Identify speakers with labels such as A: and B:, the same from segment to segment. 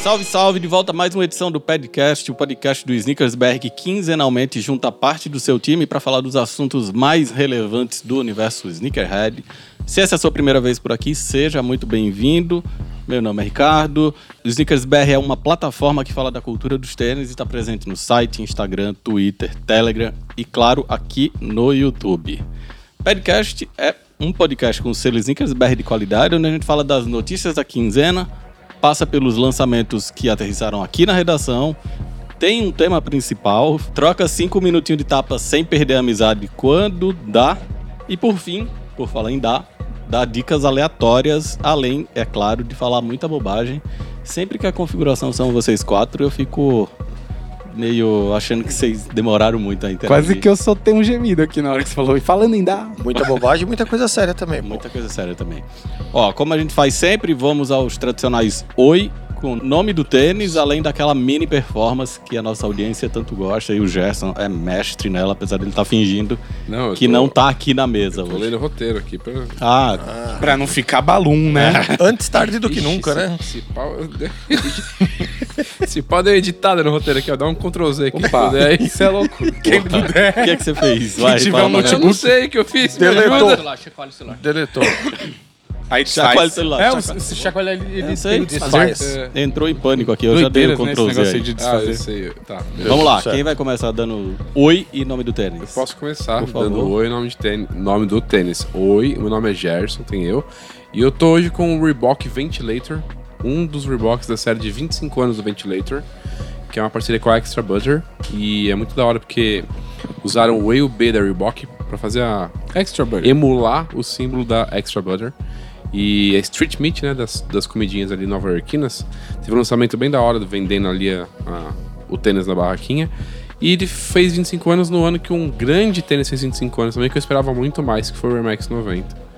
A: Salve, salve! De volta a mais uma edição do podcast, o podcast do Sneakers BR, que quinzenalmente junta parte do seu time para falar dos assuntos mais relevantes do universo Sneakerhead. Se essa é a sua primeira vez por aqui, seja muito bem-vindo. Meu nome é Ricardo. O Sneakers BR é uma plataforma que fala da cultura dos tênis e está presente no site, Instagram, Twitter, Telegram e, claro, aqui no YouTube. Podcast é um podcast com selo Sneakers BR de qualidade, onde a gente fala das notícias da quinzena, passa pelos lançamentos que aterrissaram aqui na redação, tem um tema principal, troca cinco minutinhos de tapa sem perder a amizade quando dá, e por fim, por falar em dá, dá dicas aleatórias, além, é claro, de falar muita bobagem. Sempre que a configuração são vocês quatro, eu fico meio achando que vocês demoraram muito a interagir.
B: Quase que eu soltei um gemido aqui na hora que você falou. E falando em dar.
C: Muita bobagem e muita coisa séria também. pô.
A: É Muita coisa séria também. Ó, como a gente faz sempre, vamos aos tradicionais oi, com o nome do tênis, além daquela mini performance que a nossa audiência tanto gosta e o Gerson é mestre nela, apesar dele estar fingindo
D: Não, eu
A: que
D: tô-
A: não tá aqui na mesa
D: Tô
A: hoje.
D: lendo o roteiro aqui pra.
A: Ah,
B: Pra não ficar balum,
A: É.
B: né?
C: Antes tarde do que nunca,
D: esse-
C: né?
D: Esse pau. esse pau deu editada no roteiro aqui, ó. Dá um Ctrl Z aqui.
B: Opa.
D: Daí, isso é louco.
B: Quem puder.
A: o que é que você fez? Vai,
B: tiver
A: fala
B: um
A: pra
D: Eu
A: galera.
D: não sei o que eu fiz. me
C: Deletou.
D: ajuda.
E: celular, chacoalha o celular.
C: Deletou.
B: Aí
A: Chacoalha o
B: desfaz.
A: celular.
B: É,
A: chacoalha.
E: Se chacoalha ele,
A: Eu
E: ele
A: sei. um-
E: tem o
C: Desfaz.
E: desfazer.
D: É,
A: Entrou em pânico aqui, eu já dei o
B: Doideiras, né, esse
A: Ctrl Z.
B: negócio
A: aí.
B: aí de
D: ah, eu
B: desfazer.
D: sei. Tá.
A: Vamos lá,
C: Certo.
A: quem vai começar dando oi e nome do tênis?
D: Eu posso começar
A: Por favor.
D: dando oi nome, de tênis, nome do tênis. Oi, meu nome é Gerson, tem eu. E eu tô hoje com o Reebok Ventilator, um dos Reeboks da série de 25 anos do Ventilator, que é uma parceria com a Extra Butter. E é muito da hora porque usaram o E e o B da Reebok pra fazer a
B: Extra burger.
D: emular o símbolo da Extra Butter. E a Street Meat, né, das, das comidinhas ali nova-iorquinas, teve um lançamento bem da hora, vendendo ali a- a- o tênis na barraquinha. E ele fez 25 anos no ano que um grande tênis fez 25 anos também, que eu esperava muito mais, que foi o Air Max 90.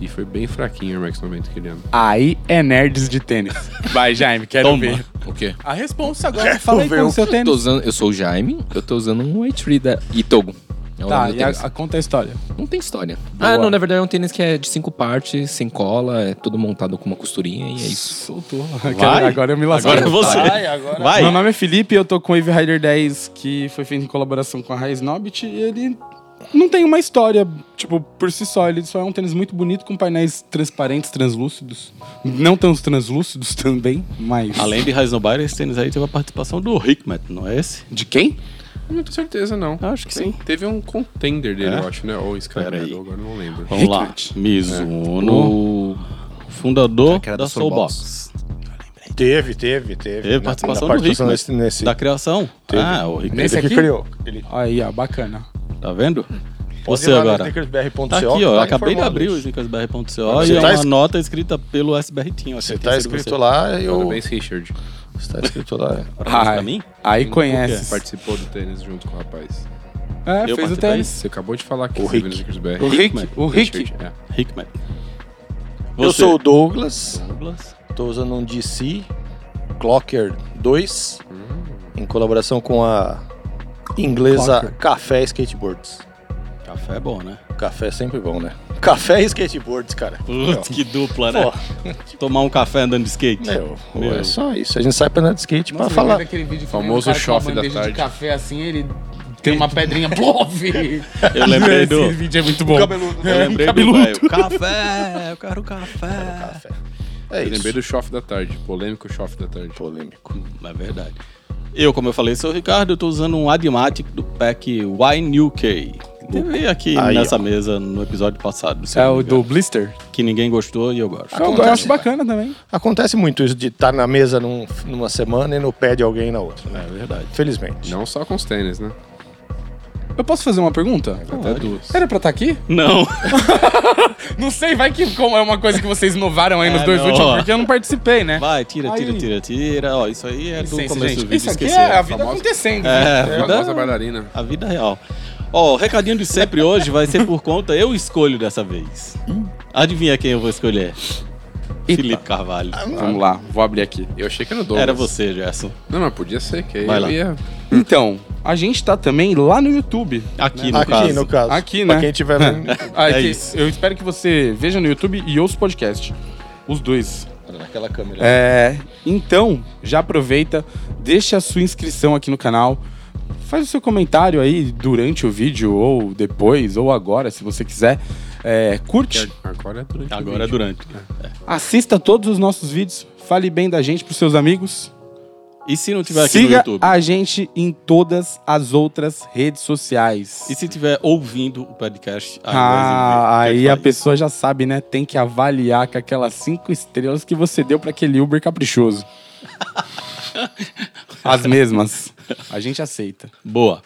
D: E foi bem fraquinho o Air Max 90 aquele ano.
B: Aí é nerds de tênis. Vai, Jaime, quero
A: Toma. um
B: ver.
F: O quê?
B: A responsa agora. Fala aí
C: ver
B: com o
C: o
B: seu
F: Eu, tô
B: tênis.
F: usando, eu sou o Jaime, eu tô usando um White da Itogo. É o
B: Tá,
F: nome do
B: e a,
F: tênis.
B: a- conta a história.
F: Não tem história.
B: Boa.
F: Ah, não, na verdade é um tênis que é de cinco partes, sem cola, é todo montado com uma costurinha e é isso.
B: Soltou. Quero- Agora eu me lasquei.
A: Agora é você. Vai.
B: Meu nome é Felipe, eu tô com o Wave Rider 10, que foi feito em colaboração com a Raiz Nobit, e ele não tem uma história, tipo, por si só. Ele só é um tênis muito bonito, com painéis transparentes, translúcidos. Não tão translúcidos também, mas...
A: Além de Heisenberg, esse tênis aí teve a participação do Hickman, não é esse?
B: De quem?
D: Não tenho certeza, não.
B: Ah,
A: Acho que
D: Tem-
A: sim.
D: Teve um contender dele,
A: É?
D: eu acho, né? Ou
A: Pera aí.
D: Skypedo, agora não lembro.
A: Vamos lá.
B: Hickman.
A: Mizuno, fundador
C: que
A: da,
C: era da
A: Soulbox.
C: é- Teve, teve, teve. né?
A: Teve
C: Na-
A: participação
C: na
A: do
C: participação
A: Rick,
C: nesse, nesse
A: né? Da criação.
C: Teve.
A: Ah, o Hickman.
B: Nesse
C: ele
B: aqui?
C: que criou. Ele
B: Aí, ó, bacana.
A: Tá vendo?
C: Pode
A: Você
C: ir lá no
A: agora.
C: sneakersbr.co,
A: Tá aqui, ó.
C: tá
A: eu acabei de
C: informado
A: abrir o
C: isso.
A: sneakersbr.co
C: Você
A: e é
C: tá
A: uma
C: es-
A: nota escrita pelo SBR Team.
C: Você tá escrito lá, eu...
D: Parabéns, Richard.
C: Você tá escrito lá.
A: Pra mim?
B: Aí
D: Você
B: conhece.
D: Participou do tênis junto com o rapaz.
B: É,
A: Eu
B: fez o
A: participei?
B: tênis.
D: Você acabou de falar que
C: O
D: você
C: Rick.
D: viu no Snickers BR.
B: O
A: Rick,
B: Rick, o Rick.
D: Richard, é.
A: Hickman.
C: Eu
A: Você.
C: sou o Douglas,
A: Douglas.
C: tô usando um DC Clocker 2,
A: Hum.
C: em colaboração com a inglesa
B: Clocker.
C: Café Skateboards.
A: Café é bom, né?
C: Café é sempre bom, né? Café e skateboards, cara.
A: Putz, que dupla, né?
C: Pô,
A: Tomar um café andando de skate.
C: meu,
A: Meu.
C: é só isso. A gente sai pra andar de skate pra
E: Nossa,
C: falar.
E: lembra daquele vídeo que
D: Famoso
E: tem um cara com uma
D: chofe da
E: bandeja
D: tarde.
E: de café assim, ele tem uma pedrinha. Pô, filho!
A: Eu lembrei do...
B: Esse vídeo é muito bom. É,
A: Eu lembrei
B: Cabeludo.
A: do velho. Café, eu quero café.
C: Café. É
D: Eu
C: isso.
D: lembrei do chofe da tarde, polêmico chofe da tarde.
C: polêmico.
A: É verdade. Eu, como eu falei, sou o Ricardo, eu tô usando um Adimatic do pack Y2K. Teve aqui
C: Aí,
A: nessa
C: ó.
A: mesa no episódio passado. se eu
B: É
A: não me
B: o Ah.
A: engano,
B: do Blister.
A: Que ninguém gostou e eu gosto.
B: Eu, eu acho bacana também.
C: Acontece muito isso de estar na mesa num- numa semana e no pé de alguém na outra, né?
A: É verdade.
C: Felizmente.
D: Não só com os tênis, né?
B: Eu posso fazer uma pergunta?
D: Até duas.
B: Era pra estar aqui?
A: Não.
B: Não sei, vai que como é uma coisa que vocês inovaram aí nos
A: É,
B: dois
A: não.
B: últimos, porque eu não participei, né?
A: Vai, tira, tira,
B: Aí.
A: tira, tira. Ó, isso aí é do
B: Licença,
A: começo
B: gente.
A: do vídeo.
B: Isso aqui
A: esquecer.
B: é a vida
D: famosa-
B: acontecendo. né?
A: É, a
D: Famosa
A: vida,
D: bailarina.
A: a vida real. Ó, o recadinho de sempre hoje vai ser por conta, eu escolho dessa vez.
B: Hum.
A: Adivinha quem eu vou escolher? Felipe Carvalho.
B: Vamos lá, vou abrir aqui.
D: Eu achei que era o Douglas.
A: Era você, Gerson.
D: Não, mas podia ser, que aí
A: Vai
D: eu
A: lá.
D: ia...
A: Hum.
B: Então, a gente tá também lá no YouTube.
A: Né? Aqui, no
C: Aqui,
A: caso.
C: no caso.
B: Aqui,
C: Pra
B: né?
C: quem tiver vendo.
B: Ah,
A: É
B: que-
A: isso.
B: Eu espero que você veja no YouTube e ouça o podcast. Os dois.
C: Era naquela câmera.
B: É, então, já aproveita, deixa a sua inscrição aqui no canal. Faz o seu comentário aí durante o vídeo, ou depois, ou agora, se você quiser. É, curte,
D: Agora é durante. o
A: Agora é
D: vídeo.
A: durante.
B: assista todos os nossos vídeos, fale bem da gente pros seus amigos.
A: E se não tiver aqui no
B: Siga
A: YouTube?
B: a gente em todas as outras redes sociais.
A: E se tiver ouvindo o podcast? ao
B: Ah,
A: invés de ver, o que é que
B: aí a
A: faz?
B: pessoa já sabe, né? Tem que avaliar com aquelas cinco estrelas que você deu pra aquele Uber caprichoso. As mesmas. A gente aceita.
A: Boa.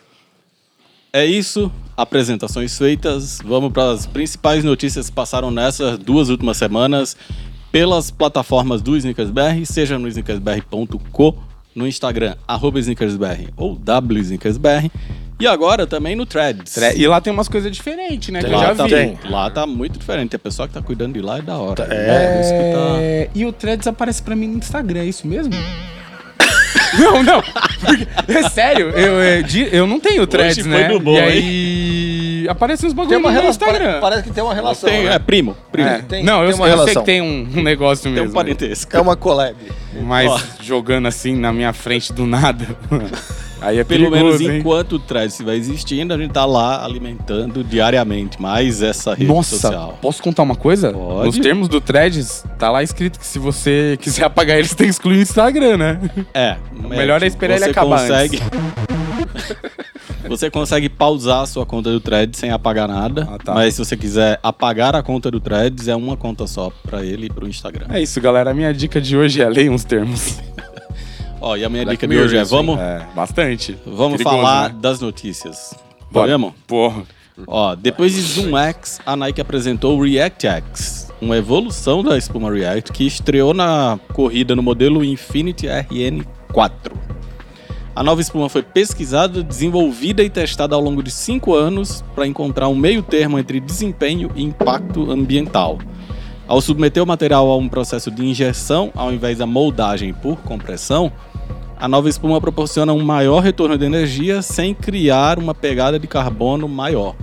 A: É isso. Apresentações feitas. Vamos para as principais notícias que passaram nessas duas últimas semanas pelas plataformas do Snickersbr, seja no snickersbr.co, no Instagram, arroba snickersbr ou wsnickersbr, e agora também no Threads.
B: Tre- E lá tem umas coisas diferentes, né? que eu
A: Lá,
B: já
A: tá,
B: vi.
C: Tem.
A: lá tá muito diferente. A pessoa que tá cuidando de lá é da hora.
C: É.
A: Isso que tá-
B: É, E o Threads aparece pra mim no Instagram, é isso mesmo? não, não. Porque- é sério, eu, é, di- eu não tenho Threads,
A: foi
B: né?
A: do bom,
B: e aí aparece uns
C: Tem
B: bagulho no
C: uma
B: meu
C: relação.
B: Instagram.
C: Parece que tem uma relação.
A: Tem-
C: né?
A: é primo, primo.
B: É.
C: Tem-
B: não, eu,
C: tem uma
B: eu sei
C: relação.
B: que tem um, um negócio
A: Tem
B: mesmo.
A: um parentesco.
C: É uma collab.
B: Mas
A: Ó.
B: jogando assim na minha frente do nada. Aí é
A: Pelo
B: perigoso,
A: menos
B: hein?
A: enquanto o Threads estiver existindo, a gente tá lá alimentando diariamente mais essa rede
B: Nossa,
A: social.
B: posso contar uma coisa?
A: Pode.
B: Nos termos do Threads, tá lá escrito que se você quiser apagar ele, você tem que excluir o Instagram, né?
A: É.
B: melhor é esperar ele acabar
A: Consegue... você consegue pausar a sua conta do Threads sem apagar nada.
B: Ah, tá.
A: Mas se você quiser apagar a conta do Threads, é uma conta só pra ele e pro Instagram.
B: É isso, galera. A minha dica de hoje é leiam os termos.
A: Ó, e a minha
D: Black
A: dica
D: Mirror,
A: de hoje é
D: isso, hein?
A: vamos,
B: É, bastante.
A: vamos
B: Perigoso,
A: falar
B: né?
A: das notícias.
B: Bora.
A: Podemos?
B: Porra.
A: Ó, depois de Zoom X, a Nike apresentou o React X, uma evolução da espuma React que estreou na corrida no modelo Infinity RN4. A nova espuma foi pesquisada, desenvolvida e testada ao longo de cinco anos para encontrar um meio termo entre desempenho e impacto ambiental. Ao submeter o material a um processo de injeção, ao invés da moldagem por compressão, a nova espuma proporciona um maior retorno de energia sem criar uma pegada de carbono maior.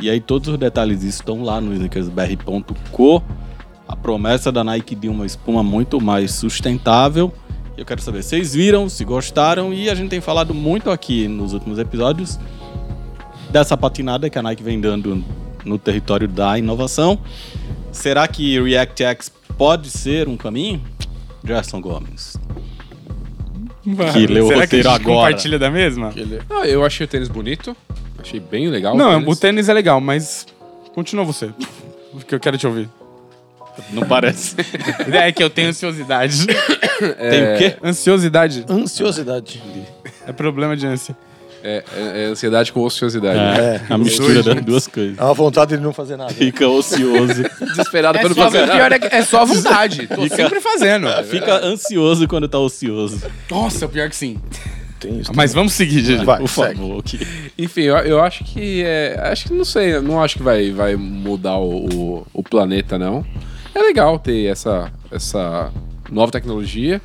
A: E aí todos os detalhes disso estão lá no sneakersbr.co. A promessa da Nike de uma espuma muito mais sustentável. Eu quero saber se vocês viram, se gostaram e a gente tem falado muito aqui nos últimos episódios dessa patinada que a Nike vem dando no território da inovação. Será que React X pode ser um caminho? Gerson Gomes. Que leu o
B: Será que a
A: roteiro
B: gente
A: agora.
B: compartilha da mesma?
D: Ah, eu achei o tênis bonito. Achei bem legal.
B: Não,
D: tênis.
B: o tênis é legal, mas continua você. Porque eu quero te ouvir.
A: Não parece.
B: É que eu tenho ansiosidade.
A: Tem o quê?
B: Ansiosidade
C: Ansiosidade.
B: é problema de ânsia.
D: É, é- é ansiedade com ociosidade. né?
A: É, a mistura das duas coisas.
C: É uma vontade de não fazer nada.
A: Fica ocioso.
D: Desesperado pelo
F: só,
D: fazer.
F: pior é, que é só a vontade. Tô
A: Fica-
F: sempre fazendo.
A: Fica ansioso quando tá ocioso.
B: Nossa, pior que sim.
C: Tem isso.
B: Mas vamos seguir, Gigi.
C: Vai,
A: Por
C: segue.
A: favor. que-
D: Enfim, eu, eu acho que é. Acho que não sei, eu não acho que vai, vai mudar o, o, o planeta, não. É legal ter essa, essa nova tecnologia.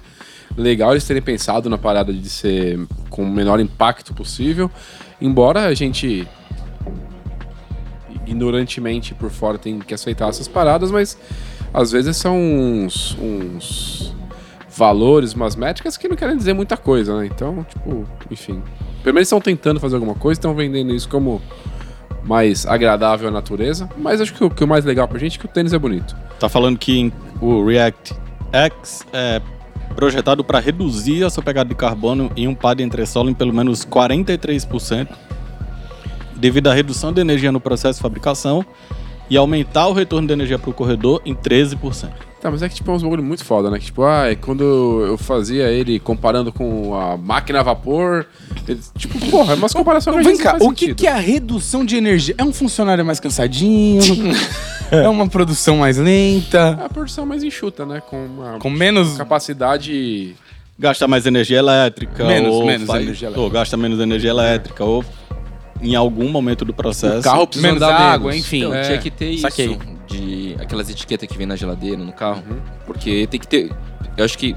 D: Legal eles terem pensado na parada de ser com o menor impacto possível. Embora a gente ignorantemente por fora tem que aceitar essas paradas, mas às vezes são uns, uns valores, umas métricas que não querem dizer muita coisa, né? Então, tipo, enfim. Pelo menos estão tentando fazer alguma coisa, estão vendendo isso como mais agradável à natureza. Mas acho que o, que o mais legal pra gente é que o tênis é bonito.
A: Tá falando que o React X é projetado para reduzir a sua pegada de carbono em um par de entressolo em pelo menos 43%, devido à redução de energia no processo de fabricação e aumentar o retorno de energia para o corredor em 13%.
D: Tá, mas é que tipo, é uns bagulho muito foda, né? Que, tipo, ah, é quando eu fazia ele comparando com a máquina a vapor. ele- tipo, porra, é umas comparações que a
B: Vem
D: gente
B: cá,
D: não faz
B: o que,
D: sentido.
B: que é a redução de energia? É um funcionário mais cansadinho? é uma produção mais lenta?
D: É a produção mais enxuta, né? Com uma
B: Com menos.
D: capacidade
A: Gasta mais energia elétrica,
B: Menos-
A: ou,
B: menos
A: faz-
B: energia
A: ou gasta menos energia elétrica, ou em algum momento do processo.
D: O carro precisa
B: menos
D: andar
B: água,
D: menos.
B: enfim.
F: Então,
D: É.
F: tinha que ter
B: Saquei.
F: isso de aquelas etiquetas que vem na geladeira, no carro. Porque tem que ter. Eu acho que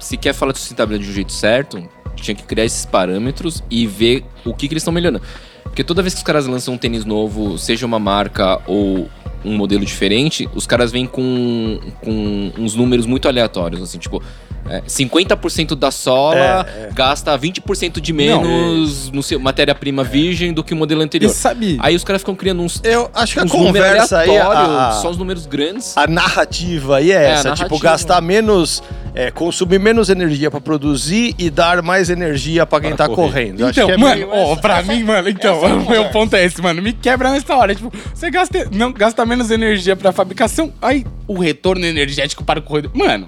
F: se quer falar de sustentabilidade de um jeito certo, tinha que criar esses parâmetros e ver o que, que eles estão melhorando. Porque toda vez que os caras lançam um tênis novo, seja uma marca ou um modelo diferente, os caras vêm com, com uns números muito aleatórios, assim, tipo, é, 50% da sola gasta 20% de menos no seu matéria-prima virgem do que o modelo
B: E
F: anterior.
B: sabe,
F: Aí os caras ficam criando uns,
C: Eu acho que a
F: uns números
C: conversa aí, a,
F: aleatórios,
C: a-
F: só os números grandes.
C: a narrativa aí é
F: a
C: essa,
F: narrativa.
C: tipo, gastar menos, é, consumir menos energia pra produzir e dar mais energia pra quem
A: Para
C: tá
A: correr.
C: correndo. Eu acho
B: Então,
C: que é
B: mano,
C: meio
B: ó,
C: essa-
B: pra
C: essa-
B: mim, mano, então,
C: essa é a
B: o meu
C: conversa.
B: ponto é esse, mano. Me quebra nessa hora. Tipo, você gasta, não, gasta menos energia pra fabricação, aí o retorno energético para o corredor. Mano,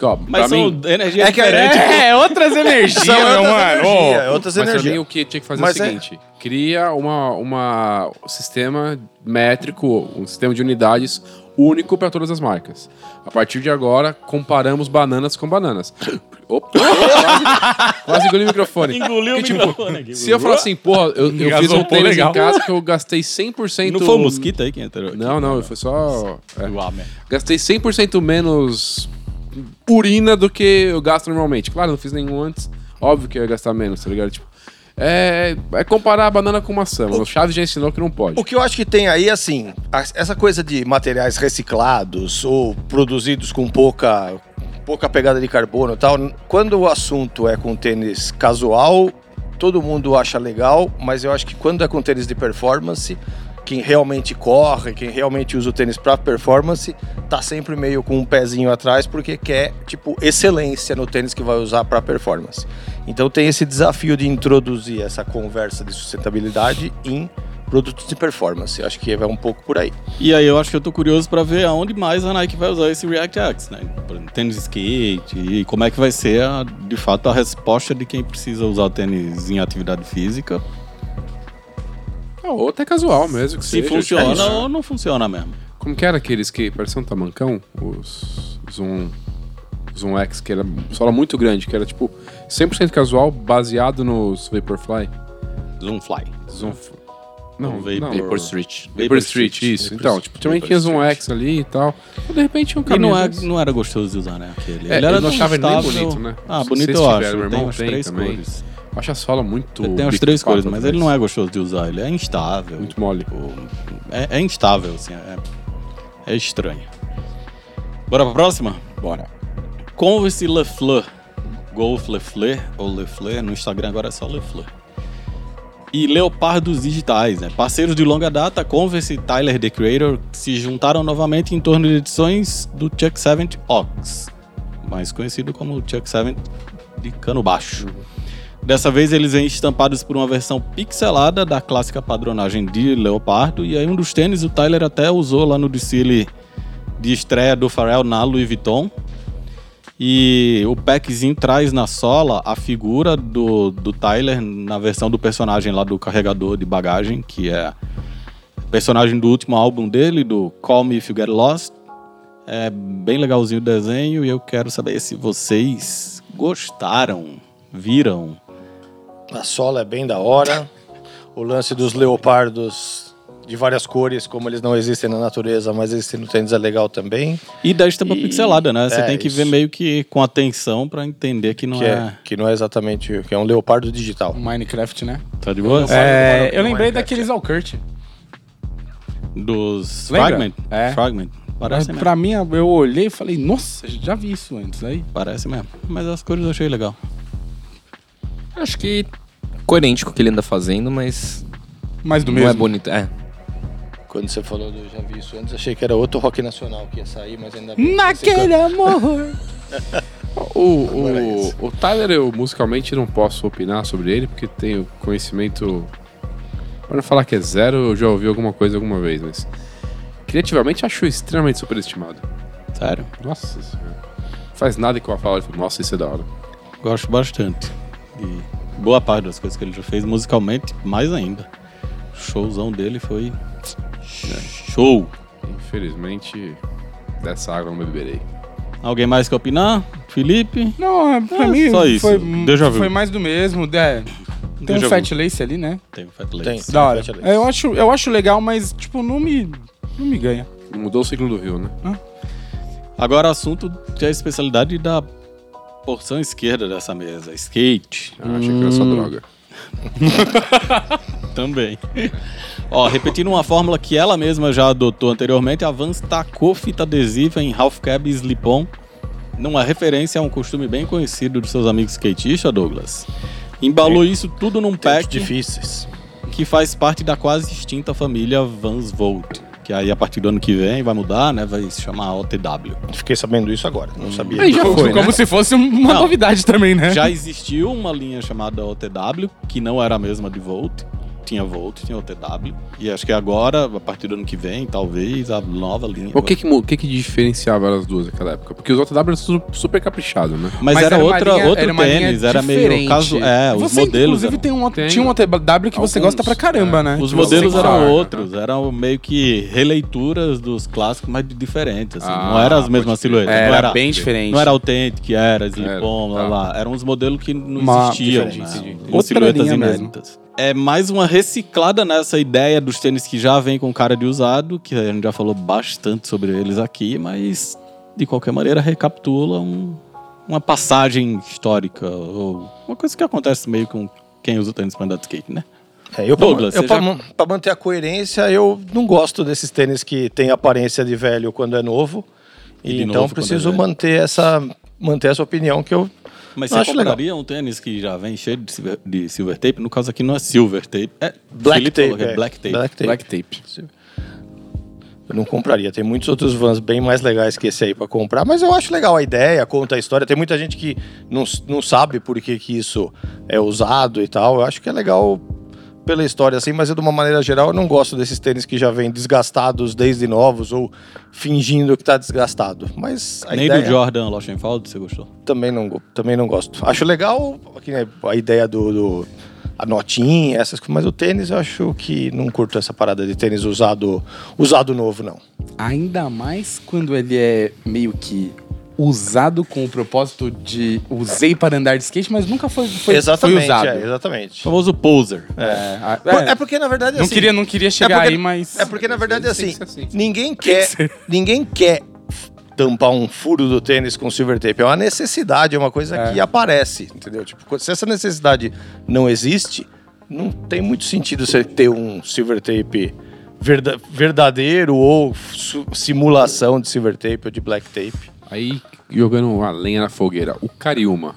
D: Porque, ó,
A: Mas
D: pra
A: são
D: mim,
A: energia
C: É que
A: diferente.
B: é, outras energias,
C: São é outras
B: mano.
C: energias,
B: Ó,
C: outras
D: mas pra mim
C: energias.
D: o que tinha que fazer
C: Mas
D: é
C: é-
D: o seguinte: cria uma, uma um sistema métrico, um sistema de unidades único para todas as marcas. A partir de agora, comparamos bananas com bananas. Opa! quase, quase engoli o microfone.
A: Engoliu o
D: Porque, tipo,
A: microfone aqui.
D: Se eu falar assim, porra, eu, eu fiz
B: Engasou,
D: um
B: pô,
D: tênis
B: legal.
D: em casa que eu gastei 100%.
A: Não foi o mosquito aí que entrou? aqui?
D: Não, não, foi só. é.
A: Uau, merda.
D: Gastei 100% menos urina do que eu gasto normalmente. Claro, não fiz nenhum antes. Óbvio que eu ia gastar menos, tá ligado? Tipo, é, é comparar a banana com maçã. O Chaves já ensinou que não pode.
C: O que eu acho que tem aí, assim, a- essa coisa de materiais reciclados ou produzidos com pouca, pouca pegada de carbono e tal, quando o assunto é com tênis casual, todo mundo acha legal, mas eu acho que quando é com tênis de performance, quem realmente corre, quem realmente usa o tênis pra performance, tá sempre meio com um pezinho atrás porque quer, tipo, excelência no tênis que vai usar pra performance. Então tem esse desafio de introduzir essa conversa de sustentabilidade em produtos de performance. Eu Acho que vai um pouco por aí.
A: E aí eu acho que eu tô curioso pra ver aonde mais a Nike vai usar esse React X, né? Por exemplo, Tênis de skate e como é que vai ser a- de fato a resposta de quem precisa usar o tênis em atividade física.
D: Ah, Ou até casual mesmo. Que
A: Se
D: seja,
A: funciona
D: tipo,
A: ou não funciona mesmo.
D: Como que era aqueles que pareciam um tamancão? Os Zoom, Zoom X, que era sola muito grande, que era tipo 100% casual, baseado nos Vaporfly.
A: Zoom Fly.
D: Zoom. Não,
A: Não, Vapor-
D: não,
F: Vapor Street.
D: Vapor Street, isso.
A: Vapor
D: então,
A: Street.
D: tipo, também
A: Vapor
D: tinha Zoom
A: Street.
D: X ali e tal. De repente um
A: E
D: caminho.
A: não, é,
D: desse.
A: não era gostoso de usar, né? Aquele.
D: É,
A: ele era
D: eu não
A: tão
D: achava ele nem
A: estável.
D: bonito, né?
A: Ah,
D: Se
A: bonito
D: vocês
A: eu
D: tiverem,
A: acho.
D: meu
A: Ele tem
D: irmão
A: umas
D: tem
A: três
D: também.
A: cores.
D: Eu acho a sola muito.
A: Ele tem umas
D: bico
A: três
D: de pato
A: cores, mas ele
D: atrás.
A: não é gostoso de usar. Ele é instável.
D: Muito mole.
A: Tipo, é, é instável, assim. É, é estranho. Bora pra próxima?
B: bora.
A: Converse Lefleur. Golf Lefleur ou Lefleur. No Instagram agora é só Lefleur. E Leopardos Digitais, né? Parceiros de longa data, Converse e Tyler The Creator se juntaram novamente em torno de edições do Chuck Seven Ox, mais conhecido como Chuck Seven de cano baixo. Dessa vez eles vêm estampados por uma versão pixelada da clássica padronagem de Leopardo. E aí um dos tênis o Tyler até usou lá no desfile de estreia do Pharrell na Louis Vuitton. E o packzinho traz na sola a figura do, do Tyler na versão do personagem lá do carregador de bagagem, que é personagem do último álbum dele, do Call Me If You Get Lost. É bem legalzinho o desenho e eu quero saber se vocês gostaram, viram.
C: A sola é bem da hora. O lance dos leopardos de várias cores, como eles não existem na natureza, mas existem no tênis, é legal também.
A: E da estampa
C: E-
A: pixelada, né? Você
C: é,
A: tem que ver
C: isso.
A: meio que com atenção pra entender que não
C: que,
A: é...
C: é. que não é exatamente. Que é um leopardo digital.
B: Minecraft, né?
A: Tá de boa?
B: É,
C: Bora,
B: eu lembrei
C: Minecraft,
B: daqueles Alcurt.
A: Dos
B: Lembra?
A: Fragment?
B: É.
A: Fragment.
B: Mas
A: Parece mesmo.
B: pra mim, eu olhei e falei, nossa, já vi isso antes. Aí,
A: Parece mesmo. Mas as cores eu achei legal.
F: Acho que coerente com o que ele anda fazendo, mas
B: mais do
F: não
B: mesmo.
F: é bonito. É.
C: Quando você falou do Já Vi Isso antes, achei que era outro rock nacional que ia sair, mas ainda bem. que você
B: Naquele amor.
D: O,
A: é
D: o, o Tyler, eu musicalmente não posso opinar sobre ele, porque tenho conhecimento. Pra não falar que é zero, eu já ouvi alguma coisa alguma vez, mas. Criativamente, acho extremamente superestimado.
A: Sério.
D: Nossa senhora. Faz nada que eu falo, eu falo, nossa, isso é da hora.
A: Gosto bastante. E boa parte das coisas que ele já fez musicalmente, mais ainda. O showzão dele foi. Show!
D: Infelizmente, dessa água eu não beberei.
A: Alguém mais quer opinar? Felipe?
B: Não, pra
A: É,
B: mim
A: só isso.
B: foi,
A: Déjà vu.
B: foi mais do mesmo. né? tem
A: Déjà
B: um
A: vu.
B: Fat Lace ali, né?
A: Tem o Fat Legs.
C: Tem.
B: Da hora.
C: Fat Lace.
B: É, Eu acho, eu acho legal, mas, tipo, não me, não me ganha.
D: Mudou o ciclo do Rio, né?
A: Agora, assunto que é a especialidade da porção esquerda dessa mesa: skate. Hum.
D: Eu achei que era só droga.
A: Também. Ó, repetindo uma fórmula que ela mesma já adotou anteriormente, a Vans tacou fita adesiva em half cab e slip-on, numa referência a um costume bem conhecido dos seus amigos skatistas, Douglas. Embalou isso tudo num
C: Tempos
A: pack
C: difíceis.
A: que faz parte da quase extinta família Vans Volt, que aí a partir do ano que vem vai mudar, né? Vai se chamar OTW.
C: Fiquei sabendo isso agora, não sabia.
D: Aí já foi, né?
B: Como se fosse um, uma
A: Não.
B: novidade também, né?
A: Já existiu uma linha chamada OTW, que não era a mesma de Volt. Tinha Volt, tinha OTW. E acho que agora, a partir do ano que vem, talvez, a nova linha.
D: O que que, mu- o que que diferenciava as duas naquela época? Porque os OTW eram su- super caprichados, né?
A: Mas,
B: Mas
A: era,
B: era uma
A: outra,
B: linha-
A: outro
D: era uma linha
A: tênis, era meio
D: diferente.
A: caso. É, os
B: Você,
A: modelos.
B: inclusive,
A: eram-
B: tem um,
D: Tem.
B: tinha um OTW que você
D: Alguns,
B: gosta pra caramba, né?
A: é. Os
D: Tipo,
A: modelos
D: sei
A: eram
D: lá,
A: outros, eram meio que releituras dos clássicos, mas diferentes. assim, não
D: Ah,
A: eram as
D: pode
A: mesmas
D: crer.
A: silhuetas. não era,
B: diferente.
A: não era autêntico, que era Slipon, lá,
D: tá.
A: lá. Eram uns modelos que não
B: Uma-
A: existiam, né?
D: diferente, entendi.
A: Umas
B: Outra
A: silhuetas
B: linha mesmo.
A: inéditas. É mais uma reciclada nessa ideia dos tênis que já vem com cara de usado, que a gente já falou bastante sobre eles aqui, mas de qualquer maneira recapitula um- uma passagem histórica, ou uma coisa que acontece meio com quem usa o tênis para andar de skate, né?
C: É, eu,
A: Douglas,
C: pra, eu
A: você
C: pra
A: já-
C: man- pra manter a coerência, eu não gosto desses tênis que tem aparência de velho quando é novo.
A: E
C: E
A: de
C: então
A: novo quando é
C: preciso
A: velho.
C: manter essa, manter essa opinião que eu.
A: Mas
C: Não,
A: você
C: acho
A: compraria um tênis que já vem cheio de silver, de silver tape? No caso aqui não é silver tape, é
C: Black
A: Felipe
C: tape,
A: falou que é
C: é.
A: black tape.
C: Black tape.
D: Black Tape.
C: Eu não compraria. Tem muitos outros vans bem mais legais que esse aí pra comprar, mas eu acho legal a ideia, conta a história. Tem muita gente que não, s- não sabe por que, que isso é usado e tal. Eu acho que é legal pela história assim, mas eu, de uma maneira geral eu não gosto desses tênis que já vêm desgastados desde novos ou fingindo que tá desgastado. Mas a
A: Nem
C: ideia
A: do Jordan Loschenfeld, você gostou?
C: também não, go- também não gosto. Acho legal que, né, a ideia do, do- a notinha, essas coisas, mas o tênis eu acho que não curto essa parada de tênis usado usado novo não.
B: Ainda mais quando ele é meio que usado com o propósito de usei para andar de skate, mas nunca foi, foi,
C: exatamente,
B: foi usado.
C: É,
B: É,
A: O
C: exatamente.
A: famoso poser.
B: a-
C: É,
B: é,
C: porque, na verdade,
B: não,
C: assim,
B: queria, não queria chegar
C: porque-
B: aí, mas...
C: É porque, na verdade,
D: Às
C: assim,
D: vezes tem que ser assim.
C: ninguém quer. ninguém quer tampar um furo do tênis com silver tape. É uma necessidade, é uma coisa que aparece, entendeu? Tipo, se essa necessidade não existe, não tem muito sentido você ter um silver tape verda- verdadeiro ou su- simulação de silver tape ou de black tape.
D: Aí, jogando uma lenha na fogueira, o Cariúma.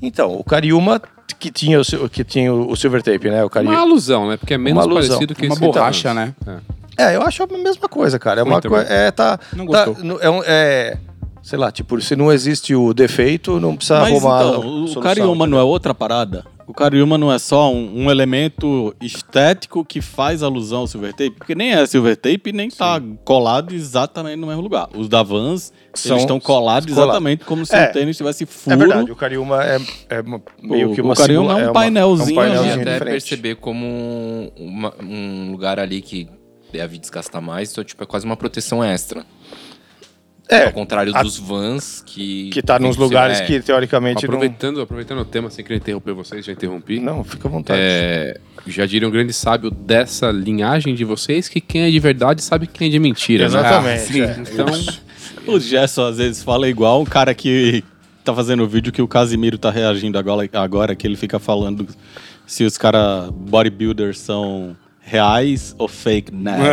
C: Então, o Cariúma que tinha o, sil- que tinha o silver tape, né? O Cariúma.
D: Uma alusão, né? Porque é menos
C: Uma alusão.
D: parecido que tá
B: Uma
D: esse
B: borracha, né?
D: Titans.
C: É, eu acho a mesma coisa, cara. É
D: Ruim
C: uma
D: também.
C: coisa. É, tá.
B: Não
C: tá-
B: gostou.
C: no- é, um- é, sei lá, tipo, se não existe o defeito, não precisa
A: Mas
C: arrumar.
A: então,
C: uma
A: o
C: solução.
A: cariúma não é outra parada? O cariúma não é só um, um elemento estético que faz alusão ao silver tape? Porque nem é silver tape, nem tá colado exatamente no mesmo lugar. Os da Vans,
C: São
A: eles estão colados
C: colados.
A: exatamente como se
C: É.
A: o tênis tivesse furo.
C: É verdade, o Cariúma é, é uma- meio
A: O-
C: que uma
A: o Cariúma é um
C: simula- uma-
A: painelzinho
C: é um
F: Eu
A: Não,
F: ia
C: painelzinho
A: gente,
F: até
C: diferente.
F: perceber como um- uma- um lugar ali que é deve desgastar mais, então tipo, é quase uma proteção extra. Ao
C: É,
F: contrário
C: a-
F: dos vans que.
C: que tá
F: tem
C: nos
F: ser-
C: lugares
F: é,
C: que teoricamente
D: Aproveitando, aproveitando o tema, sem querer interromper vocês, já interrompi.
C: não. Não, fica à vontade.
D: É, já diria um grande sábio dessa linhagem de vocês que quem é de verdade sabe quem é de mentira. né?
C: Exatamente,
D: Ah, sim.
C: é.
D: Então,
A: O Gerson às vezes fala igual um cara que tá fazendo o vídeo que o Casimiro tá reagindo agora, agora que ele fica falando se os cara bodybuilders são reais ou fake, né?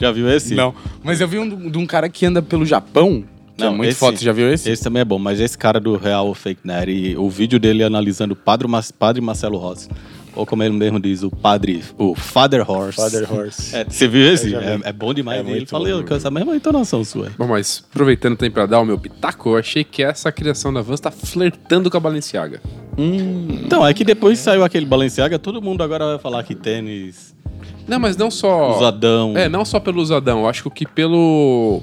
A: Já viu esse?
B: É. Não, mas eu vi um do- de um cara que anda pelo Japão, que
A: Não,
B: é muito
A: esse-
B: foto, você já viu esse?
A: Esse também é bom, mas esse cara do Real ou Fake Net e o vídeo dele analisando o padre, Mas- padre Marcelo Rossi, ou como ele mesmo diz, o padre, o Father Horse.
C: Father Horse.
A: É, você viu esse?
C: Eu já
A: É,
C: vi.
A: é bom demais.
C: É
A: né? ele
C: muito
A: falou com essa mesma entonação sua.
D: bom, mas aproveitando também pra dar o meu pitaco, eu achei que essa criação da Vans tá flertando com a Balenciaga.
A: Então, é que depois saiu aquele Balenciaga, todo mundo agora vai falar que tênis,
D: Não, mas não só.
A: usadão.
D: É, não só pelo usadão, eu acho que pelo.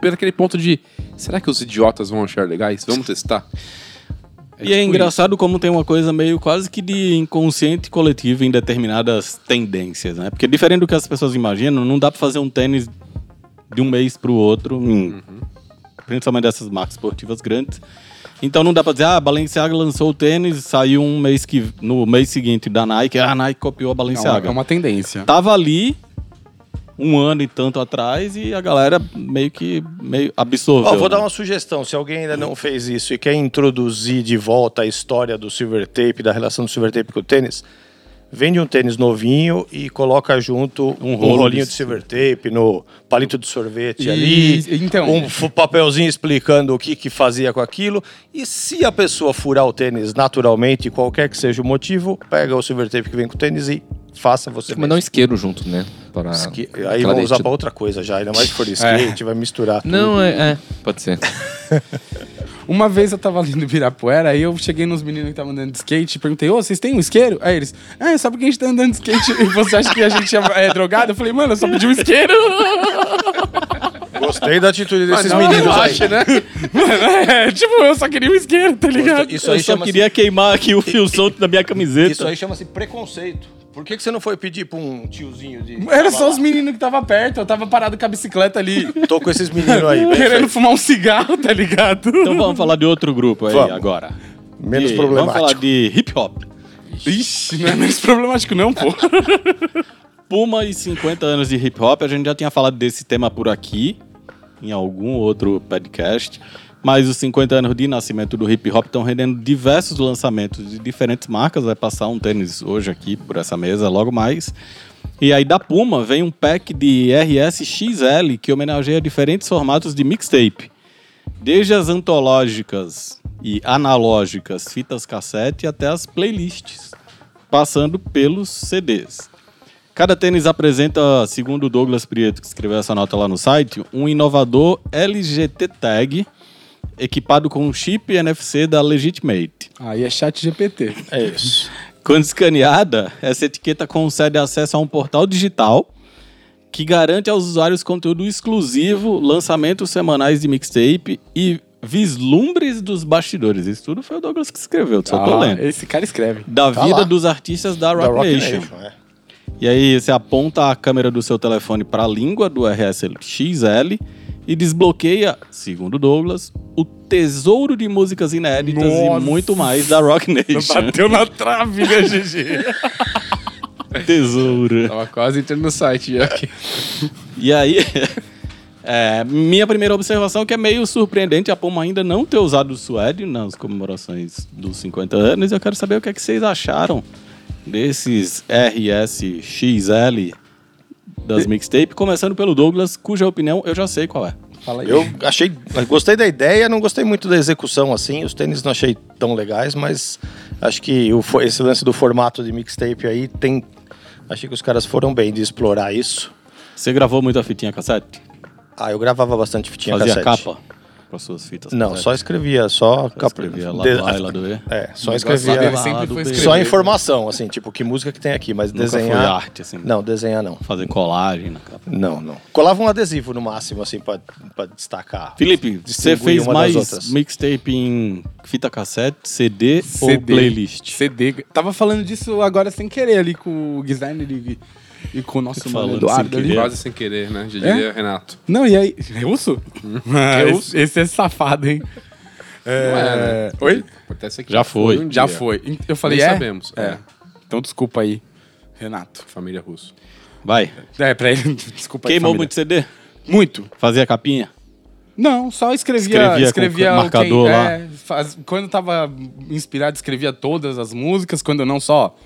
D: Pelo aquele ponto de. Será que os idiotas vão achar legais? Vamos testar.
A: e é
D: tipo
A: engraçado como tem uma coisa meio quase que de inconsciente coletivo em determinadas tendências, né? Porque diferente do que as pessoas imaginam, não dá pra fazer um tênis de um mês pro outro, em-
C: Uhum.
A: principalmente dessas marcas esportivas grandes. Então não dá pra dizer, ah, a Balenciaga lançou o tênis, saiu um mês que
C: É
A: no mês seguinte da Nike, ah, a Nike copiou a
B: Não,
A: Balenciaga.
B: é uma tendência.
A: Tava ali, um ano e tanto atrás e a galera meio que meio absorveu.
C: Ó, vou dar
A: né?
C: uma sugestão. Se alguém ainda não fez isso e quer introduzir de volta a história do silver tape, da relação do silver tape com o tênis, vende um tênis novinho e coloca junto um,
A: rolo
C: rolinho
A: de
C: de silver tape no palito de sorvete
B: E-
C: ali.
B: então-
C: um f- papelzinho explicando o que, que fazia com aquilo. E se a pessoa furar o tênis naturalmente, qualquer que seja o motivo, pega o silver tape que vem com o tênis e faça você
F: Mandar um
C: mesmo.
F: isqueiro junto, né? Para
C: Esqui-
F: para
C: Aí vão usar
F: dentro.
C: pra outra coisa já, ainda mais se for skate, vai misturar. tudo.
F: Não, é, é, Pode ser.
B: Uma vez eu tava ali no Ibirapuera, aí eu cheguei nos meninos que estavam andando de skate e perguntei, ô, vocês têm um isqueiro? Aí eles, ah, é só porque a gente tá andando de skate e você acha que a gente é, é drogado? Eu falei, mano, eu só pedi um isqueiro.
C: Gostei da atitude desses
D: não,
C: meninos
D: eu
C: aí.
D: acho, né?
B: é, tipo, eu só queria um isqueiro, tá ligado?
C: Isso
A: Eu
C: aí
A: só
C: chama
A: queria queimar aqui o fio solto da minha camiseta.
C: Isso aí chama-se preconceito. Por que, que você não foi pedir pra um tiozinho de.
B: Era só os meninos que tava perto, eu tava parado com a bicicleta ali,
C: Tô com esses meninos aí. bem
B: querendo
C: feito.
B: fumar um cigarro, tá ligado?
A: Então vamos falar de outro grupo aí
C: Vamos.
A: agora.
C: Menos
A: E Vamos falar
C: problemático.
A: de hip hop.
B: Ixi, não é menos problemático não, pô.
A: Puma e 50 anos de hip hop, a gente já tinha falado desse tema por aqui, em algum outro podcast. Mas os 50 anos de nascimento do hip hop estão rendendo diversos lançamentos de diferentes marcas. Vai passar um tênis hoje aqui por essa mesa, logo mais. E aí da Puma vem um pack de RSXL que homenageia diferentes formatos de mixtape. Desde as antológicas e analógicas, fitas cassete, até as playlists, passando pelos CDs. Cada tênis apresenta, segundo o Douglas Prieto, que escreveu essa nota lá no site, um inovador LGT Tag equipado com um chip NFC da Legitimate.
B: Aí é chat GPT.
C: É isso.
A: Quando escaneada, essa etiqueta concede acesso a um portal digital que garante aos usuários conteúdo exclusivo, lançamentos semanais de mixtape e vislumbres dos bastidores. Isso tudo foi o Douglas que escreveu, só tô
B: Ah,
A: lendo.
B: Esse cara escreve.
A: Da
C: tá
A: vida
C: lá.
A: dos artistas da Rock,
C: Da Rock
A: Nation.
C: Nation. é.
A: E aí você aponta a câmera do seu telefone para a língua do RSXL e desbloqueia, segundo Douglas, o tesouro de músicas inéditas e
B: Nossa.
A: muito mais da Rock Nation.
B: Bateu na trave, né, GG?
A: tesouro.
D: Tava quase entrando no site já aqui.
A: E aí, é, minha primeira observação é que é meio surpreendente a Puma ainda não ter usado o suede nas comemorações dos 50 anos. Eu quero saber o que, é que vocês acharam desses RSXL das mixtape, começando pelo Douglas, cuja opinião eu já sei qual é.
B: Fala aí.
C: Eu achei. Gostei da ideia, não gostei muito da execução assim. Os tênis não achei tão legais, mas acho que o fo- esse lance do formato de mixtape aí tem. Achei que os caras foram bem de explorar isso.
A: Você gravou muita fitinha cassete?
C: Ah, eu gravava bastante fitinha
A: Fazia
C: cassete.
A: capa para suas fitas?
C: Não,
A: cassete?
C: só escrevia, só,
A: Só
C: capa.
A: escrevia lá
C: de-
A: do A e lá do E.
C: É,
A: Sabe
C: só escrevia.
A: lá,
D: sempre
A: lá do
D: foi
A: B.
D: escrever.
C: Só informação, assim, tipo, que música que tem aqui, mas
A: Nunca foi
C: desenhar.
A: arte, assim.
C: Não, desenhar não.
A: Fazer colagem na capa.
C: Não, não. Colava um adesivo no máximo, assim, pra, pra destacar.
A: Felipe, você
C: Distinguir
A: fez
C: uma das
A: mais
C: outras.
A: mixtape em fita cassete, CD, ou
B: CD.
A: playlist?
B: CD. Tava falando disso agora sem querer ali com o designer e, e com o nosso
A: Falando
B: mano Eduardo
A: sem
B: ali.
A: querer.
D: Quase sem querer, né? Já diria Renato.
B: Não, e aí? É Russo? Ah,
D: Eu
B: esse, esse é safado, hein?
D: Não
B: É...
D: é,
B: Oi?
D: Acontece que
A: Já foi.
D: um
B: Já
D: dia.
B: foi. Eu falei,
D: Nem
B: é?
D: sabemos.
B: É.
D: É.
B: Então desculpa aí, Renato.
D: Família russa.
A: Vai.
B: É, pra ele, desculpa aí,
A: Queimou
B: família.
A: muito CD?
B: Muito.
A: Fazia capinha?
B: Não, só
A: Escrevia com
B: escrevia, escrevia
A: ca-
B: o
A: marcador
B: quem-
A: lá.
B: é, faz- quando tava inspirado, escrevia todas as músicas, quando não só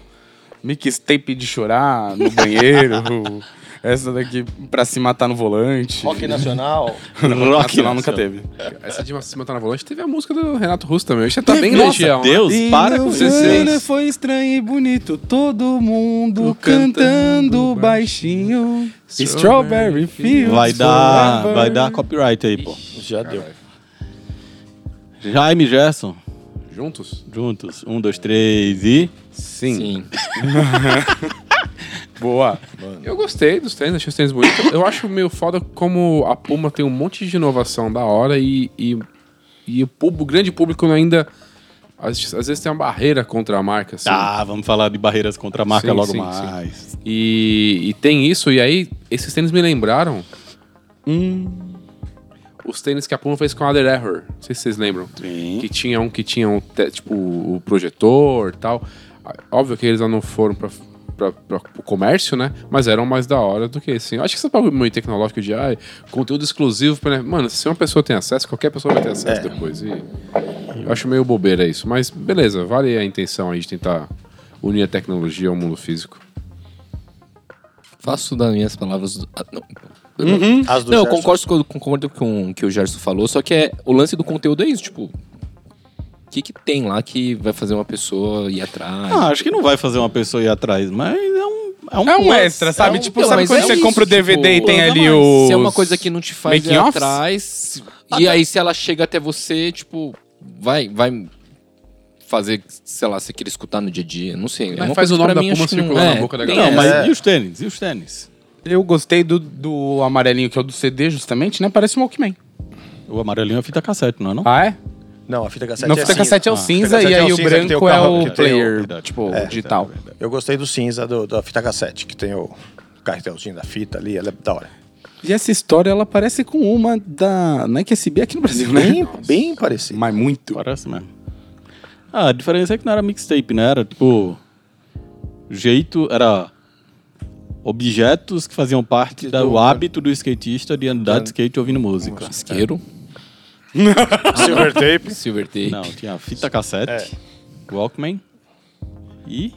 B: mixtape de chorar no banheiro, essa daqui pra se matar no volante.
C: Rock Nacional.
A: Rock
B: Nacional nunca teve.
D: Essa de se matar na volante teve a música do Renato Russo também. Hoje já tá
B: Teve,
D: bem
B: nossa,
D: legião. né?
A: Deus, para com
D: filho,
A: isso.
D: né?
B: é, foi estranho e bonito, todo mundo
D: cantando
B: baixinho. Strawberry
D: Strawberry
B: É Fields.
A: Vai dar, vai dar copyright aí, pô.
C: Já deu.
A: Jaime e Gerson,
D: Juntos?
A: juntos. Um, dois, três e.
D: Sim.
F: Sim.
B: Boa.
D: Eu gostei dos tênis, achei os tênis bonitos. Eu acho meio foda como a Puma tem um monte de inovação da hora e, e, e o, pub- o grande público ainda. Às, às vezes tem uma barreira contra a marca, assim.
A: Tá, vamos falar de barreiras contra a marca
D: Sim,
A: logo
D: sim,
A: mais.
D: E, e tem isso, e aí esses tênis me lembraram um, os tênis que a Puma fez com a Other Error. Não sei se vocês lembram.
A: Sim.
D: Que tinha um que tinha um, te- tipo o projetor e tal. Ah, Óbvio que eles lá não foram pra, pra, pra, pro comércio, né? Mas eram mais da hora do que assim. Eu acho que essa bagulho meio tecnológico de ai, conteúdo exclusivo pra. né? Mano, se uma pessoa tem acesso, qualquer pessoa vai ter acesso depois. E eu acho meio bobeira isso. Mas beleza, vale a intenção aí de tentar unir a tecnologia ao mundo físico.
F: Faço das minhas palavras. do- ah, não.
C: As do
F: Não, eu
C: Gerson.
F: concordo, com- concordo com o que o Gerson falou, só que é, o lance do conteúdo é isso, tipo. O que, que tem lá que vai fazer uma pessoa ir atrás?
A: Ah, acho que não vai fazer uma pessoa ir atrás, mas é um. É um,
B: É um
A: plus.
B: extra, sabe?
A: É um
B: tipo,
F: Não,
B: sabe
F: mas
B: quando
F: é
B: você
F: isso,
B: compra o DVD e
F: tipo,
B: tem ali
A: mas
B: o.
F: Se é uma coisa que não te faz ir
B: making offs?
F: atrás, e aí se ela chega até você, tipo, vai, vai fazer, sei lá, você queira escutar no dia a dia, não sei. é
D: Mas
F: uma
D: faz
F: coisa
D: o nome
F: pra
D: da
F: mim,
D: pomba
F: acho que não-
D: circular na
F: é,
D: boca da
F: tem
A: Não,
B: um
F: essa.
A: mas
C: É.
A: e os tênis? E os tênis?
B: Eu gostei do, do amarelinho, que é o do CD, justamente, né? Parece um Walkman.
A: O amarelinho é fita cassete, não é não?
B: Ah, é?
C: Não, a fita cassete
B: Não,
C: é
B: fita
C: cinza.
B: cassete é o
C: Ah,
B: cinza
C: fita
B: e aí
C: cassete é
B: o
C: cinza, que tem
B: branco é
C: carro
B: o
C: que tem
B: player,
A: verdade.
B: tipo,
A: É,
B: digital.
C: Eu gostei do cinza do- da fita cassete, que tem o cartelzinho da fita ali, ela é da hora.
B: E essa história, ela parece com uma da é Nike SB aqui no Brasil, né?
C: Bem, bem parecido.
B: Mas muito.
A: Parece mesmo. Ah, a diferença é que não era mixtape, né? Era tipo. Jeito, era. Objetos que faziam parte do, hábito do skatista de andar de skate ouvindo música.
F: Isqueiro,
C: Silver tape.
F: silver tape.
A: Não, tinha fita cassete,
B: É.
A: Walkman e.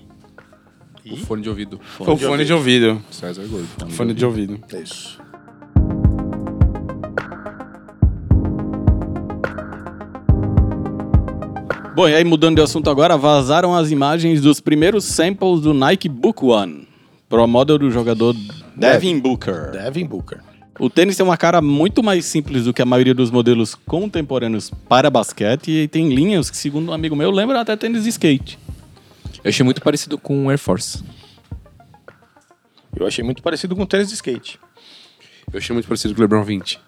D: O fone de ouvido.
B: O fone de ouvido.
D: César Gordo.
B: Fone de ouvido.
C: É isso.
A: Bom, e aí mudando de assunto agora, vazaram as imagens dos primeiros samples do Nike Book One, pro model do jogador Devin Booker.
C: Devin Booker.
A: O tênis tem uma cara muito mais simples do que a maioria dos modelos contemporâneos para basquete e tem linhas que, segundo um amigo meu, lembram até tênis de skate.
F: Eu achei muito parecido com o Air Force.
C: Eu achei muito parecido com o tênis de skate.
D: Eu achei muito parecido com o LeBron 20.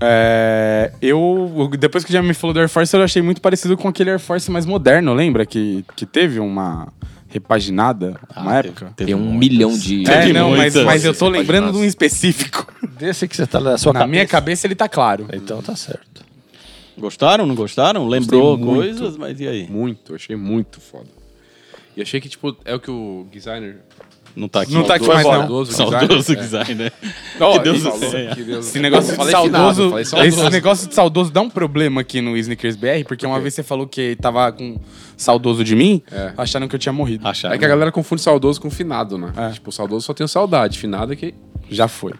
B: É, eu, depois que o Jamie falou do Air Force, eu achei muito parecido com aquele Air Force mais moderno, lembra? Que, que teve uma repaginada, uma
D: Ah,
B: época.
A: Teve
F: Tem um
A: muitas.
F: milhão de...
A: Teve
B: É, não, mas,
A: muitas.
B: mas eu tô lembrando de um
F: Repaginadas.
B: específico.
C: Desse que você tá na sua
B: Na minha cabeça ele tá claro.
D: É,
C: Então tá certo.
A: Gostaram, não gostaram? Lembrou
D: muito.
A: coisas, mas e aí?
D: Muito, achei muito foda. E achei que, tipo, é o que o designer.
A: Não tá aqui.
B: Não tá aqui mais não.
D: Saudoso
A: Saudoso
D: designer.
A: designer.
B: Ó,
A: né? que Deus
B: isso-
A: o tenha.
D: Que Deus-
B: Esse negócio de
D: Falei finado,
B: saudoso,
D: falei saudoso.
B: Esse negócio de saudoso dá um problema aqui no Snickers BR, porque uma vez você falou que tava com saudoso de mim,
D: É.
B: acharam que eu tinha morrido.
A: Acharam.
D: É que a galera confunde saudoso com finado, né?
B: É.
D: Tipo, saudoso só tenho saudade, finado é que.
B: Já foi.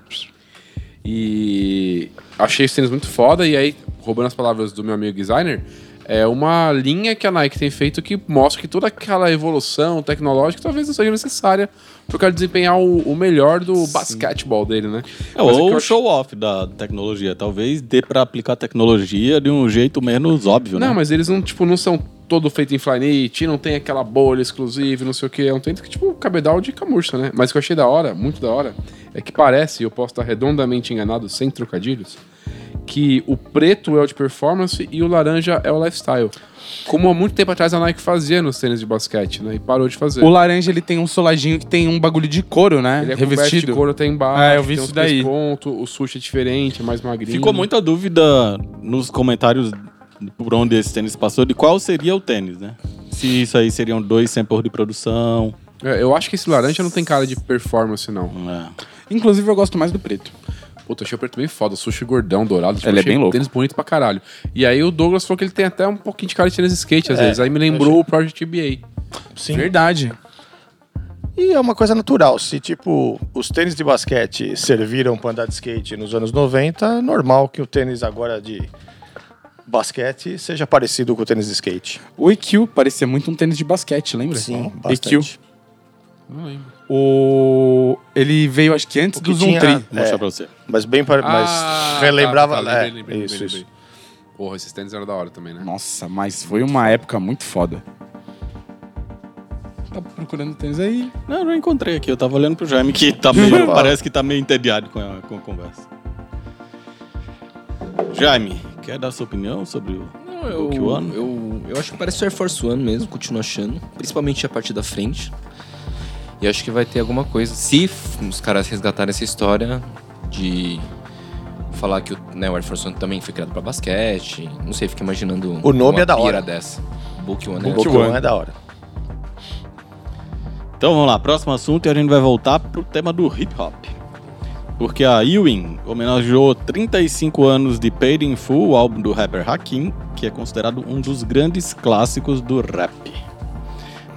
D: E achei esse tênis muito foda. E aí, roubando as palavras do meu amigo designer, é uma linha que a Nike tem feito que mostra que toda aquela evolução tecnológica talvez não seja necessária pro cara desempenhar o, o melhor do basquetebol dele, né?
A: É,
D: Mas o que
A: ou
D: eu
A: o
D: achei-
A: show-off da tecnologia. Talvez dê pra aplicar a tecnologia de um jeito menos óbvio,
D: Não,
A: né?
D: mas eles não, tipo, não são todo feito em Flyknit, não tem aquela bolha exclusiva, não sei o que. É um tênis que, tipo, cabedal de camurça, né? Mas o que eu achei da hora, muito da hora, é que parece, e eu posso estar redondamente enganado, sem trocadilhos, que o preto é o de performance e o laranja é o lifestyle. Como há muito tempo atrás a Nike fazia nos tênis de basquete, né? E parou de fazer.
B: O laranja, ele tem um soladinho que tem um bagulho de couro, né?
D: Ele é
B: Revestido.
D: revestido. de couro até embaixo,
B: Ah, eu vi
D: tem
B: isso
D: uns
B: daí.
D: Ponto, o sushi é diferente, é mais magrinho.
A: Ficou muita dúvida nos comentários por onde esse tênis passou, de qual seria o tênis, né? Se isso aí seriam dois samples de produção.
D: É, Eu acho que esse laranja não tem cara de performance, não.
A: né?
B: Inclusive, eu gosto mais do preto.
D: Puta, achei o preto bem foda, sushi gordão, dourado. tipo,
B: Ele é
D: achei
B: bem louco.
D: Tênis bonito pra caralho. E aí o Douglas falou que ele tem até um pouquinho de cara de tênis skate às
B: É,
D: vezes. Aí me lembrou o Project BA.
C: Sim.
B: Verdade.
C: E é uma coisa natural. Se, tipo, os tênis de basquete serviram pra andar de skate nos anos 90, é normal que o tênis agora de basquete seja parecido com o tênis de skate.
B: O EQ parecia muito um tênis de basquete, lembra? EQ.
C: bastante.
D: Não lembro.
B: O... Ele veio, acho que antes
C: O que
B: do Zoom
C: tinha-
B: Tri.
A: Vou mostrar
C: É.
A: pra você.
C: Mas bem para,
D: Ah,
C: mas relembrava,
D: tá, tá, lembrei,
C: é,
D: lembrei, lembrei,
C: isso,
D: lembrei.
C: isso.
D: Porra, esses tênis eram da hora também, né?
B: Nossa, mas foi uma época muito foda. Tá procurando tênis aí.
A: Não, não encontrei aqui. Eu tava olhando pro Jaime que tá meio, parece que tá meio entediado com a, com a conversa. Jaime, quer dar sua opinião sobre o
F: Não,
A: O que
F: eu,
A: o ano?
F: eu, eu acho que parece o Air Force One mesmo, continuo achando. Principalmente a parte da frente. E acho que vai ter alguma coisa. Se f- os caras resgatarem essa história de falar que o, né, o Air Force One também foi criado pra basquete. Não sei, fico imaginando.
C: O nome
F: uma
C: é da hora.
F: né? pira dessa. Book One
C: O
F: é
C: Book One é da hora.
A: Então vamos lá, próximo assunto e a gente vai voltar pro tema do hip hop. Porque a Ewing homenageou 35 anos de Paid in Full, o álbum do rapper Hakim, que é considerado um dos grandes clássicos do rap.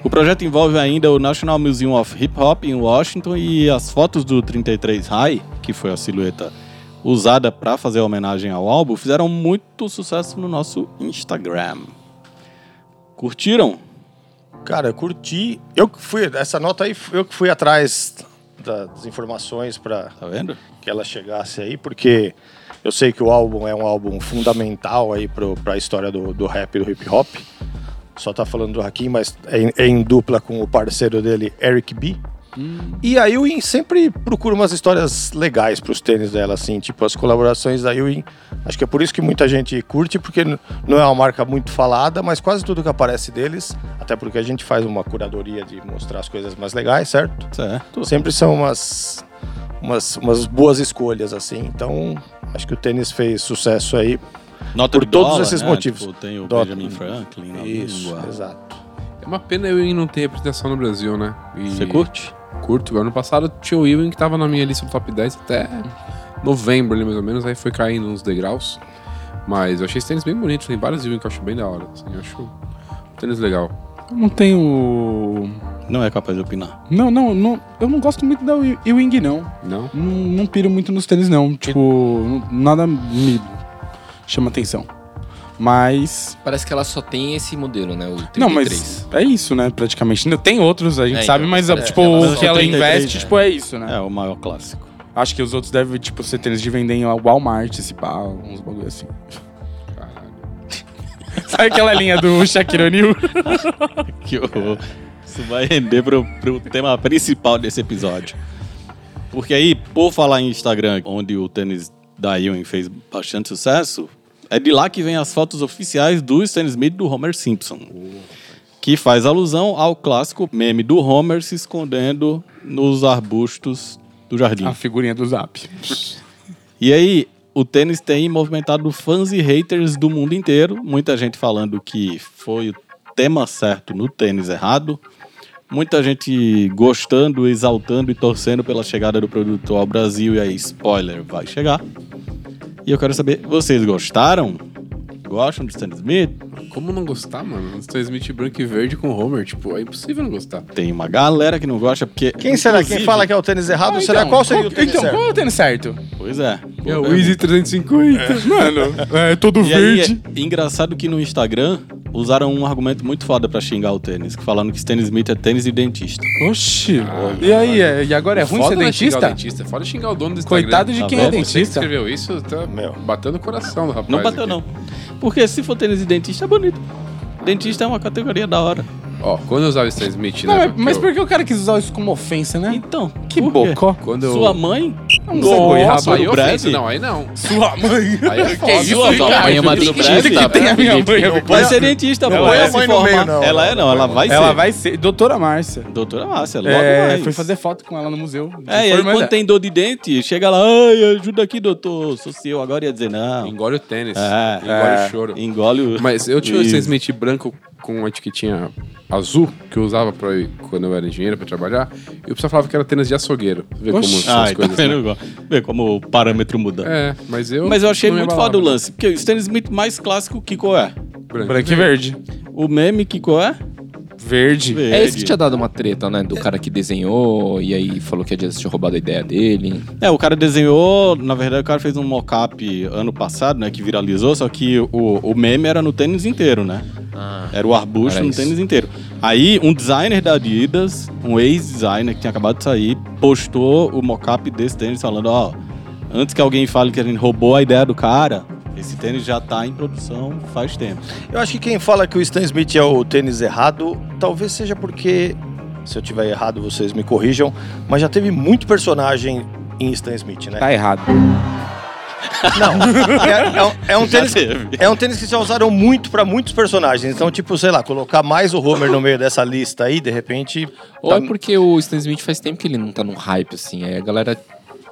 A: O projeto envolve ainda o National Museum of Hip Hop em Washington e as fotos do 33 High, que foi a silhueta usada para fazer homenagem ao álbum, fizeram muito sucesso no nosso Instagram. Curtiram?
C: Cara, eu curti. Eu que fui, essa nota aí, eu que fui atrás da- das informações para
A: Tá vendo?
C: que ela chegasse aí, porque eu sei que o álbum é um álbum fundamental aí para a história do, do rap e do hip hop. Só tá falando do Hakim, mas é em, é em dupla com o parceiro dele, Eric B. E a Ewing sempre procura umas histórias legais para os tênis dela, assim, tipo as colaborações da Ewing. Acho que é por isso que muita gente curte, porque n- não é uma marca muito falada, mas quase tudo que aparece deles, até porque a gente faz uma curadoria de mostrar as coisas mais legais, certo?
A: Certo.
C: Sempre são umas, umas, umas boas escolhas, assim. Então, acho que o tênis fez sucesso aí.
A: Nota
C: Por
A: de
C: todos
A: dólar,
C: esses
A: né?
C: motivos.
A: Tipo, tem o
C: Dota.
A: Benjamin Franklin na
C: Isso,
A: língua.
C: exato.
D: É uma pena eu não ter representação no Brasil, né? E
A: Você curte?
D: Curto. Ano passado tinha o Ewing que tava na minha lista do top 10 até novembro ali, mais ou menos. Aí foi caindo uns degraus. Mas eu achei esse tênis bem bonito. Tem vários Ewing que eu acho bem da hora. Assim, eu acho um tênis legal.
B: Eu não tenho.
A: Não é capaz de opinar.
B: Não, não, não. Eu não gosto muito da Wi- Ewing, não.
D: Não?
B: não. Não piro muito nos tênis, não. Tipo, nada me chama atenção. Mas.
F: Parece que ela só tem esse modelo, né? O 33.
B: Não, mas é isso, né? Praticamente. Ainda Tem outros, a gente
F: É,
B: sabe,
F: então,
B: mas
F: é,
B: tipo,
F: ela
B: o que
A: só
B: ela
A: tem 33,
B: investe,
A: né?
B: tipo, é isso, né?
A: É o maior clássico.
B: Acho que os outros devem, tipo, ser tênis de vender em Walmart, esse pá, uns bagulho assim.
D: Caralho.
B: Sabe aquela linha do Shaquille O'Neal?
C: É.
A: Que horror. Isso vai render pro, pro tema principal desse episódio. Porque aí, por falar em Instagram, onde o tênis da Ewing fez bastante sucesso, é de lá que vem as fotos oficiais do Stan Smith do Homer Simpson. Que faz alusão ao clássico meme do Homer se escondendo nos arbustos do jardim.
B: A figurinha do Zap.
A: E aí, o tênis tem movimentado fãs e haters do mundo inteiro. Muita gente falando que foi o tema certo no tênis errado. Muita gente gostando, exaltando e torcendo pela chegada do produto ao Brasil. E aí, spoiler, vai chegar. E eu quero saber, vocês gostaram? Gostam do Stan Smith?
D: Como não gostar, mano? Stan Smith branco e verde com Homer. Tipo, é impossível não gostar.
A: Tem uma galera que não gosta, porque...
C: Quem será? Quem
A: Inclusive-
C: fala que é o tênis errado? será qual seria o tênis
B: Então,
C: certo?
B: qual é o tênis certo?
A: Pois é.
D: É o Easy 350.
B: Mano, é todo
A: E aí, é engraçado que no Instagram usaram um argumento muito foda pra xingar o tênis, que falando que Stan Smith é tênis de dentista.
B: Oxi. e aí, é- e agora é ruim
D: Foda
B: ser
D: não é xingar
B: dentista?
D: o dentista? Foda xingar o dono do Instagram.
B: Coitado de
A: Tá
B: quem é
A: vendo?
D: Você que
B: dentista.
D: escreveu isso, tá
C: Meu.
D: batendo o coração do rapaz.
A: Não bateu,
D: aqui.
A: não. Porque se for tênis de dentista, é bonito. Dentista é uma categoria da hora.
D: Ó, quando eu usava Stan Smith,
B: Não,
D: né?
B: mas- mas
D: eu-
B: por que o cara quis usar isso como ofensa, né?
A: Então,
B: Que
A: por quê?
B: bocó.
D: Quando eu...
A: Sua mãe?
B: Um
A: Nossa,
B: bagulho
D: Nossa, aí
A: do Brad?
D: ofensa. Não, aí não.
B: Sua mãe.
D: Aí é
F: Que
D: foda.
F: isso, sua mãe é uma
A: Tudo
F: dentista,
A: bem?
F: tá,
B: Tem a minha
F: Felipe?
B: mãe. é eu-
A: Vai ser dentista,
C: não
A: pô.
C: põe
A: Ela
C: a mãe
A: se
C: no
A: formar.
C: meio, não.
A: Ela é não, ela vai
B: Ela
A: ser.
B: vai ser. Doutora Márcia.
A: Doutora Márcia, logo
B: É,
A: mais.
B: foi fazer foto com ela no museu.
A: É, e aí
B: Foi, mas
A: quando tem dor de dente, chega lá, ai, ajuda aqui, doutor. Sou seu, agora ia dizer não.
D: Engole o tênis.
A: É.
D: Engole o choro.
A: Engole o...
D: Mas eu tinha o
A: Isso.
D: Stan Smith branco com uma etiquetinha azul que eu usava pra, quando eu era engenheiro pra trabalhar. E o pessoal falava que era tênis de açougueiro. Vê como
B: Oxi.
D: são as
A: Ai, tá
D: coisas. né?
A: vendo? igual? Vê como o parâmetro muda.
D: É, mas eu.
A: Mas eu achei
D: não me
A: muito foda o
F: né?
D: abalava.
A: lance. Porque o Stan Smith mais clássico, que qual é?
D: Branco.
B: Branco e verde.
A: O meme, que qual é?
B: Verde.
F: É esse que tinha dado uma treta, né? Do cara que desenhou e aí falou que a Adidas tinha roubado a ideia dele.
A: É, o cara desenhou, na verdade, o cara fez um mock-up ano passado, né, que viralizou, só que o, o meme era no tênis inteiro, né? Era o arbusto
F: era
A: no
F: isso.
A: tênis inteiro. Aí, um designer da Adidas, um ex-designer que tinha acabado de sair, postou o mock-up desse tênis falando, ó, antes que alguém fale que a gente roubou a ideia do cara, esse tênis já tá em produção faz tempo.
C: Eu acho que quem fala que o Stan Smith é o tênis errado, talvez seja porque, se eu tiver errado, vocês me corrijam, mas já teve muito personagem em Stan Smith, né?
B: Tá errado.
C: Não, é, é um- é um
A: Ah, Já
C: tênis
A: teve.
C: É um tênis que já usaram muito pra muitos personagens. Então, tipo, sei lá, colocar mais o Homer no meio dessa lista aí, de repente.
F: Ou
C: tá-
F: é porque o Stan Smith faz tempo que ele não tá num hype, assim. Aí a galera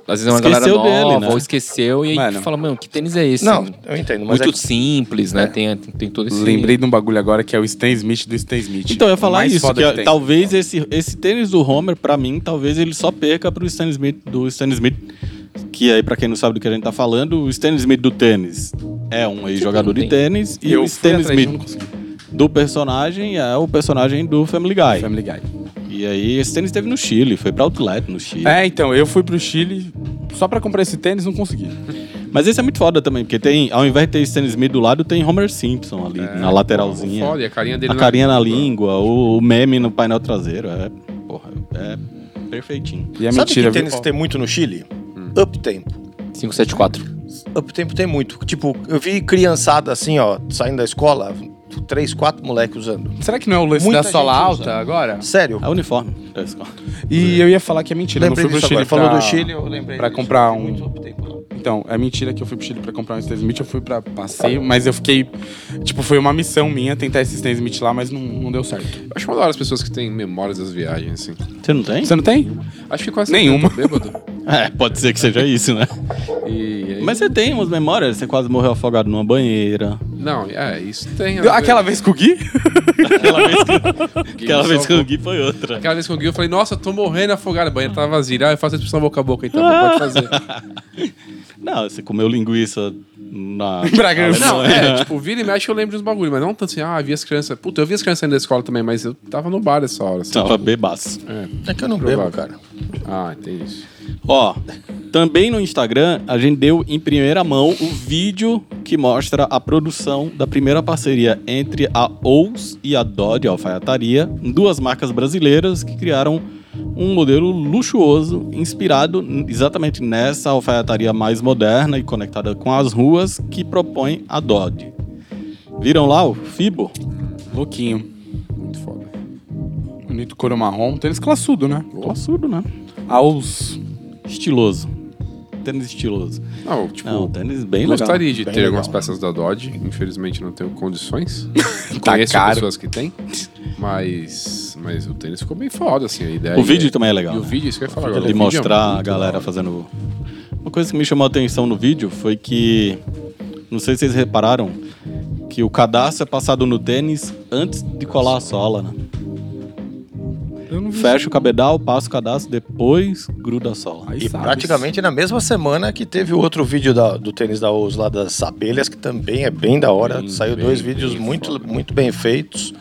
F: Às vezes é uma
A: Esqueceu
F: galera nova,
A: dele, né?
F: ou esqueceu, e aí
B: Mano.
F: tu fala, mano, que tênis é esse?
C: Não, eu entendo, mas
F: Muito
C: é...
F: simples, né? Tem, tem todo esse...
B: Lembrei de um bagulho agora que é o Stan Smith do Stan Smith.
A: Então, eu ia
B: O
A: falar
B: mais
A: isso,
B: foda
A: que,
B: tem.
A: talvez esse, esse tênis do Homer, pra mim, talvez ele só perca pro Stan Smith, do Stan Smith, que aí, pra quem não sabe do que a gente tá falando, o Stan Smith do tênis é um ex-jogador de
F: tem.
A: tênis, e
B: Tipo, Eu
A: o
B: fui
A: Stan
B: atrás de um, não
A: Smith
B: consegui.
A: do personagem é o personagem do Family Guy.
B: Family Guy.
A: E aí, esse tênis esteve no Chile, foi pra Outlet no Chile.
B: É, então, eu fui pro Chile só pra comprar esse tênis, não consegui.
A: Mas esse é muito foda também, porque tem, ao invés de ter Stan Smith do lado, tem Homer Simpson ali,
B: É,
A: na lateralzinha.
D: Foda, e a carinha dele é
A: A carinha na língua, o, o meme no painel traseiro. É, porra, é perfeitinho.
B: E é
C: Sabe
B: mentira,
C: que tênis
B: viu?
C: tem muito no Chile? Uptempo.
F: 574.
C: Uptempo tem muito. Tipo, eu vi criançada assim, ó, saindo da escola, três, quatro moleques usando.
B: Será que não é o lance
C: Muita
B: da sola
C: gente
B: alta
C: usa.
B: agora?
C: Sério?
A: É o uniforme da escola.
B: E eu ia falar que é mentira. eu
C: Lembrei
B: não fui
C: disso
B: pro Chile
C: agora. Falou
B: pra-
C: do Chile, eu lembrei.
B: pra
C: disso.
B: comprar
C: Tem
B: um-
C: muito Uptempo lá.
B: Então, é mentira que eu fui pro Chile pra comprar um Stan Smith, eu fui pra passeio, mas eu fiquei. Tipo, foi uma missão minha tentar esse Stan Smith lá, mas não, não deu certo.
D: Acho uma da hora as pessoas que têm memórias das viagens, assim.
A: Você não tem?
B: Você não tem?
D: Acho que quase
B: Nenhuma.
D: sempre eu tô bêbado.
A: É, pode ser que seja isso, né?
D: E aí-
A: Mas você tem umas memórias, você quase morreu afogado numa banheira.
D: Não, é, isso tem.
B: Eu- aquela vez com o Gui?
A: Aquela vez que,
D: vez,
A: aquela vez que eu Gui foi outra.
D: Aquela vez que eu Gui, eu falei, nossa, eu tô morrendo afogado, a banheira tava vazia. Ah, eu faço a expressão boca a boca, então pode fazer.
A: Não, você comeu linguiça na.
B: Bragança.
D: Não, é, tipo, vira e mexe eu lembro de uns bagulho, mas não tanto assim, ah, vi as crianças. Puta, eu vi as crianças saindo da escola também, mas eu tava no bar essa hora. Assim.
A: Tava bebaço.
C: É que eu não bebo, cara.
D: Ah, tem isso.
A: Ó, também no Instagram a gente deu em primeira mão o vídeo que mostra a produção da primeira parceria entre a Ous e a Dodge Alfaiataria, duas marcas brasileiras que criaram um modelo luxuoso inspirado n- exatamente nessa alfaiataria mais moderna e conectada com as ruas que propõe a Dodge. Viram lá o Fibo?
B: Louquinho.
D: Muito foda.
B: Bonito couro marrom. Tênis classudo, né?
A: Absurdo, né?
B: Aos.
A: Estiloso. Tênis estiloso.
D: Não, tipo,
A: Não, tênis bem legal.
D: gostaria de
C: Bem
D: ter
C: legal.
D: algumas peças da Dodge, infelizmente não tenho condições.
B: Tá
D: Conheço
B: caro.
D: pessoas que têm, mas, mas o tênis ficou bem foda, assim, a ideia.
A: O vídeo
D: é-
A: também é legal.
D: E o
A: né?
D: vídeo, isso que eu ia falar agora.
A: de
D: o vídeo é
A: mostrar a
D: muito
A: galera
D: da hora.
A: fazendo. Uma coisa que me chamou a atenção no vídeo foi que. Não sei se vocês repararam que o cadastro é passado no tênis antes de colar a sola, né?
B: Eu não vi.
A: Fecha o cabedal, passa o cadastro, depois gruda a sola.
B: Aí
C: E
B: sabe.
C: praticamente na mesma semana que teve o outro vídeo da- do tênis da Oz lá das abelhas, que também é bem da hora.
D: Bem,
C: Saiu
D: bem,
C: dois vídeos
D: bem
C: muito,
D: foda.
C: muito bem feitos,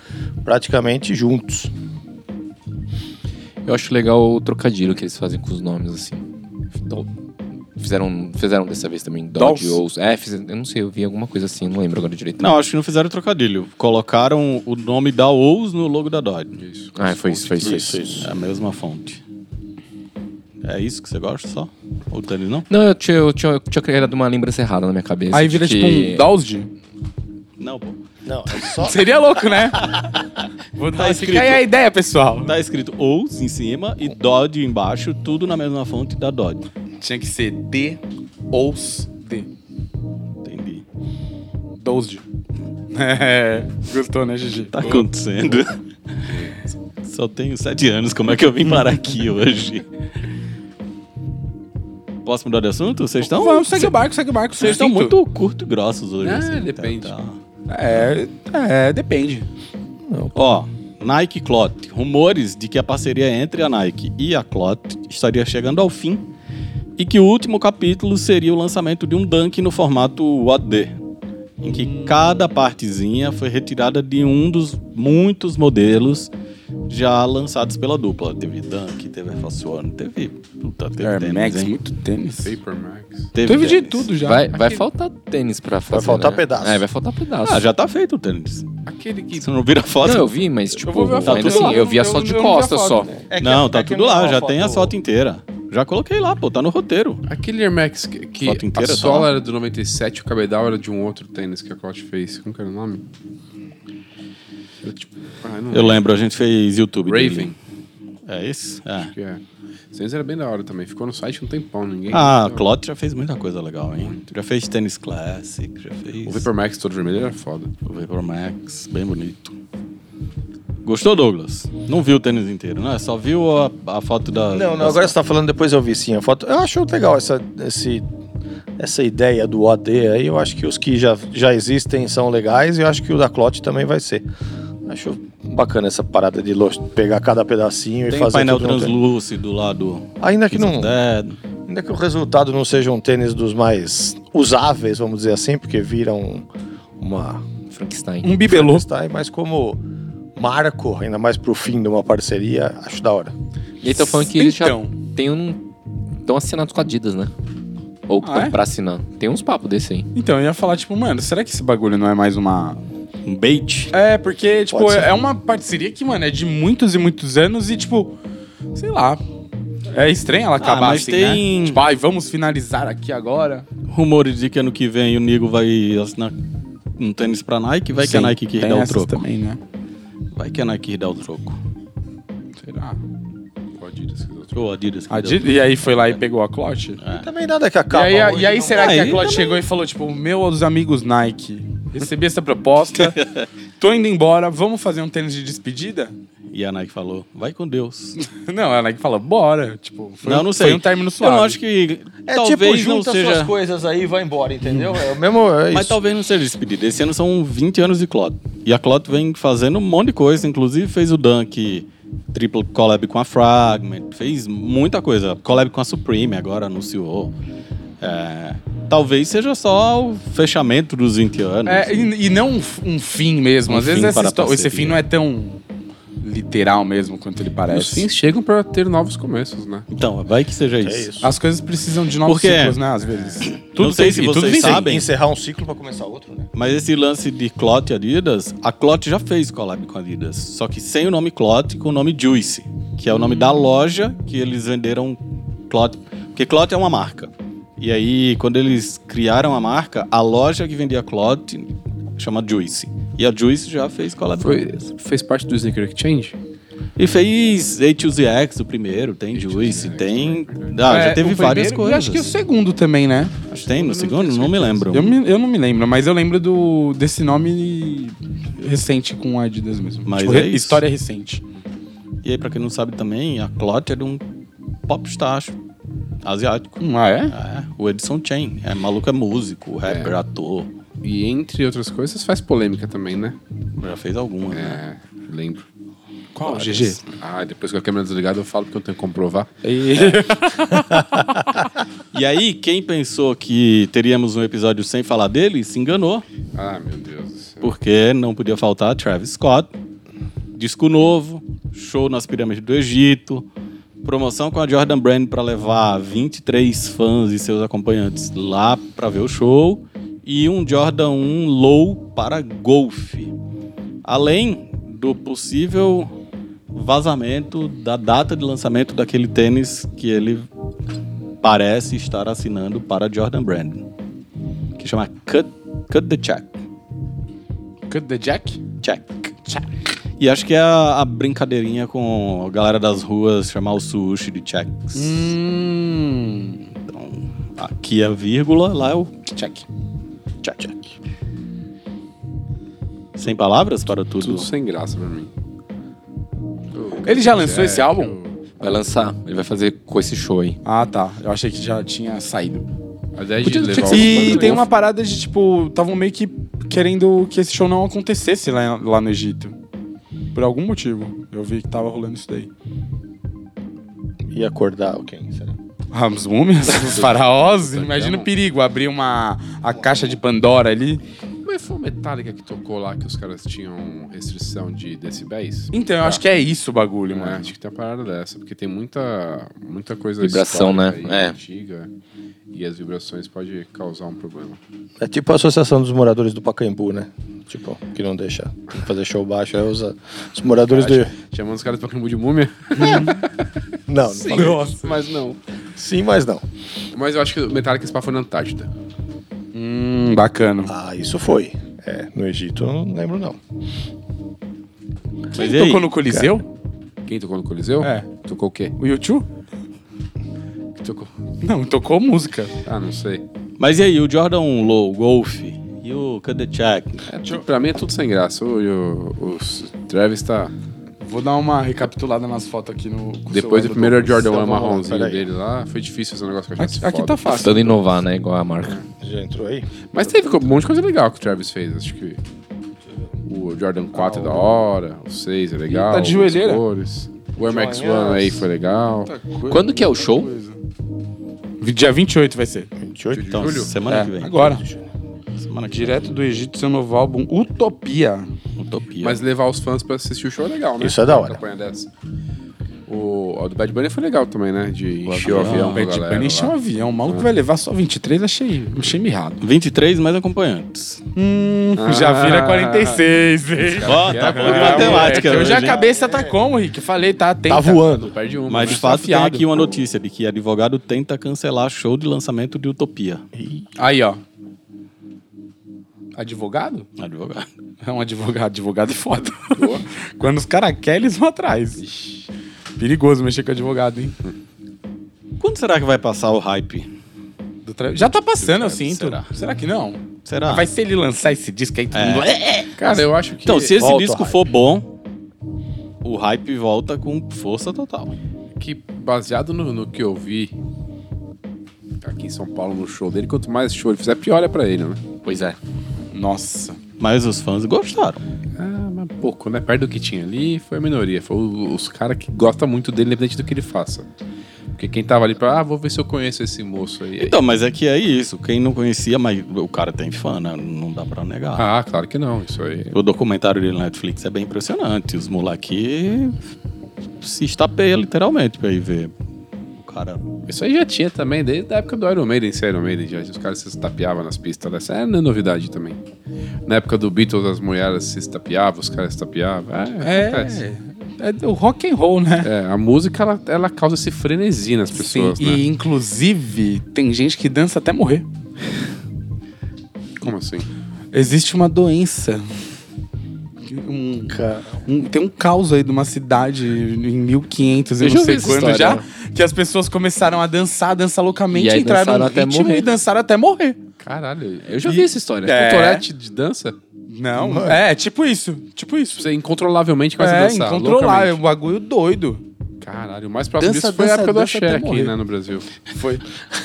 C: praticamente juntos.
F: Eu acho legal o trocadilho que eles fazem com os nomes, assim. Dol- Fizeram, fizeram dessa vez também Dodge ou... É, fizeram, eu não sei, eu vi alguma coisa assim, não lembro agora direito.
A: Não, acho que não fizeram trocadilho. Colocaram o nome da OUS no logo da Dodge.
D: Isso.
F: Ah, foi isso, foi isso. foi isso.
A: É a mesma fonte. É isso que você gosta só? Ou tênis não?
F: Não, eu tinha, eu, tinha, eu tinha criado uma lembrança errada na minha cabeça.
B: Aí
F: de
B: vira
F: que...
B: tipo um Dowsd.
A: Não, pô.
C: Não, é só.
B: Seria louco, né? Vou
A: Tá
B: dar
A: escrito.
B: Fica aí a ideia, pessoal.
A: Tá escrito OUS em cima e Dodge embaixo, tudo na mesma fonte da Dodge.
B: Tinha que ser D ou D.
A: Entendi.
B: Dowsd. É, gostou, né, Gigi?
A: tá acontecendo? Só tenho sete anos, como é que eu vim parar aqui hoje? Posso mudar de assunto? Vocês estão?
B: Vamos, segue o barco, segue o barco.
A: Então, Vocês estão
B: Sinto.
A: muito curto e grossos hoje.
D: Ah,
A: assim,
D: depende.
B: É, é, depende.
A: Ó, Nike Clot. Rumores de que a parceria entre a Nike e a Clot estaria chegando ao fim e que o último capítulo seria o lançamento de um dunk no formato AD, em que cada partezinha foi retirada de um dos muitos modelos já lançados pela dupla. Teve dunk, teve Air Force One, teve... Puta, teve
B: É,
A: tênis,
B: Max,
A: hein?
B: muito tênis.
D: Paper Max.
B: Teve de
A: tênis.
B: tudo já.
F: Vai, vai faltar tênis pra fazer.
C: faltar
F: né?
C: pedaço.
F: É, vai faltar pedaço.
A: Ah, já tá feito o tênis.
D: Aquele que.
A: Você não vira foto?
F: Não, eu vi, mas tipo,
B: vou ver a foto
F: ainda
B: do
F: assim,
B: lado,
F: eu vi
B: Tá eu
F: as fotos de
B: não- eu não vi a
F: costa
B: foto,
F: só.
B: né?
C: É que-
A: não,
C: é
A: tá
C: que é
A: tudo lá,
C: uma
A: já tem a foto
C: foto.
A: inteira. Já coloquei lá, pô, tá no roteiro.
D: Aquele Air Max que, que
A: Foto inteira, tá
D: a sola
A: lá?
D: era do 97, o cabedal era de um outro tênis que a Clout fez. Como que era o nome? Era tipo. Ah, eu não
A: Eu lembro, a gente fez YouTube.
D: Raven.
A: dele. É esse? É.
D: Que é. Esse tênis era bem da hora também. Ficou no site um tempão, ninguém.
A: Ah, a
D: Não.
A: Clot já fez muita coisa legal, hein? Já fez Tennis Classic, já fez
D: O Vapor Max todo vermelho era foda.
A: o Vapor Max, bem bonito. Gostou, Douglas? Não viu o tênis inteiro, né? Só viu a, a foto da.
C: Não, não,
A: das-
C: agora você tá falando, depois eu vi sim a foto. Eu acho legal essa, esse- essa ideia do OD aí. Eu acho que os que já, já existem são legais e eu acho que o da Clote também vai ser. Acho bacana essa parada de lo- pegar cada pedacinho e
A: Tem um
C: fazer
A: painel
C: tudo num tênis.
A: translúcido lá do.
C: Ainda que não,
A: É,
C: ainda que o resultado não seja um tênis dos mais usáveis, vamos dizer assim, porque vira um, uma
F: Frankenstein.
B: Um bibelô.
C: Frankenstein, mas como marco, ainda mais pro fim de uma parceria, acho da hora.
F: E aí tá falando que eles já
B: Então.
F: tem um. Estão assinados com a Adidas, né? Ou
B: Ah,
F: tão
B: é?
F: pra assinar. Tem uns papos desse aí.
B: Então, eu ia falar, tipo, mano, será que esse bagulho não é mais uma.
A: um bait.
B: É, porque, tipo,
C: Pode ser.
B: é uma parceria que, mano, é de muitos e muitos anos e, tipo, sei lá. É estranho ela acabar
A: Ah, mas
B: assim,
A: tem-
B: né? Tipo, ai, vamos finalizar aqui agora.
A: Rumores de que ano que vem o Nigo vai assinar um tênis pra Nike. Vai que a
B: Sim,
A: Nike quis
B: tem
A: dar o
B: essas
A: troco.
B: também, né?
A: Vai que a Nike quis dar o troco.
B: Será?
D: Pode ir, se quiser.
A: Ou a Adidas. que
B: A
A: deu.
B: Di- E aí foi lá e pegou a clote?
C: E também nada que acaba.
B: É. e aí,
C: hoje
B: e aí
C: não
B: será
A: vai.
B: que a
A: Aí
B: Clote chegou e falou, tipo, meus amigos Nike, recebi essa proposta, tô indo embora, vamos fazer um tênis de despedida?
A: E a Nike falou, vai com Deus.
B: Não, a Nike fala, bora. Tipo, foi,
A: não, não sei.
B: foi um término suave.
A: Eu não acho que
C: É
A: talvez
C: tipo, junta
A: não seja...
C: suas coisas aí e vai embora, entendeu? É o mesmo. É isso.
A: Mas talvez não seja despedida. Esse ano são 20 anos de Clot. E a Clot vem fazendo um monte de coisa. Inclusive fez o Dunk triplo collab com a Fragment. Fez muita coisa. Collab com a Supreme agora anunciou. É, talvez seja só o fechamento dos 20 anos.
B: É, e, e não um, f- um fim mesmo.
A: Um
B: Às vezes
A: fim
B: essa
A: para a
B: histó- esse
A: parceria.
B: fim não é tão literal mesmo quanto ele
A: É.
D: Os
B: parece.
D: fins chegam pra ter novos começos, né?
A: Então, vai que seja
C: É
A: isso.
C: isso.
B: As coisas precisam de novos
A: Porque-
B: ciclos, né? Às vezes.
A: Não sei se
B: e tudo
A: vocês
B: vem-
A: sabem.
C: Tem que encerrar um ciclo pra começar outro, né?
A: Mas esse lance de Clot e Adidas, a Clot já fez collab com a Adidas, só que sem o nome Clot, com o nome Juice, que é o nome da loja que eles venderam Clot, porque Clot é uma marca. E aí, quando eles criaram a marca, a loja que vendia Clot chama Juice. E a Juice já fez collab com a
D: Foi,
A: Adidas.
D: fez parte do Sneaker Exchange?
A: E fez A2ZX, o primeiro, tem Juice, tem... Ah,
B: né? É,
A: já teve
B: o
A: várias coisas.
B: primeiro
A: Então.
B: E acho que o segundo também, né?
A: Tem no segundo? Não me lembro.
B: é Eu, me- eu não me lembro, mas eu lembro do, desse nome recente com a Adidas mesmo.
A: Mas
B: Tipo,
A: é
B: re-
A: isso.
B: História recente.
A: E aí, pra quem não sabe também, a Clot era um popstar asiático.
B: Hum, ah, é?
A: É, o Edson Chen. É, maluco é músico, rapper, ator.
D: E entre outras coisas, faz polêmica também, né?
A: Já fez alguma, né?
D: É, lembro.
B: Qual, GG?
D: Ah, depois com a câmera desligada eu falo porque eu tenho que comprovar.
A: E aí, quem pensou que teríamos um episódio sem falar dele, se enganou.
D: Ah, meu Deus do céu.
A: Porque não podia faltar Travis Scott, disco novo, show nas pirâmides do Egito, promoção com a Jordan Brand para levar 23 fãs e seus acompanhantes lá para ver o show e um Jordan 1 low para golfe. Além do possível vazamento da data de lançamento daquele tênis que ele parece estar assinando para a Jordan Brand, que chama Cut, Cut the Check.
B: Cut the Jack?
A: Check. E acho que é a, a brincadeirinha com a galera das ruas chamar o sushi de checks.
B: Hum.
A: Então, aqui é vírgula, lá é o
B: Check.
A: check. check. Sem palavras para tudo.
D: Tudo sem graça pra mim.
B: Ele já
A: É.
D: É,
B: lançou esse álbum?
F: Vai lançar. Ele vai fazer com esse show aí.
B: Ah, tá. Eu achei que já tinha saído.
D: A ideia é de
B: Podia- um tinha
D: levar
B: que-
D: o-
B: E tem uma parada de, tipo, estavam meio que querendo que esse show não acontecesse lá, lá no Egito. Por algum motivo. Eu vi que tava rolando isso daí.
C: E acordar alguém, será?
B: Ah, os múmias? Os faraós? Imagina o perigo, abrir uma a caixa de Pandora ali.
D: Mas foi o Metallica que tocou lá que os caras tinham restrição de decibéis?
B: Então, eu acho que é isso o bagulho,
D: É,
B: mano.
D: acho que tem uma parada dessa, porque tem muita, muita coisa
F: Vibração,
D: histórica
F: né?
D: e
F: É.
D: antiga e as vibrações podem causar um problema.
C: É tipo a Associação dos Moradores do Pacaembu, né? Tipo, que não deixa fazer show baixo. É os, os moradores do.
D: Chamando os caras pra Cambu de múmia?
C: Não, não fala-
B: Nossa.
D: Mas não.
C: sim, mas não.
D: Mas eu acho que o Metallica Spa foi na Antártida.
B: Hum, bacana.
C: Ah, isso foi. É, no Egito eu não lembro, não.
A: Mas e
B: Ele tocou
A: aí?
B: no Coliseu?
D: Quem tocou no Coliseu?
B: É.
D: Tocou o quê?
B: O YouTube?
D: Que tocou?
B: Não, tocou música.
D: Ah, não sei.
A: Mas e aí, o Jordan Low, Golf e o Cut the Check?
D: É, tu- pra mim é tudo sem graça. O, o, o Travis tá
B: vou dar uma recapitulada nas fotos aqui no. com o
D: Depois
B: celular
D: do primeiro
B: Douglas. Tá
D: Jordan
C: Então,
D: One
C: vamos lá,
D: marronzinho
C: peraí.
D: dele lá, foi difícil fazer um negócio que eu achasse
B: Aqui, aqui
D: foda.
B: tá fácil.
F: Tentando inovar, né? Igual a marca.
C: Já entrou aí?
D: Mas teve um monte de coisa legal que o Travis fez, acho que. O Jordan 4 é da hora, o 6 é legal.
B: Ih, tá de
D: os
B: joelheira.
D: cores. O Air Max
C: Joelhaço.
D: One aí foi legal.
F: Quando que é o show?
B: Dia 28 vai ser.
C: 28.
A: Então,
D: Julho?
A: semana
B: É,
A: que vem.
B: agora.
A: Semana que
B: Direto do Egito, seu novo álbum Utopia.
A: vem. Utopia.
D: Mas levar os fãs pra assistir o show é legal, né?
C: Isso é da hora.
D: Uma campanha dessa. O, o do Bad Bunny foi legal também, né? De encher o avião pra
B: Bad
D: galera
B: Bunny encheu um
D: lá.
B: avião. O maluco vai levar só 23, achei, achei mirrado.
A: 23 mais acompanhantes.
B: Hum,
D: Ah.
B: já vira 46, hein?
A: Ó,
D: que
A: tá
D: é
A: bom de
D: bravo,
A: matemática.
B: Eu já
A: hoje, hein?
B: a cabeça tá como, Rick? Falei, tá atenta.
C: Tá voando.
D: Perde uma.
A: Mas
D: né?
A: de fato tem
B: Afiado.
A: aqui uma notícia de que advogado tenta cancelar show de lançamento de Utopia.
B: Aí, ó. Advogado?
A: Advogado.
B: É um advogado. Advogado é foda. Quando os caras querem, eles vão atrás. Perigoso mexer com advogado, hein?
A: Quando será que vai passar o hype?
B: Do tra- Já tá passando, eu sinto.
A: Será?
B: Será, que não?
A: Será?
B: Vai se ele lançar esse disco aí, todo
A: É.
B: mundo...
D: Cara, eu acho que.
A: Então, se esse
C: Volta o
A: disco
C: hype.
A: for bom, o hype volta com força total.
D: que baseado no, no que eu vi aqui em São Paulo no show dele, quanto mais show ele fizer, pior é pra ele, né?
F: Pois é.
B: Nossa.
A: Mas os fãs gostaram.
D: Ah, mas pouco, né? Perto do que tinha ali, foi a minoria. Foi o- os caras que gostam muito dele, independente do que ele faça. Porque quem tava ali pra, ah, vou ver se eu conheço esse moço aí.
A: Então, mas é que é isso. Quem não conhecia, mas o cara tem fã, né? Não dá pra negar.
D: Ah, claro que não, isso aí.
A: O documentário dele na Netflix é bem impressionante. Os moleque se estapeia literalmente pra ir ver. O cara.
D: Isso aí já tinha também, desde a época do Iron Maiden, esse Iron Maiden, já, os caras se estapeavam nas pistas dessa. É, não é novidade também. Na época do Beatles, as mulheres se estapeavam, os caras se estapeavam. É, acontece.
B: É, é do rock and roll, né?
D: É, a música, ela, ela causa esse frenesi nas pessoas,
B: Sim,
D: né?
B: e inclusive tem gente que dança até morrer.
D: Como assim?
B: Existe uma doença. Um-
C: Cara,
B: um- tem um caos aí de uma cidade em 1500, eu,
F: Eu já
B: não sei
F: ouvi essa
B: quando
F: história.
B: já, que as pessoas começaram a dançar, a dançar loucamente,
F: E aí
B: entraram no
F: dançaram até
B: ritmo
F: morrer.
B: e dançaram até morrer.
D: Caralho, eu já vi essa história.
B: É.
D: É. Torete de dança,
B: Não, é, tipo isso, tipo isso.
D: você incontrolavelmente quase
B: É,
D: dançar.
B: incontrolável, é um
D: loucamente.
B: bagulho doido.
D: Caralho, o mais próximo
B: Dança,
D: disso foi a
B: dança,
D: época do
B: dança
D: axé
B: até
D: aqui,
B: morrer.
D: né, no Brasil.
B: Foi.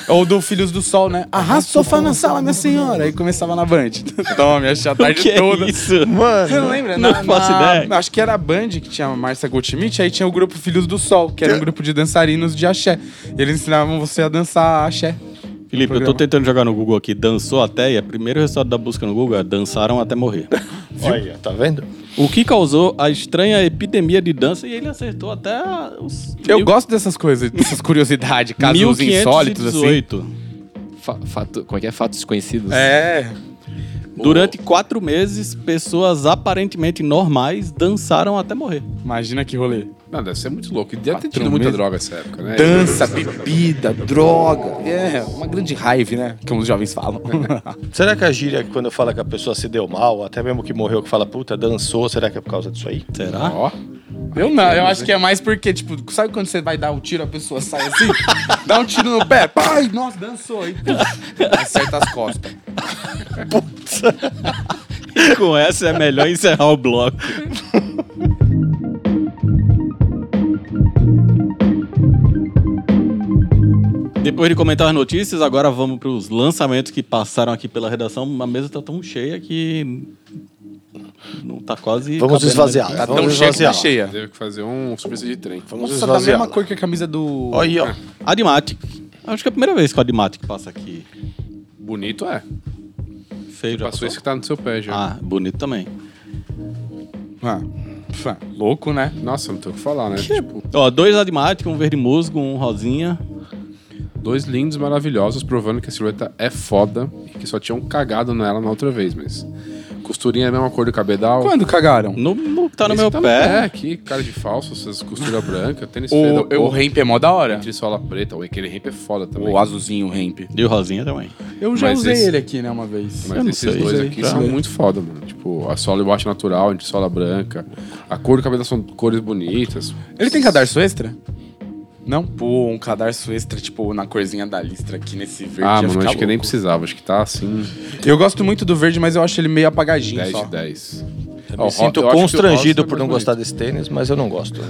B: Ou do Filhos do Sol, né? Arrasta o sofá na sala, minha senhora. Aí começava na Band. Tome, achei a tarde
A: que
B: toda.
A: é isso?
B: Você
C: mano.
B: não lembra?
A: Não faço ideia.
B: Acho que era a Band que tinha a Márcia Goldschmidt, aí tinha o grupo Filhos do Sol, que era um grupo de dançarinos de axé. Eles ensinavam você a dançar axé.
A: Felipe, eu tô
B: Programa.
A: tentando jogar no Google aqui. Dançou até, e o primeiro resultado da busca no Google é dançaram até morrer.
C: Olha, tá vendo?
A: o que causou a estranha epidemia de dança e ele acertou até os.
B: Eu
A: mil-
B: gosto dessas coisas, dessas curiosidades, casos insólitos, assim.
A: 1518.
F: Fa- fato, como é que é? Fatos conhecidos?
B: É.
A: Durante quatro meses, pessoas aparentemente normais dançaram até morrer.
B: Imagina que rolê.
D: Não, deve ser muito louco. E deve ter
B: Quatro
D: tido muita
B: meses.
D: droga essa época,
A: É.
D: né?
B: Dança, bebida, droga. É, uma grande raiva, né? Como os jovens falam.
C: Será que a gíria, quando fala que a pessoa se deu mal, até mesmo que morreu, que fala, puta, dançou, será que é por causa disso aí?
A: Será?
D: Ó,
B: Eu não, eu acho que é mais porque, tipo, sabe quando você vai dar um tiro, a pessoa sai assim? dá um tiro no pé, pai, nossa, dançou. Aí, puf, acerta as costas.
A: Com essa é melhor encerrar o bloco. Depois de comentar as notícias, agora vamos para os lançamentos que passaram aqui pela redação. A mesa tá tão cheia que não tá quase.
C: Vamos
A: cabendo
C: esvaziar.
A: mais.
C: Vamos esvaziar.
B: Então,
A: assim,
B: cheia.
D: teve que fazer um serviço de trem.
C: Vamos
B: Nossa, da mesma
C: esvaziar.
B: cor que a camisa do.
C: Olha aí, ó.
A: Adimatic. Acho que é a primeira vez que o Adimatic passa aqui.
D: Bonito é.
A: Feio já
D: Passou
A: passou.
D: isso que tá no seu pé já.
A: Ah, bonito também.
B: Ah, fã, louco, né?
D: Nossa, não tem o que falar, né? Tipo,
A: Ó, dois Adimatic, um verde musgo, um rosinha.
D: dois lindos maravilhosos provando que a silhueta é foda e que só tinham cagado nela na outra vez, mas... Costurinha é a mesma cor do cabedal.
B: Quando cagaram?
A: No, no que tá no
D: Esse
A: meu
D: tá
A: pé.
D: aqui, cara de falso, essas costuras brancas, tênis feio da
B: O,
D: porra,
B: o Ramp é mó da hora.
D: entre sola preta. Ué, Aquele ramp é foda também.
B: O azulzinho, o Ramp.
A: E o rosinha também.
B: Eu já
D: Mas
B: usei
D: esse-
B: ele aqui, né, uma vez.
A: Eu
D: Mas
A: não
D: esses
A: sei,
D: dois
A: sei,
D: aqui
A: tá.
D: são muito foda, mano. Tipo, a sola e baixo natural, entre sola branca. A cor do cabelo são cores bonitas.
B: Ele tem cadarço extra? Não? Pô, um cadarço extra, tipo, na corzinha da listra aqui nesse verde. ia
D: Ah, mano, acho
B: ficar
D: que nem
B: louco.
D: precisava. Acho que tá assim,
B: Eu gosto muito do verde, mas eu acho ele meio apagadinho
D: 10
B: só.
D: de 10.
C: Eu
D: Ó,
C: me
D: o
C: sinto
D: Ro- eu acho que o
C: constrangido
D: Ross é
C: por não
D: mais
C: gostar desse tênis, mas eu não gosto. Eu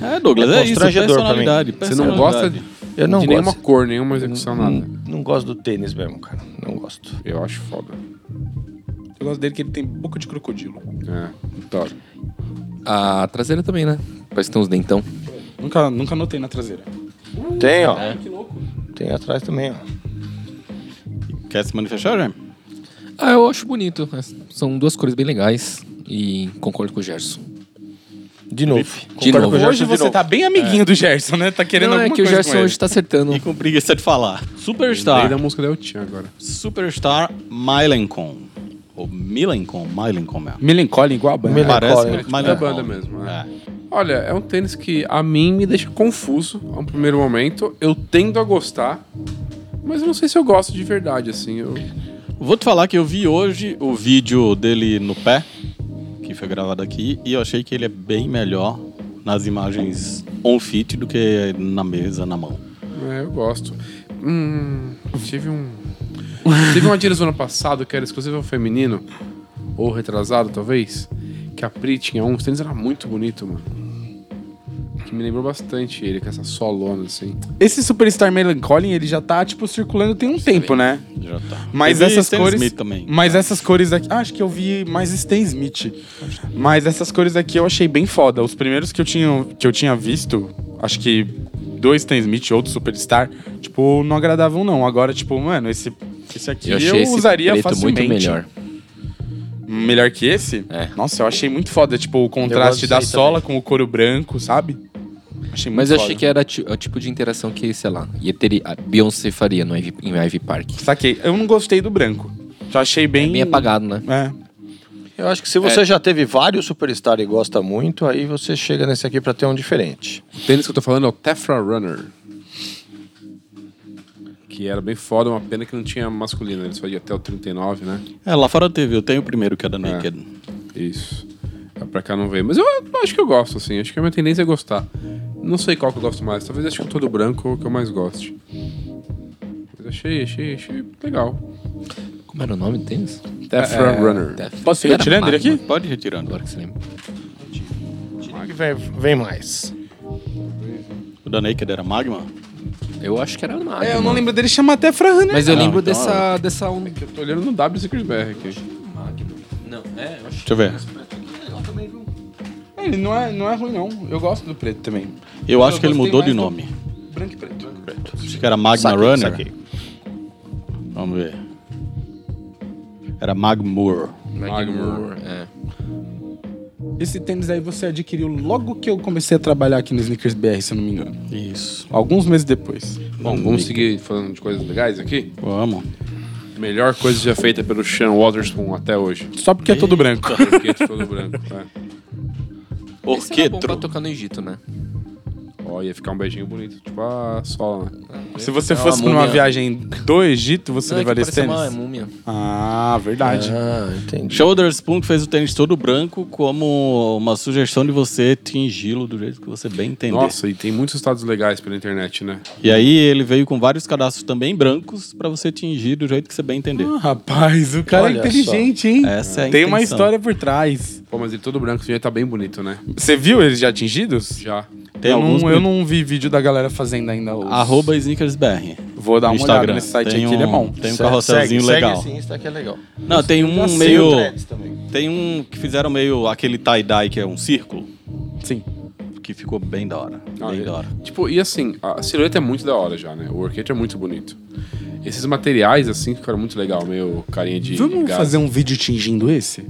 C: não-
A: É, Douglas,
C: É
A: é, isso,
C: constrangedor pra mim.
A: personalidade,
D: Você não gosta de,
C: Eu não
D: de
C: gosto. Hum,
D: nenhuma cor, nenhuma execução, nada.
C: Não, não gosto do tênis mesmo, cara. Não gosto.
D: Eu acho foda.
B: Eu gosto dele que ele tem boca de crocodilo.
D: É, adoro.
F: A traseira também, né? Parece que tem uns dentão.
B: Nunca, nunca notei na traseira.
C: Tem, ó.
B: É.
C: Tem atrás também, ó.
A: Quer se manifestar, Jaime?
F: Ah, eu acho bonito. São duas cores bem legais. E concordo com o Gerson.
C: De novo.
F: De
C: Concordo
F: novo.
C: com o Gerson
B: Hoje
C: de
B: você
C: novo.
B: tá bem amiguinho do Gerson, né? Tá querendo
F: Não, é
B: alguma
F: que o
B: coisa
F: Gerson
B: com ele.
F: hoje tá acertando.
A: E com preguiça de falar.
C: Tá.
D: Daí da
A: Superstar.
D: música da El Chan agora.
A: Superstar Milencon. Ou Milencon, Milencon mesmo.
B: Melancholy igual a banda.
D: é
C: Melen-
A: Parece
C: Milencon,
A: Milencon.
D: da banda mesmo, né? é.
A: É.
D: Olha, é um tênis que a mim me deixa confuso a um primeiro momento. Eu tendo a gostar, mas eu não sei se eu gosto de verdade, assim. Eu...
A: Vou te falar que eu vi hoje o vídeo dele no pé, que foi gravado aqui, e eu achei que ele é bem melhor nas imagens on-fit do que na mesa, na mão.
D: É, eu gosto. Hum, tive um. Teve uma Adidas no ano passado que era exclusivo ao feminino, ou retrasado talvez, que a Pri tinha um. Os tênis era muito bonito, mano. Que me lembrou bastante ele, com essa solona, assim.
B: Esse Superstar Melancholy, ele já tá, tipo, circulando tem um tempo, né?
A: Já tá.
B: Mas
A: Eu vi
B: essas
A: Stan
B: cores.
A: Smith também. é.
B: Mas essas cores aqui. Ah, acho que eu vi mais Stan Smith. Mas essas cores aqui eu achei bem foda. Os primeiros que eu tinha, que eu tinha visto, acho que dois Stan Smith, outro Superstar, tipo, não agradavam, não. Agora, tipo, mano, esse. Esse aqui eu, usaria facilmente.
F: muito melhor.
B: Melhor que esse?
F: É.
B: Nossa, eu achei muito foda. Tipo, o
C: gosto
B: contraste
C: desse
B: da
C: aí
B: sola com o couro branco, sabe? Achei muito
F: Mas eu
B: foda.
F: achei que era ti- o tipo de interação que, sei lá, ia ter a Beyoncé faria no Ivy, em Ivy Park.
B: Saquei. Eu não gostei do branco. Já achei bem.
F: Bem apagado, né?
B: É.
C: Eu acho que se você já teve vários Superstar e gosta muito, aí você chega nesse aqui pra ter um diferente.
D: O tênis que eu tô falando é o Tefra Runner. Que era bem foda, uma pena que não tinha masculino, ele só ia até o 39, né?
A: É, lá fora teve, eu tenho o primeiro que é da Naked.
D: Isso. É, Pra cá não veio. Mas eu, eu acho que eu gosto, assim. Acho que a minha tendência é gostar. Não sei qual que eu gosto mais. Talvez acho que o todo branco é o que eu mais goste. Mas achei, achei, achei legal. É,
F: Como era o nome do tênis?
D: Tefra Runner.
B: Posso ir retirando ele aqui?
A: Pode ir retirando.
F: Agora que você lembra.
C: Que vem, vem mais.
A: O da Naked era Magma?
F: Eu acho que era nada.
B: É, eu não lembro dele chamar até Fran, né?
F: Mas eu
A: Não,
F: lembro
A: então
F: dessa, dessa um...
D: Eu é, tô olhando no W Secretbr aqui.
F: Não, é, eu acho
A: Deixa eu ver.
B: Ele não é, não é ruim, não. Eu gosto do preto também.
A: Eu acho que ele
B: gostei
A: mudou de
B: mais do-
A: nome.
B: Branco e preto.
A: Acho que era Magma
C: Saquei,
A: Runner.
C: saquei.
A: Vamos ver. Era Magmur.
D: Magmur.
F: É.
B: Esse tênis aí você adquiriu logo que eu comecei a trabalhar aqui no Sneakers BR, se eu não me engano.
A: Isso.
B: Alguns meses depois.
D: Bom, vamos seguir falando de coisas legais aqui.
A: Vamos.
D: Melhor coisa já feita pelo Sean Waterspoon até hoje.
B: Só porque é todo branco.
D: Porque todo branco, tá?
F: Esse era bom pra
A: Orquetro.
F: tocar no Egito, né?
D: Ó, ia ficar um beijinho bonito. Tipo a sola, né?
B: Se você
F: É uma
B: fosse pra uma
F: múmia.
B: viagem do Egito, você
F: Não, é que
B: levaria esse
F: parecia
B: tênis?
F: uma múmia.
B: Ah, verdade.
C: Ah, entendi.
A: Shoulderspoon que fez o tênis todo branco como uma sugestão de você tingi-lo do jeito que você bem entender.
D: Nossa, e tem muitos estados legais pela internet, né?
A: E aí ele veio com vários cadastros também brancos pra você tingir do jeito que você bem entender.
B: Ah, rapaz, o cara
C: Olha
B: é inteligente, hein?
A: Essa é a
B: Tem uma
A: intenção.
B: história por trás.
D: Pô, mas ele todo branco já tá bem bonito, né?
B: Você viu eles já atingidos?
D: Já.
A: Tem
B: eu,
A: alguns
B: não, eu não vi vídeo da galera fazendo ainda os...
A: Arroba SneakersBR.
B: Vou dar uma olhada
A: Instagram.
B: nesse site
A: Tem
B: aqui, ele é
A: um- Tem
B: bom.
A: um
C: Segue-
A: carrosselzinho
C: segue,
A: legal.
C: Segue esse Insta que é legal.
A: Não, tem
B: Já
A: um
B: sei
A: meio.
C: Tem o Threads também.
A: Tem um que fizeram meio aquele tie-dye que é um círculo,
B: Sim.
A: que ficou bem da hora. Bem
D: Ah, é.
A: da hora.
D: Tipo, e assim, a silhueta é muito da hora já, né? O orquete é muito bonito. Esses materiais, assim, ficaram muito legal, meio carinha de.
B: Vamos
D: gato.
B: fazer um vídeo tingindo esse?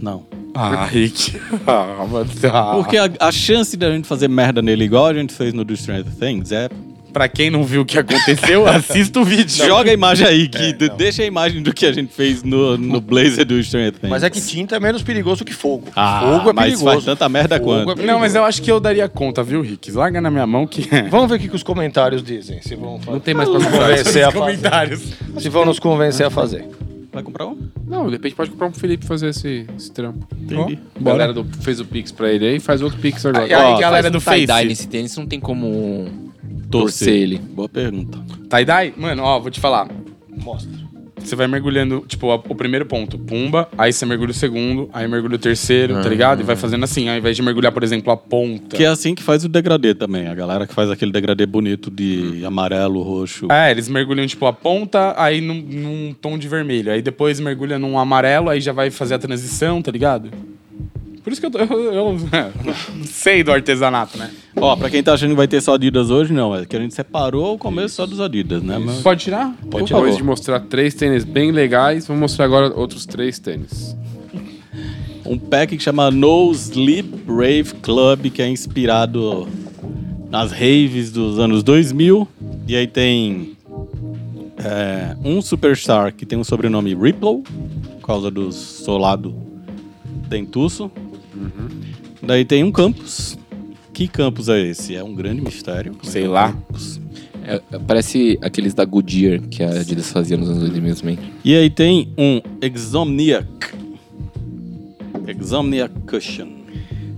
A: Não.
B: Ah, Rick. ah, mano. ah.
A: Porque a, a chance da gente fazer merda nele igual a gente fez no Do Stranger Things é.
B: Pra quem não viu o que aconteceu, assista o vídeo.
A: Joga a imagem aí, Gui. de- deixa a imagem do que a gente fez no, no Blazer do Stranger Things.
C: Mas é que tinta é menos perigoso que fogo.
A: Ah,
C: fogo é
A: mas
C: perigoso.
A: faz tanta merda
C: Fogo
A: quanto.
C: é perigoso.
B: Não, mas eu acho que eu daria conta, viu, Rick? Larga na minha mão que...
C: Vamos ver o que, que os comentários dizem. Se vão,
D: Não
C: fa-
D: tem mais pra comprar.
C: convencer a fazer.
B: Comentários.
C: se vão nos convencer a fazer.
A: Vai comprar um?
D: Não, de repente pode comprar um Felipe fazer esse, esse trampo.
A: Entendi.
D: A galera do, fez o Pix pra ele aí faz outro Pix agora.
B: E aí,
F: Ó,
B: galera
F: faz
B: do
F: um tie-dye
B: Face?
F: nesse tênis não tem como
A: Torcer.
F: torcer ele.
A: Boa pergunta.
B: Tá. Tie-dye? Mano, ó, vou te falar.
C: Mostra.
B: Você vai mergulhando, tipo, a- o primeiro ponto, pumba, aí você mergulha o segundo, aí mergulha o terceiro, tá ligado? E vai fazendo assim, ao invés de mergulhar, por exemplo, a ponta.
A: Que é assim que faz o degradê também. A galera que faz aquele degradê bonito de amarelo, roxo.
B: É, eles mergulham, tipo, a ponta, aí num, num tom de vermelho. Aí depois mergulha num amarelo, aí já vai fazer a transição, tá ligado? Por isso que eu, tô, eu, eu- sei do artesanato, né?
A: Ó, pra quem tá achando que vai ter só Adidas hoje, não. É que a gente separou o começo só dos Adidas, né? Mas-
B: Pode tirar?
A: Pode tirar.
D: Depois de mostrar três tênis bem legais, vou mostrar agora outros três tênis.
A: um pack que chama No Sleep Rave Club, que é inspirado nas raves dos anos 2000. E aí tem é, um superstar que tem o sobrenome Ripple, por causa do solado dentuço.
B: Uhum.
A: Daí tem um campus. Que campus é esse? É um grande mistério.
B: Sei
A: É um
B: lá.
A: campus.
F: É, parece aqueles da Goodyear que a Adidas fazia nos anos 2000 também.
A: E aí tem um Exomniac. Exomniac Cushion.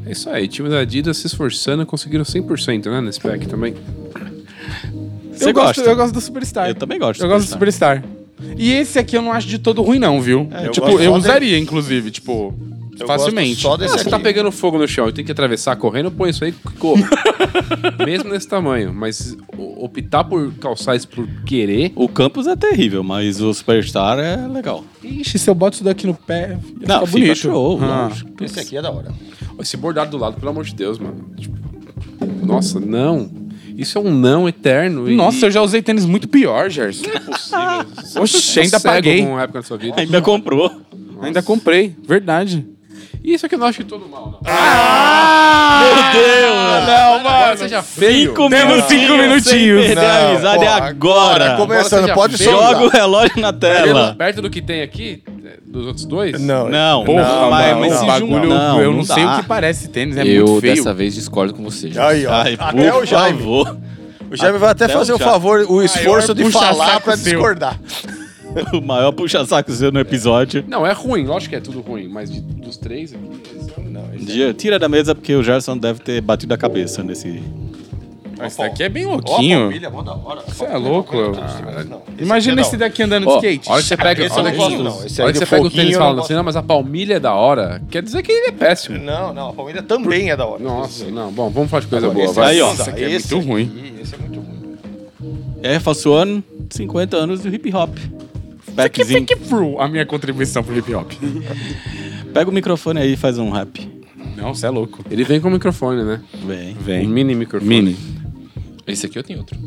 D: É isso aí, time da Adidas se esforçando, conseguiram 100%, né, nesse pack também.
A: Você gosta?
B: eu Gosto, eu gosto do Superstar.
A: Eu também gosto do
B: Eu gosto do Superstar. E esse aqui eu não acho de todo ruim, não, viu?
C: É, eu
B: tipo,
C: gosto
B: eu
C: só
B: usaria, inclusive, tipo,
C: Eu
B: facilmente.
C: gosto Só desse
D: Ah,
B: assim,
D: você tá
C: aqui.
D: pegando fogo no chão e tem que atravessar correndo, põe isso aí e corra. Mesmo nesse tamanho, mas o- optar por calçar isso por querer,
A: O campus é terrível, mas o Superstar é legal.
B: Ixi, se eu boto isso daqui no pé, ia ficar
A: Não,
B: bonito.
A: fica show,
B: Ah.
A: lógico.
C: Esse aqui é da hora.
D: esse bordado do lado, pelo amor de Deus, mano. Tipo, nossa, não. Isso é um não eterno. e-
B: Nossa, eu já usei tênis muito pior, Gerson.
D: Não é possível.
B: Oxe,
D: Você é um
B: ainda
D: cego
B: paguei.
D: com uma época da sua vida.
A: Ainda comprou.
B: Ainda comprei, verdade.
D: E Isso aqui eu não acho que todo mal, não.
B: Ah, não,
D: Agora seja feio.
B: Temos cinco minutinhos.
A: Sem perder a
C: Não,
A: amizade
C: pô,
A: é agora.
C: agora começando,
D: já
C: pode
D: veio.
C: soltar.
A: Joga o relógio na
D: Perto-
A: tela.
D: Perto do que tem aqui, é, dos outros dois?
C: Não,
A: Não,
B: Porra,
A: não,
B: mas,
A: não,
B: mas esse
A: não.
B: bagulho,
A: Não,
B: eu não,
A: não
B: sei
A: dá.
B: o que parece esse tênis, é
F: eu
B: muito feio.
F: dessa vez discordo com você. já.
C: Aí, ó.
A: Ai,
C: até
A: por
C: o Jaime.
A: favor.
C: O Jaime vai até
A: Até
C: fazer
A: o
C: o
A: Jaime.
C: favor, o esforço de
B: puxa
C: falar
B: saco
C: pra
B: seu.
C: discordar.
A: O maior puxa-saco seu no episódio.
D: Não, é ruim, lógico que é tudo ruim, mas de- dos três aqui. esse é o-
A: Dia- Tira da mesa porque o Gerson deve ter batido a cabeça nesse.
B: Esse daqui é bem louquinho. Você é louco. eu-
D: é
B: Imagina esse daqui andando de
D: Ó,
B: skate.
D: a hora que você pega,
C: Esse
D: a hora
C: eu
D: que
C: não
D: você-
C: gosto, não. Esse
D: a hora
C: aí
D: que
C: de
D: você pega
C: foguinho
D: o tênis e
C: eu
D: fala
C: não
D: assim, não, mas a palmilha é da hora, quer dizer que ele é péssimo.
C: Não, não, a família também é da hora.
D: Nossa, não, bom, vamos falar de coisa
C: Agora,
D: boa,
C: esse
D: vai.
A: Aí, ó.
C: Nossa,
B: aqui é muito ruim.
C: aqui, Esse é muito ruim.
A: É, faço ano, 50 anos do hip hop. Backzinho.
B: Fique pro a minha contribuição pro hip hop.
A: Pega o microfone aí e faz um rap.
B: Não, você é louco.
D: Ele vem com o microfone, né?
A: Vem.
D: Um
B: Vem.
D: mini microfone.
B: Mini.
F: Esse aqui eu tenho outro.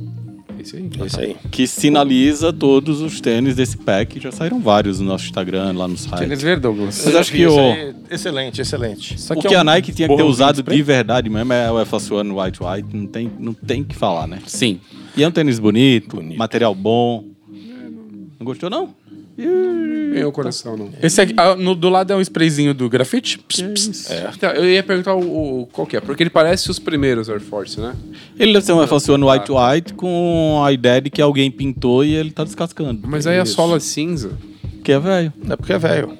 D: Esse aí. então.
C: Esse aí.
A: Que sinaliza todos os tênis desse pack. Já saíram vários no nosso Instagram, lá no site.
D: é
B: Tênis verde, Douglas.
A: Vocês acham que
C: Esse
A: o.
C: aí, Excelente, excelente.
B: Só
A: o que
B: é um
A: a Nike tinha que ter
B: borrãozinho
A: usado
B: spray.
A: de verdade mesmo é o FA One White White, não tem, não tem que falar, né?
B: Sim.
A: E é um tênis bonito, material bom. Não gostou, não?
D: Vem o coração, não.
B: Esse aqui, ah, no, do lado é um sprayzinho do grafite. Pss, pss.
D: Então, eu ia perguntar o, o- qual que é, porque ele parece os primeiros Air Force, né?
A: Ele deve ser um FA One White White com a ideia de que alguém pintou e ele tá descascando.
D: Mas aí a sola é cinza.
A: Que é velho.
C: É porque é velho.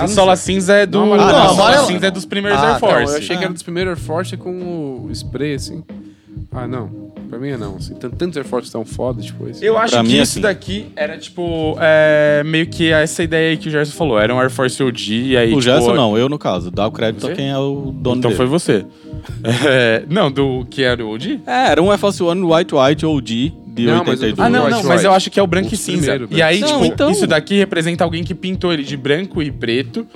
B: A sola cinza é do.
D: Não,
B: a
D: amarelo.
C: Não,
B: sola
C: amarelo.
B: cinza é dos primeiros
C: Ah,
B: Air
C: então,
B: Force.
D: tá, eu achei que era dos primeiros Air Force com o spray, assim. Ah, não. Pra mim é não. Assim, tan- tantos Air Force tão foda, tipo esse.
B: Eu acho
A: Pra
B: que
A: mim,
B: isso
A: assim.
B: daqui era tipo. é, meio que essa ideia aí que o Gerson falou. Era um Air Force OG e aí.
A: o
B: tipo,
A: Gerson não, eu no caso. Dá o crédito a
B: Você?
A: quem é o dono
B: Então
A: dele.
B: foi você. É, não, do que era o OG?
A: É, era um FA One White White OG de
D: Não, mas
A: 82.
D: Do
B: Ah, não,
D: White
B: não, mas
D: White.
B: eu acho que é o branco
D: Os
B: e cinza.
D: primeiro,
B: e
D: branco.
B: aí,
A: Não,
B: tipo,
A: então-
B: isso daqui representa alguém que pintou ele de branco e preto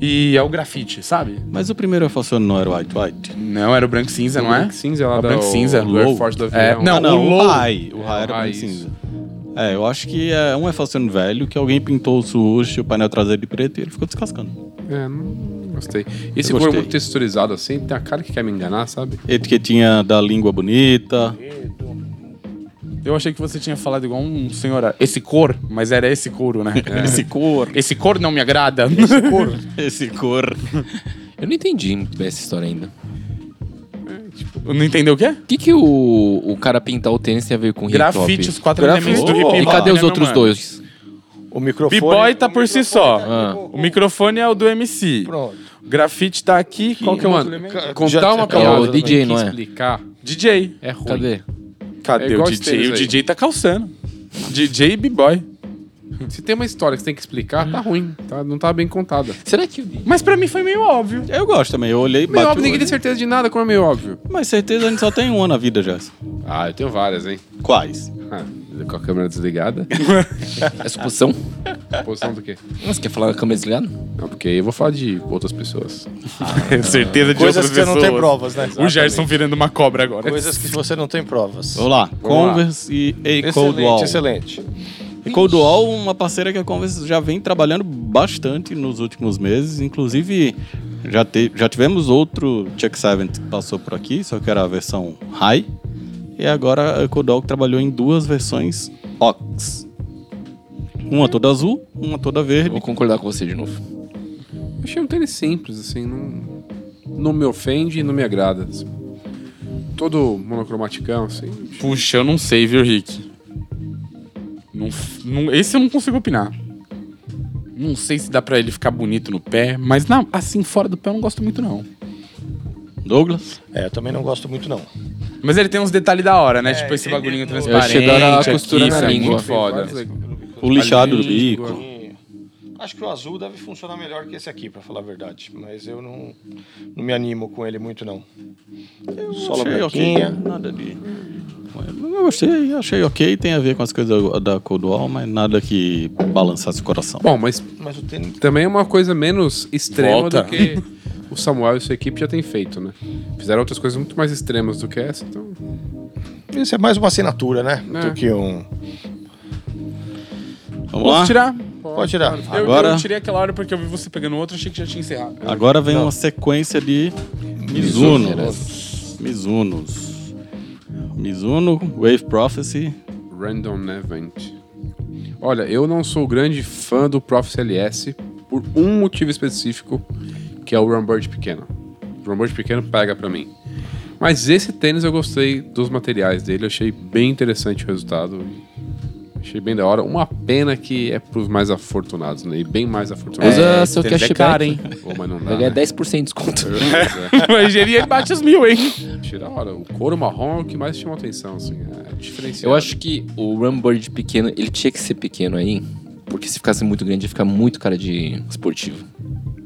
B: e é o grafite, sabe?
A: Mas o primeiro FA One não era White White?
B: Não, era o branco e cinza,
D: O
B: não é?
D: branco cinza lá
B: O
D: da
B: branco
D: o-
B: cinza.
D: do Air
B: Low.
D: Force da
B: É,
D: Avião.
B: não,
A: Ah, não,
B: o
A: o,
B: Low.
A: Rai. O Rai
D: É, o
A: era
D: Rai,
A: branco e
D: isso.
A: cinza. É, eu acho que é um efaceno velho que alguém pintou o sushi, o painel traseiro de preto e ele ficou descascando.
D: É, não gostei. Esse
A: Eu
D: couro
A: gostei.
D: muito texturizado assim, tem a cara que quer me enganar, sabe?
A: Etiquetinha da língua bonita.
B: Eu achei que você tinha falado igual um senhor. Esse cor, mas era esse couro, né?
A: Esse cor.
B: Esse cor não me agrada.
A: Esse cor.
F: Eu não entendi muito bem essa história ainda.
B: não entendeu o quê?
F: O que, que o, o cara pintar o tênis tem a ver com hip hop?
B: Grafite, os quatro elementos do hip hop.
F: E cadê os
B: né,
F: outros
B: mano?
F: dois?
C: O microfone.
B: B-boy tá por si só.
F: Ah.
B: O microfone é o do MC.
C: Pronto.
B: Grafite tá aqui. Qual que é o outro elemento?
C: Já-
D: Contar uma
C: é
D: palavra
F: o
D: que
F: DJ, não é?
D: explicar
B: DJ.
D: é ruim.
F: Cadê?
B: Cadê
D: É
B: o
D: igual
B: DJ?
D: esse
B: O
D: aí.
B: DJ tá calçando. DJ e B-boy.
D: Se tem uma história que você tem que explicar, tá ruim. tá- não tá bem contada.
F: Será que.
B: Mas pra mim foi meio óbvio.
A: Eu gosto também, eu olhei e
D: Meio
A: bati
D: óbvio,
A: o
D: ninguém
A: olho.
D: tem certeza de nada, como é meio óbvio.
A: Mas certeza a gente só tem uma na vida, Gerson.
D: Ah, eu tenho várias, hein?
A: Quais?
D: Ah, com a câmera desligada.
F: É suposição?
D: Posição do quê?
F: Você quer falar da câmera desligada?
D: Não, porque aí eu vou falar de outras pessoas.
B: Certeza de
C: Coisas
B: outras
C: que você
B: pessoas.
C: não tem provas, né?
B: O Gerson virando uma cobra agora.
C: Coisas que você não tem provas.
A: Vamos lá,
D: lá.
A: Converse e A Cold Wall.
C: Excelente, excelente.
A: E Coldwall, uma parceira que a Converse já vem trabalhando bastante nos últimos meses, inclusive já, te- já tivemos outro Chuck Seventh que passou por aqui, só que era a versão high, e agora a Coldwall trabalhou em duas versões ox. Uma toda azul, uma toda
F: Eu
A: verde.
F: vou concordar com você de novo.
D: Achei um tênis simples, assim, não, não me ofende e não me agrada. assim. Todo monocromaticão, assim.
B: Puxa, eu não sei, viu, Rick? Não f- não- esse eu não consigo opinar. Não sei se dá pra ele ficar bonito no pé, mas na- assim, fora do pé eu não gosto muito, não.
A: Douglas?
C: É, eu também não gosto muito, não.
B: Mas ele tem uns detalhes da hora, né? tipo esse bagulhinho transparente.
F: chegaram a
B: aqui,
F: costura na
B: isso é
F: língua.
B: muito foda.
A: O lixado do
D: língua.
A: bico.
C: Acho que o azul deve funcionar melhor que esse aqui, pra falar a verdade. Mas eu não, não me animo com ele muito, não. Sola
A: Achei
C: branquinha.
A: ok, nada de... Eu gostei, achei ok, tem a ver com as coisas da Coldwall, mas nada que balançasse o coração.
D: Bom, mas
C: Mas o tênis.
D: também é uma coisa menos extrema
B: Volta.
D: do que o Samuel e sua equipe já têm feito, né? Fizeram outras coisas muito mais extremas do que essa, então.
C: Isso é mais uma assinatura, né?
D: É.
C: Do que um.
A: Vamos lá?
B: Posso tirar?
C: Pode tirar.
B: Eu-
A: Agora-
B: Eu, tirei aquela hora porque eu vi você pegando outro, achei que já tinha encerrado.
A: Agora vem uma sequência de Mizunos. Mizunos. Mizuno, Wave Prophecy.
D: Random Event. Olha, eu não sou grande fã do Prophecy LS por um motivo específico, que é o Rumbird pequeno. O Rumbird pequeno pega pra mim. Mas esse tênis eu gostei dos materiais dele, eu achei bem interessante o resultado. Achei bem da hora. Uma pena que é pros mais afortunados, né? E bem mais afortunados.
F: Usa seu
B: tênis é
F: cashback.
B: caro, hein?
D: Pô, mas não dá,
F: Ele é
D: né?
F: 10% de desconto.
D: Pois
B: Mas ele ele bate os mil, hein?
D: é. Achei da hora. O couro marrom é o que mais chamou atenção, assim. É diferenciado.
F: Eu acho que o Rumbird pequeno, ele tinha que ser pequeno aí, porque se ficasse muito grande ia ficar muito cara de esportivo.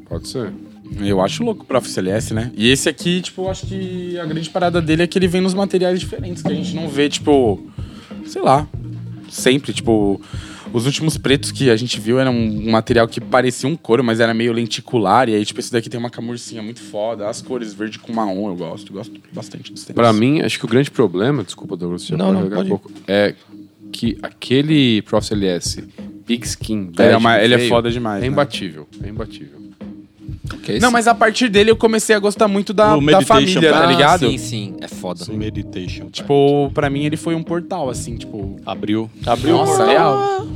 D: Pode ser.
B: Eu acho louco o Prof. CLS, né? E esse aqui, tipo, eu acho que a grande parada dele é que ele vem nos materiais diferentes, que a gente não vê, tipo, sei lá, sempre, tipo, os últimos pretos que a gente viu eram um material que parecia um couro, mas era meio lenticular, e aí, tipo, esse daqui tem uma camurcinha muito foda, as cores verde com marrom eu gosto, gosto bastante dos tênis.
D: Pra mim, acho que o grande problema, desculpa, Douglas, você já
C: Não,
D: pode
C: não,
D: jogar
C: pode
D: um pouco, é que aquele Prof. LS Big Skin,
B: ele
D: bege,
B: é, uma- ele é
D: feio,
B: foda demais,
D: É
B: né?
D: imbatível, é imbatível.
F: Que é
B: Não,
F: esse-
B: mas a partir dele eu comecei a gostar muito da,
A: O
B: da
A: Meditation
B: família,
A: Pack.
B: tá
F: Ah,
B: ligado?
F: Sim, sim, é foda.
A: Meditation. Tipo,
B: Tipo, pra mim ele foi um portal, assim, tipo,
A: abriu.
C: Abriu o
B: Nossa,
C: portão.
B: real.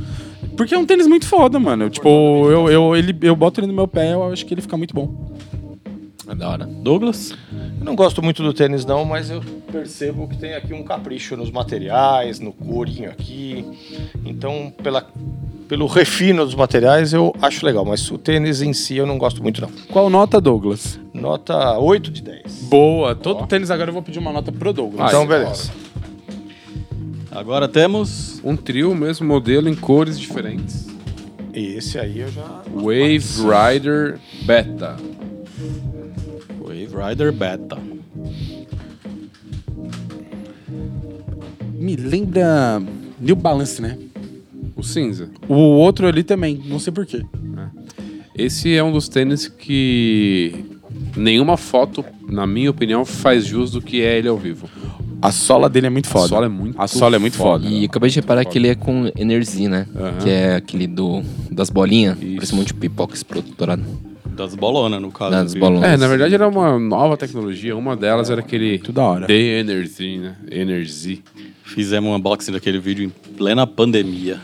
B: Porque é um tênis muito foda, mano. Eu, tipo, eu, eu, ele, eu boto ele no meu pé, eu acho que ele fica muito bom.
F: É da hora.
A: Douglas?
C: Eu não gosto muito do tênis, não, mas eu percebo que tem aqui um capricho nos materiais, no corinho aqui. Então, pela, pelo refino dos materiais, eu acho legal. Mas o tênis em si eu não gosto muito, não.
B: Qual nota, Douglas?
C: Nota 8 de 10.
B: Boa. Todo tênis agora eu vou pedir uma nota pro Douglas.
C: então, beleza.
A: Agora temos.
D: Um trio, mesmo modelo, em cores diferentes.
C: E esse aí eu já.
D: Wave Rider Beta.
A: Wave Rider Beta.
B: Me lembra New Balance, né?
D: O cinza.
B: O outro ali também, não sei porquê.
D: Esse é um dos tênis que nenhuma foto, na minha opinião, faz jus do que é ele ao vivo.
B: A sola dele é muito foda.
D: A sola é muito
B: A sola é muito foda.
D: foda.
F: E acabei de reparar que ele é com Energy, né?
D: Aham.
F: Que é aquele do das bolinhas,
D: Isso.
F: parece um monte de pipoca explodorada.
A: Das bolonas, no caso.
F: Das
A: de-
F: bolonas.
D: É, na verdade era uma nova tecnologia. Uma delas era aquele
B: Muito da hora.
D: The Energy, né? Energy.
A: Fizemos um unboxing daquele vídeo em plena pandemia.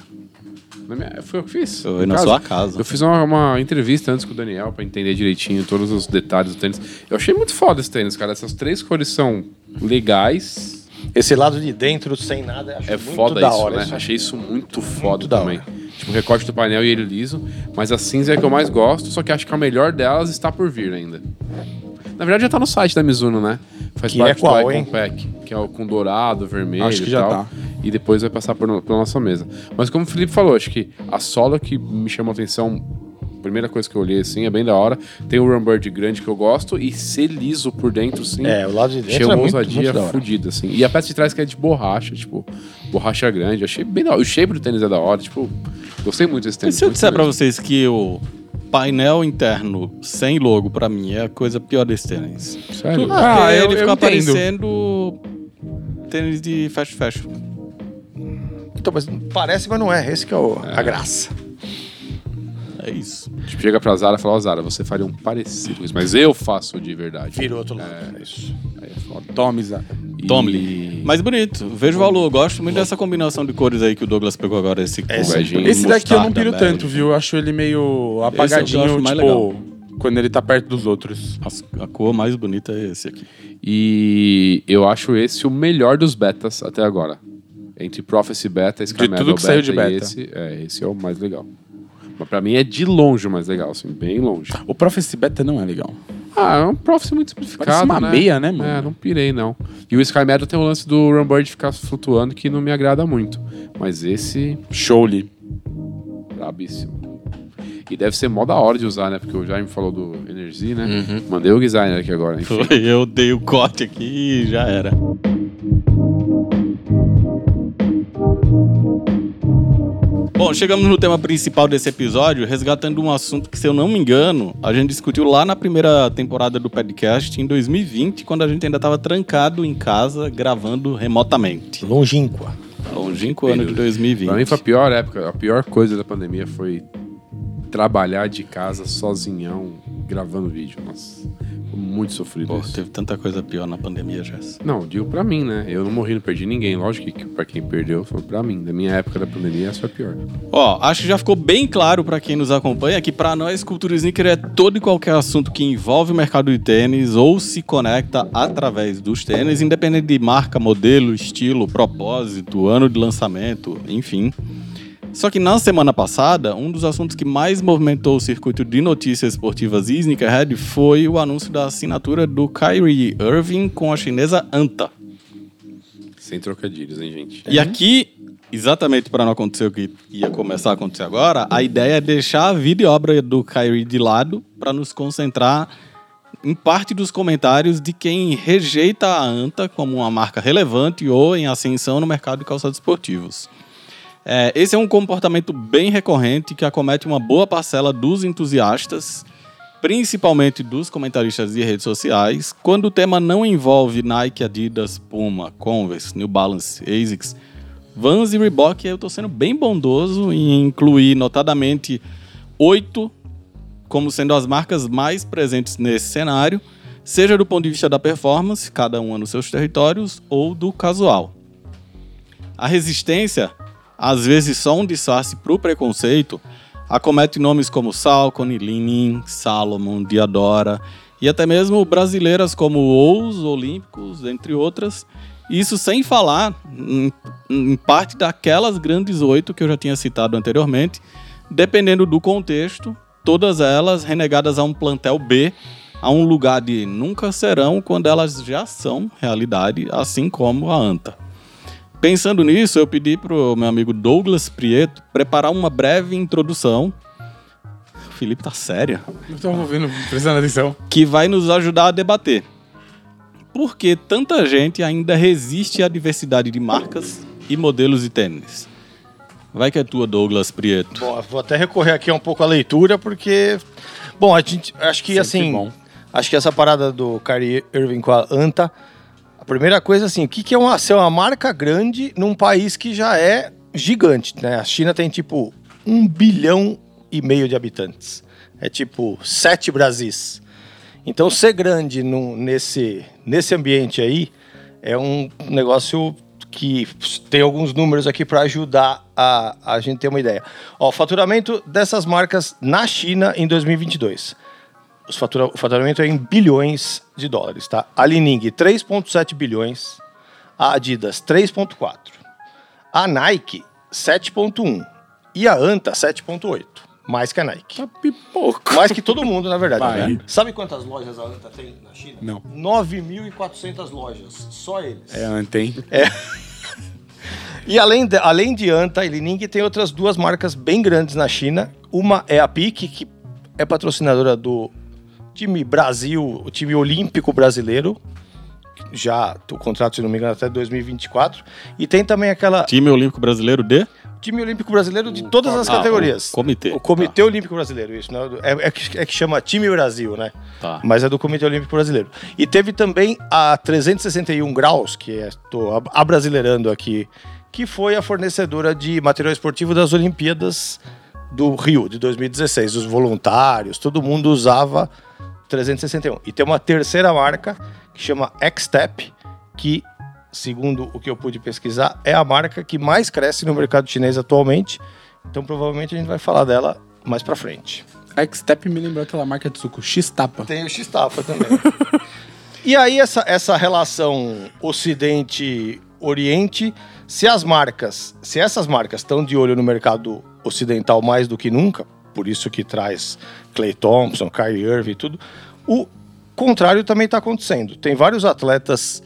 D: Na minha- foi eu que fiz.
A: Eu fui na
D: Em
A: sua casa.
D: Eu fiz uma, uma entrevista antes com o Daniel pra entender direitinho todos os detalhes do tênis. Eu achei muito foda esse tênis, cara. Essas três cores são legais.
C: Esse lado de dentro, sem nada, acho
D: É
C: muito
D: foda
C: da
D: isso,
C: hora.
D: né?
C: isso.
D: Achei isso muito foda
C: da
D: também. Tipo, o recorte do painel e ele liso. Mas a cinza é que eu mais gosto, só que acho que a melhor delas está por vir ainda. Na verdade já tá no site da Mizuno, né? Faz
C: Que é qual,
D: Icon
C: hein?
D: Pack, que é o com dourado, vermelho
B: Acho que
D: e
B: já
D: tal.
B: tá.
D: e depois vai passar por no- pela nossa mesa. Mas como o Felipe falou, acho que a sola que me chamou a atenção, primeira coisa que eu olhei assim, é bem da hora. Tem o Rumbird grande que eu gosto e ser liso por dentro, sim.
C: É, o lado de dentro
D: Achei
C: é
D: uma
C: muito,
D: ousadia
C: muito da hora.
D: fodida, assim. E a peça de trás que é de borracha, tipo, borracha grande. Achei bem da hora. O shape do tênis é da hora, tipo, gostei muito desse
A: E
D: tênis.
A: se eu
D: muito
A: disser pra
D: mesmo.
A: vocês que o painel interno sem logo, pra mim, é a coisa pior desse tênis.
D: Sério?
B: Ah,
A: Porque
B: eu-
A: ele
B: eu
A: fica
B: entendo.
A: aparecendo tênis de fast fashion.
C: Então, mas parece, mas não é. Esse que é, o- a graça.
A: É isso.
D: Tipo, chega pra Zara e fala, ó, Zara, você faria um parecido com isso, mas eu faço de verdade.
C: Virou outro lado. É. Isso.
D: Aí é foda.
B: Tome, Zá.
D: E-
A: Tomlin. Mas bonito. Vejo valor. Gosto muito dessa combinação de cores aí que o Douglas pegou agora. Esse com
C: Esse-
A: beijinho,
B: É, Esse daqui eu não
A: mostarda,
B: piro
A: bege.
B: tanto, viu? Eu acho ele meio
A: eu acho
B: apagadinho,
A: mais
B: tipo, quando ele tá perto dos outros.
A: Nossa, A cor mais bonita é esse aqui.
D: E eu acho esse o melhor dos betas até agora. Entre Prophecy Beta, Skymetal
B: tudo que
D: Beta
B: saiu de
D: e
B: beta.
D: Esse, é, esse é o mais legal. Mas pra mim é de longe o mais legal, assim, bem longe.
B: O Prophecy Beta não é legal.
D: Ah, é um Prophecy muito simplificado,
B: Parece uma
D: né?
B: meia, né, mano?
D: É, não pirei, não. E o Sky Metal tem o lance do Rumbird ficar flutuando que não me agrada muito. Mas esse,
B: Show-lhe.
D: brabíssimo. E deve ser mó da hora de usar, né? Porque o Jaime falou do Energy, né?
B: Uhum.
D: Mandei o designer aqui agora, enfim.
A: Foi, eu dei o corte aqui e já era. Bom, chegamos no tema principal desse episódio, resgatando um assunto que, se eu não me engano, a gente discutiu lá na primeira temporada do podcast, em 2020, quando a gente ainda estava trancado em casa, gravando remotamente.
C: Longínqua.
A: Longínquo ano de 2020.
D: Pra mim foi a pior época, a pior coisa da pandemia foi trabalhar de casa sozinhão, gravando vídeo. Nossa, foi muito sofrido
A: Pô,
D: isso.
A: teve tanta coisa pior na pandemia, Jess.
D: Não, digo pra mim, né? Eu não morri, não perdi ninguém. Lógico que pra quem perdeu, foi pra mim. Da minha época da pandemia, essa foi a pior.
A: Ó, acho que já ficou bem claro pra quem nos acompanha que pra nós cultura sneaker é todo e qualquer assunto que envolve o mercado de tênis ou se conecta através dos tênis, independente de marca, modelo, estilo, propósito, ano de lançamento, enfim. Só que na semana passada, um dos assuntos que mais movimentou o circuito de notícias esportivas e sneakerhead foi o anúncio da assinatura do Kyrie Irving com a chinesa Anta.
D: Sem trocadilhos, hein, gente?
A: E aqui, exatamente para não acontecer o que ia começar a acontecer agora, a ideia é deixar a vida e obra do Kyrie de lado para nos concentrar em parte dos comentários de quem rejeita a Anta como uma marca relevante ou em ascensão no mercado de calçados esportivos. É, esse é um comportamento bem recorrente que acomete uma boa parcela dos entusiastas, principalmente dos comentaristas de redes sociais, quando o tema não envolve Nike, Adidas, Puma, Converse, New Balance, ASICS, Vans e Reebok. Eu estou sendo bem bondoso em incluir, notadamente, oito como sendo as marcas mais presentes nesse cenário, seja do ponto de vista da performance, cada uma nos seus territórios, ou do casual. A resistência, às vezes só um disfarce para o preconceito, acomete nomes como Salcone, Linin, Salomon, Diadora e até mesmo brasileiras como Ous Olímpicos, entre outras. Isso sem falar em, em parte daquelas grandes oito que eu já tinha citado anteriormente, dependendo do contexto, todas elas renegadas a um plantel B, a um lugar de nunca serão quando elas já são realidade, assim como a ANTA. Pensando nisso, eu pedi pro meu amigo Douglas Prieto preparar uma breve introdução. O Felipe tá sério?
B: Eu tô ouvindo, prestando atenção.
A: Que vai nos ajudar a debater. Por que tanta gente ainda resiste à diversidade de marcas e modelos de tênis? Vai que é tua, Douglas Prieto.
C: Bom, eu vou até recorrer aqui um pouco à leitura, porque. Bom, a gente. Acho que
B: Sempre
C: assim.
B: bom.
C: Acho que essa parada do Kyrie Irving com a Anta. A primeira coisa, assim, o que, que é uma, ser uma marca grande num país que já é gigante, né? A China tem tipo um bilhão e meio de habitantes. É tipo sete Brasis. Então, ser grande num- nesse, nesse ambiente aí é um negócio que tem alguns números aqui para ajudar a, a gente ter uma ideia. Ó, o faturamento dessas marcas na China em 2022. Os fatura- o faturamento é em bilhões de dólares, tá? A Lining, 3,7 bilhões. A Adidas, 3,4. A Nike, 7,1. E a Anta, 7,8. Mais que a Nike.
B: Tá pipoco.
C: Mais que todo mundo, na verdade.
B: Vai.
C: né? Sabe quantas lojas a Anta tem na China?
B: Não.
C: 9.400 lojas, só eles.
B: É, anta, hein?
C: E além de, além de Anta e Lining, tem outras duas marcas bem grandes na China. Uma é a PIC, que é patrocinadora do time Brasil, o time olímpico brasileiro. Já o contrato, se não me engano, até 2024. E tem também aquela
A: Time Olímpico Brasileiro de
C: time olímpico brasileiro de
B: Tá,
C: todas as
A: Ah,
C: categorias.
A: o comitê. Tá.
C: O Comitê Olímpico Brasileiro, isso. Né? É, é que, é que chama Time Brasil, né?
A: Tá.
C: Mas é do Comitê Olímpico Brasileiro. E teve também a 361 Graus, que é, tô ab- abrasileirando aqui, que foi a fornecedora de material esportivo das Olimpíadas do Rio, de 2016. Os voluntários, todo mundo usava 361. E tem uma terceira marca, que chama Xtep, que, segundo o que eu pude pesquisar, é a marca que mais cresce no mercado chinês atualmente. Então, provavelmente, a gente vai falar dela mais pra frente.
B: A X-Step É me lembrou aquela marca de suco, X-Tapa.
C: Tem o X-Tapa também. e aí, essa, essa relação Ocidente-Oriente, se as marcas, se essas marcas estão de olho no mercado ocidental mais do que nunca, por isso que traz Clay Thompson, Kyrie Irving e tudo, o contrário também está acontecendo. Tem vários atletas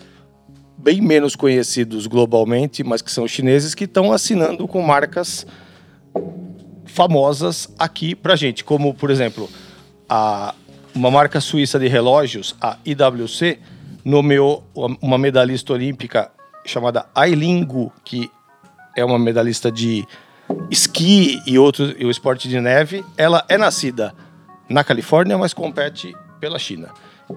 C: bem menos conhecidos globalmente, mas que são chineses, que estão assinando com marcas famosas aqui pra gente, como por exemplo, a, uma marca suíça de relógios, a IWC, nomeou uma- uma medalhista olímpica chamada Aileen Gu, que é uma medalhista de esqui e outro e o esporte de neve. Ela é nascida na Califórnia, mas compete pela China.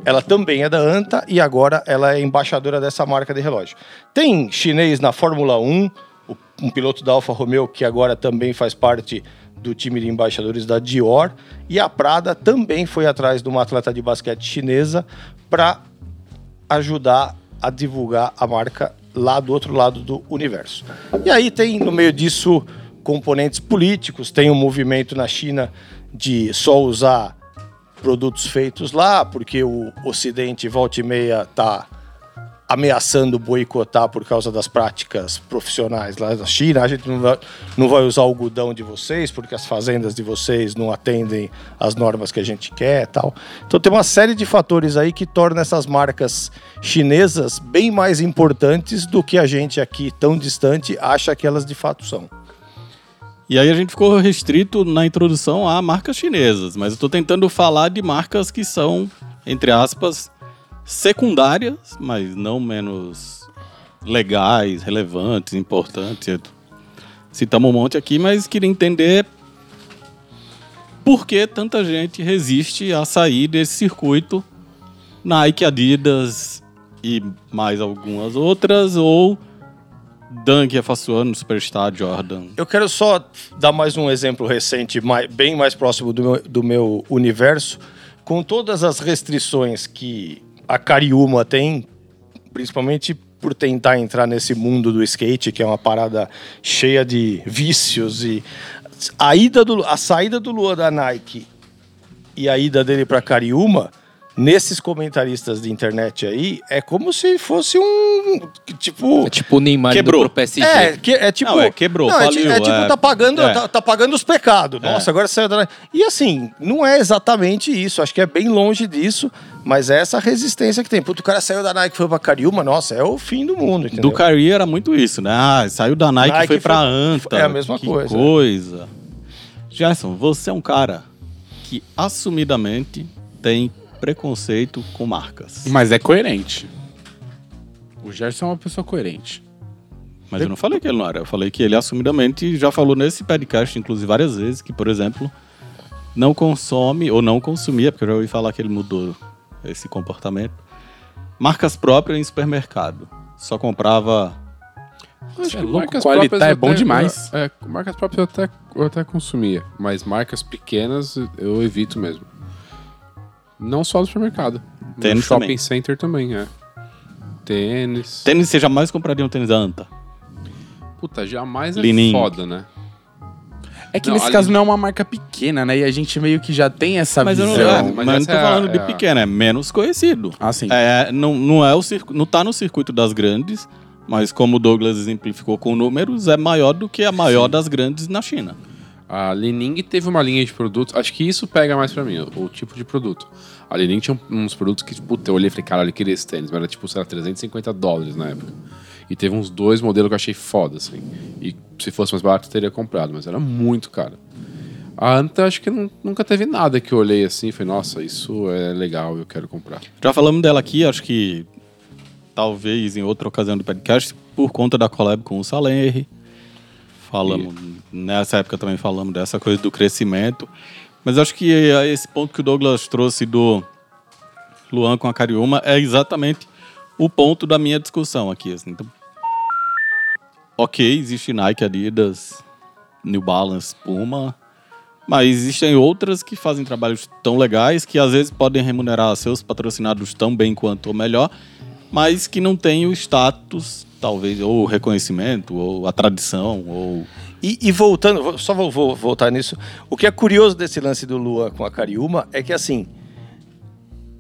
C: Ela também é da ANTA e agora ela é embaixadora dessa marca de relógio. Tem chinês na Fórmula 1, o- um piloto da Alfa Romeo que agora também faz parte do time de embaixadores da Dior. E a Prada também foi atrás de uma atleta de basquete chinesa para ajudar a divulgar a marca lá do outro lado do universo. E aí tem no meio disso componentes políticos, tem um movimento na China de só usar produtos feitos lá, porque o Ocidente volta e meia tá ameaçando boicotar por causa das práticas profissionais lá da China. A gente não vai, não vai usar o algodão de vocês, porque as fazendas de vocês não atendem as normas que a gente quer e tal. Então tem uma série de fatores aí que tornam essas marcas chinesas bem mais importantes do que a gente aqui, tão distante, acha que elas de fato são.
A: E aí a gente ficou restrito na introdução a marcas chinesas, mas eu tô tentando falar de marcas que são, entre aspas, secundárias, mas não menos legais, relevantes, importantes. Citamos um monte aqui, mas queria entender por que tanta gente resiste a sair desse circuito Nike, Adidas e mais algumas outras, ou Dunk, Afasuano, Superstar, Jordan.
C: Eu quero só dar mais um exemplo recente, mai- bem mais próximo do meu, do meu universo. Com todas as restrições que a Cariúma tem, principalmente por tentar entrar nesse mundo do skate, que é uma parada cheia de vícios e a ida do a saída do Luan da Nike e a ida dele para Cariúma, nesses comentaristas de internet aí, é como se fosse um tipo
F: É tipo o Neymar
A: Quebrou.
F: indo pro PSG.
C: é, que- é tipo.
A: Não, é, quebrou,
C: Não, é, ti-
A: faliu,
C: é tipo,
A: é.
C: tá pagando,
A: É.
C: tá, tá pagando os pecados. Nossa, agora saiu da. E assim, não é exatamente isso. Acho que é bem longe disso, mas é essa resistência que tem. Puto, o cara saiu da Nike e foi pra Cariúma, nossa, é o fim do mundo, entendeu?
A: Do Kyrie era muito isso, né? Ah, saiu da Nike,
C: Nike
A: foi pra
C: foi-
A: Anta.
C: é a mesma
A: que
C: coisa.
A: coisa. Gerson, você é um cara que assumidamente tem preconceito com marcas.
B: Mas é coerente. O Gerson é uma pessoa coerente.
A: Mas eu não falei que ele não era. Eu falei que ele assumidamente já falou nesse podcast, inclusive várias vezes, que, por exemplo, não consome ou não consumia, porque eu já ouvi falar que ele mudou esse comportamento, marcas próprias em supermercado. Só comprava
B: é
D: Acho que
B: louco,
D: marcas
B: Qualitá
D: próprias
B: é
D: eu
B: bom
D: até-
B: demais.
D: É, marcas próprias eu até, eu até consumia, mas marcas pequenas eu evito mesmo. Não só no supermercado. no
A: Tênis
D: shopping
A: também.
D: center também, é. Tênis.
A: tênis, você jamais compraria um tênis da Anta.
D: Puta, jamais é
A: Lininho.
D: foda, né?
B: É que
D: Não,
B: nesse
D: ali-
B: caso não é uma marca pequena, né? E a gente meio que já tem essa
A: Mas eu
B: visão.
A: não,
D: Então,
A: é,
D: mas
A: mas eu não
D: essa
A: tô
D: é a-
A: falando
D: é a-
A: de pequeno, é menos conhecido.
B: Ah, sim.
A: É, não, não, é o circo, não tá no circuito das grandes, mas como o Douglas exemplificou com números, é maior do que a maior das grandes na China.
D: A Lening teve uma linha de produtos, acho que isso pega mais pra mim, o, o tipo de produto. A um, Lening tinha uns produtos que, puta, eu olhei e falei, caralho, eu queria esse tênis, mas era tipo, sei lá, 350 dólares na época. E teve uns dois modelos que eu achei foda, assim. E se fosse mais barato, eu teria comprado, mas era muito caro. A Anta, acho que nu- nunca teve nada que eu olhei assim e falei, nossa, isso é legal, eu quero comprar.
A: Já falamos dela aqui, acho que talvez em outra ocasião do podcast, por conta da collab com o Saler. Falamos, nessa época também falamos dessa coisa do crescimento. Mas acho que eh, esse ponto que o Douglas trouxe do Luan com a Cariúma é exatamente o ponto da minha discussão aqui. assim. Então, ok, existe Nike, Adidas, New Balance, Puma, mas existem outras que fazem trabalhos tão legais que às vezes podem remunerar seus patrocinados tão bem quanto ou melhor, mas que não têm o status, talvez, ou o reconhecimento, ou a tradição, ou
C: E, e voltando, vou- só vou, vou voltar nisso. O que é curioso desse lance do Lua com a Cariúma é que assim.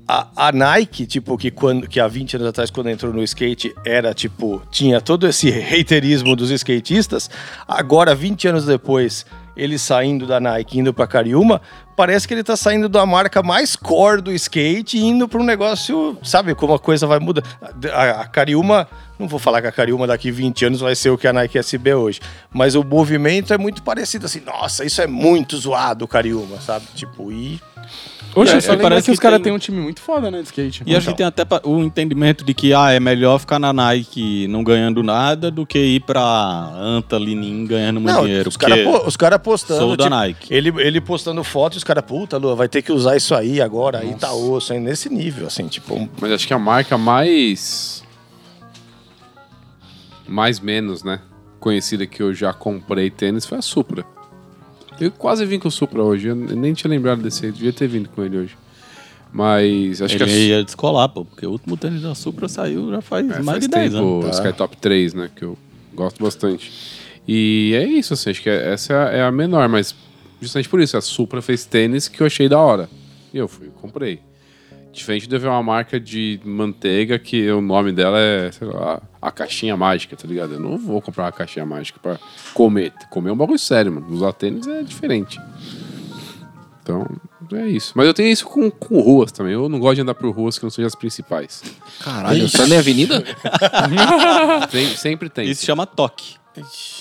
C: A, a Nike, tipo, que, quando, que há 20 anos atrás, quando entrou no skate, era tipo. Tinha todo esse haterismo dos skatistas. Agora, 20 anos depois, ele saindo da Nike, indo pra Cariúma, parece que ele tá saindo da marca mais core do skate e indo pra um negócio. Sabe como a coisa vai mudar? A, a Cariúma. Não vou falar que a Cariúma daqui 20 anos vai ser o que a Nike SB é hoje. Mas o movimento é muito parecido, assim. Nossa, isso é muito zoado, Cariúma, sabe? Tipo, e.
B: Oxe,
A: É,
B: só lembra
A: parece
B: que os
A: que
B: caras
A: tem-
B: têm um time muito foda, né, de skate.
A: E acho que tem até pa- o entendimento de que ah, é melhor ficar na Nike não ganhando nada do que ir pra Anta Linin ganhando muito dinheiro.
C: os caras
A: porque
C: cara postando.
A: sou da
C: tipo,
A: Nike.
C: Ele, ele postando foto e os caras, puta, Lua, vai ter que usar isso aí agora, aí tá osso, aí nesse nível, assim, tipo. um-
D: Mas acho que é a marca mais. Mais menos, né? Conhecida que eu já comprei tênis foi a Supra. Eu quase vim com o Supra hoje, eu nem tinha lembrado desse, eu devia ter vindo com ele hoje. Mas acho
A: Ele
D: que a
A: ia descolar, pô, porque o último tênis da Supra saiu já faz
D: É,
A: mais
D: faz
A: de 10
D: tempo,
A: anos. tá?
D: o Sky Top 3, né? Que eu gosto bastante. E é isso, assim, acho que é- essa é a- é a menor, mas justamente por isso, a Supra fez tênis que eu achei da hora. E eu fui, comprei. Diferente de eu ver uma marca de manteiga que o nome dela é, sei lá, a caixinha mágica, tá ligado? Eu não vou comprar uma caixinha mágica pra comer. Comer é um bagulho sério, mano. Usar tênis é diferente. Então, é isso. Mas eu tenho isso com, com ruas também. Eu não gosto de andar por ruas que não sejam as principais.
F: Caralho, só na avenida?
D: Tem- sempre tem.
A: Isso chama toque.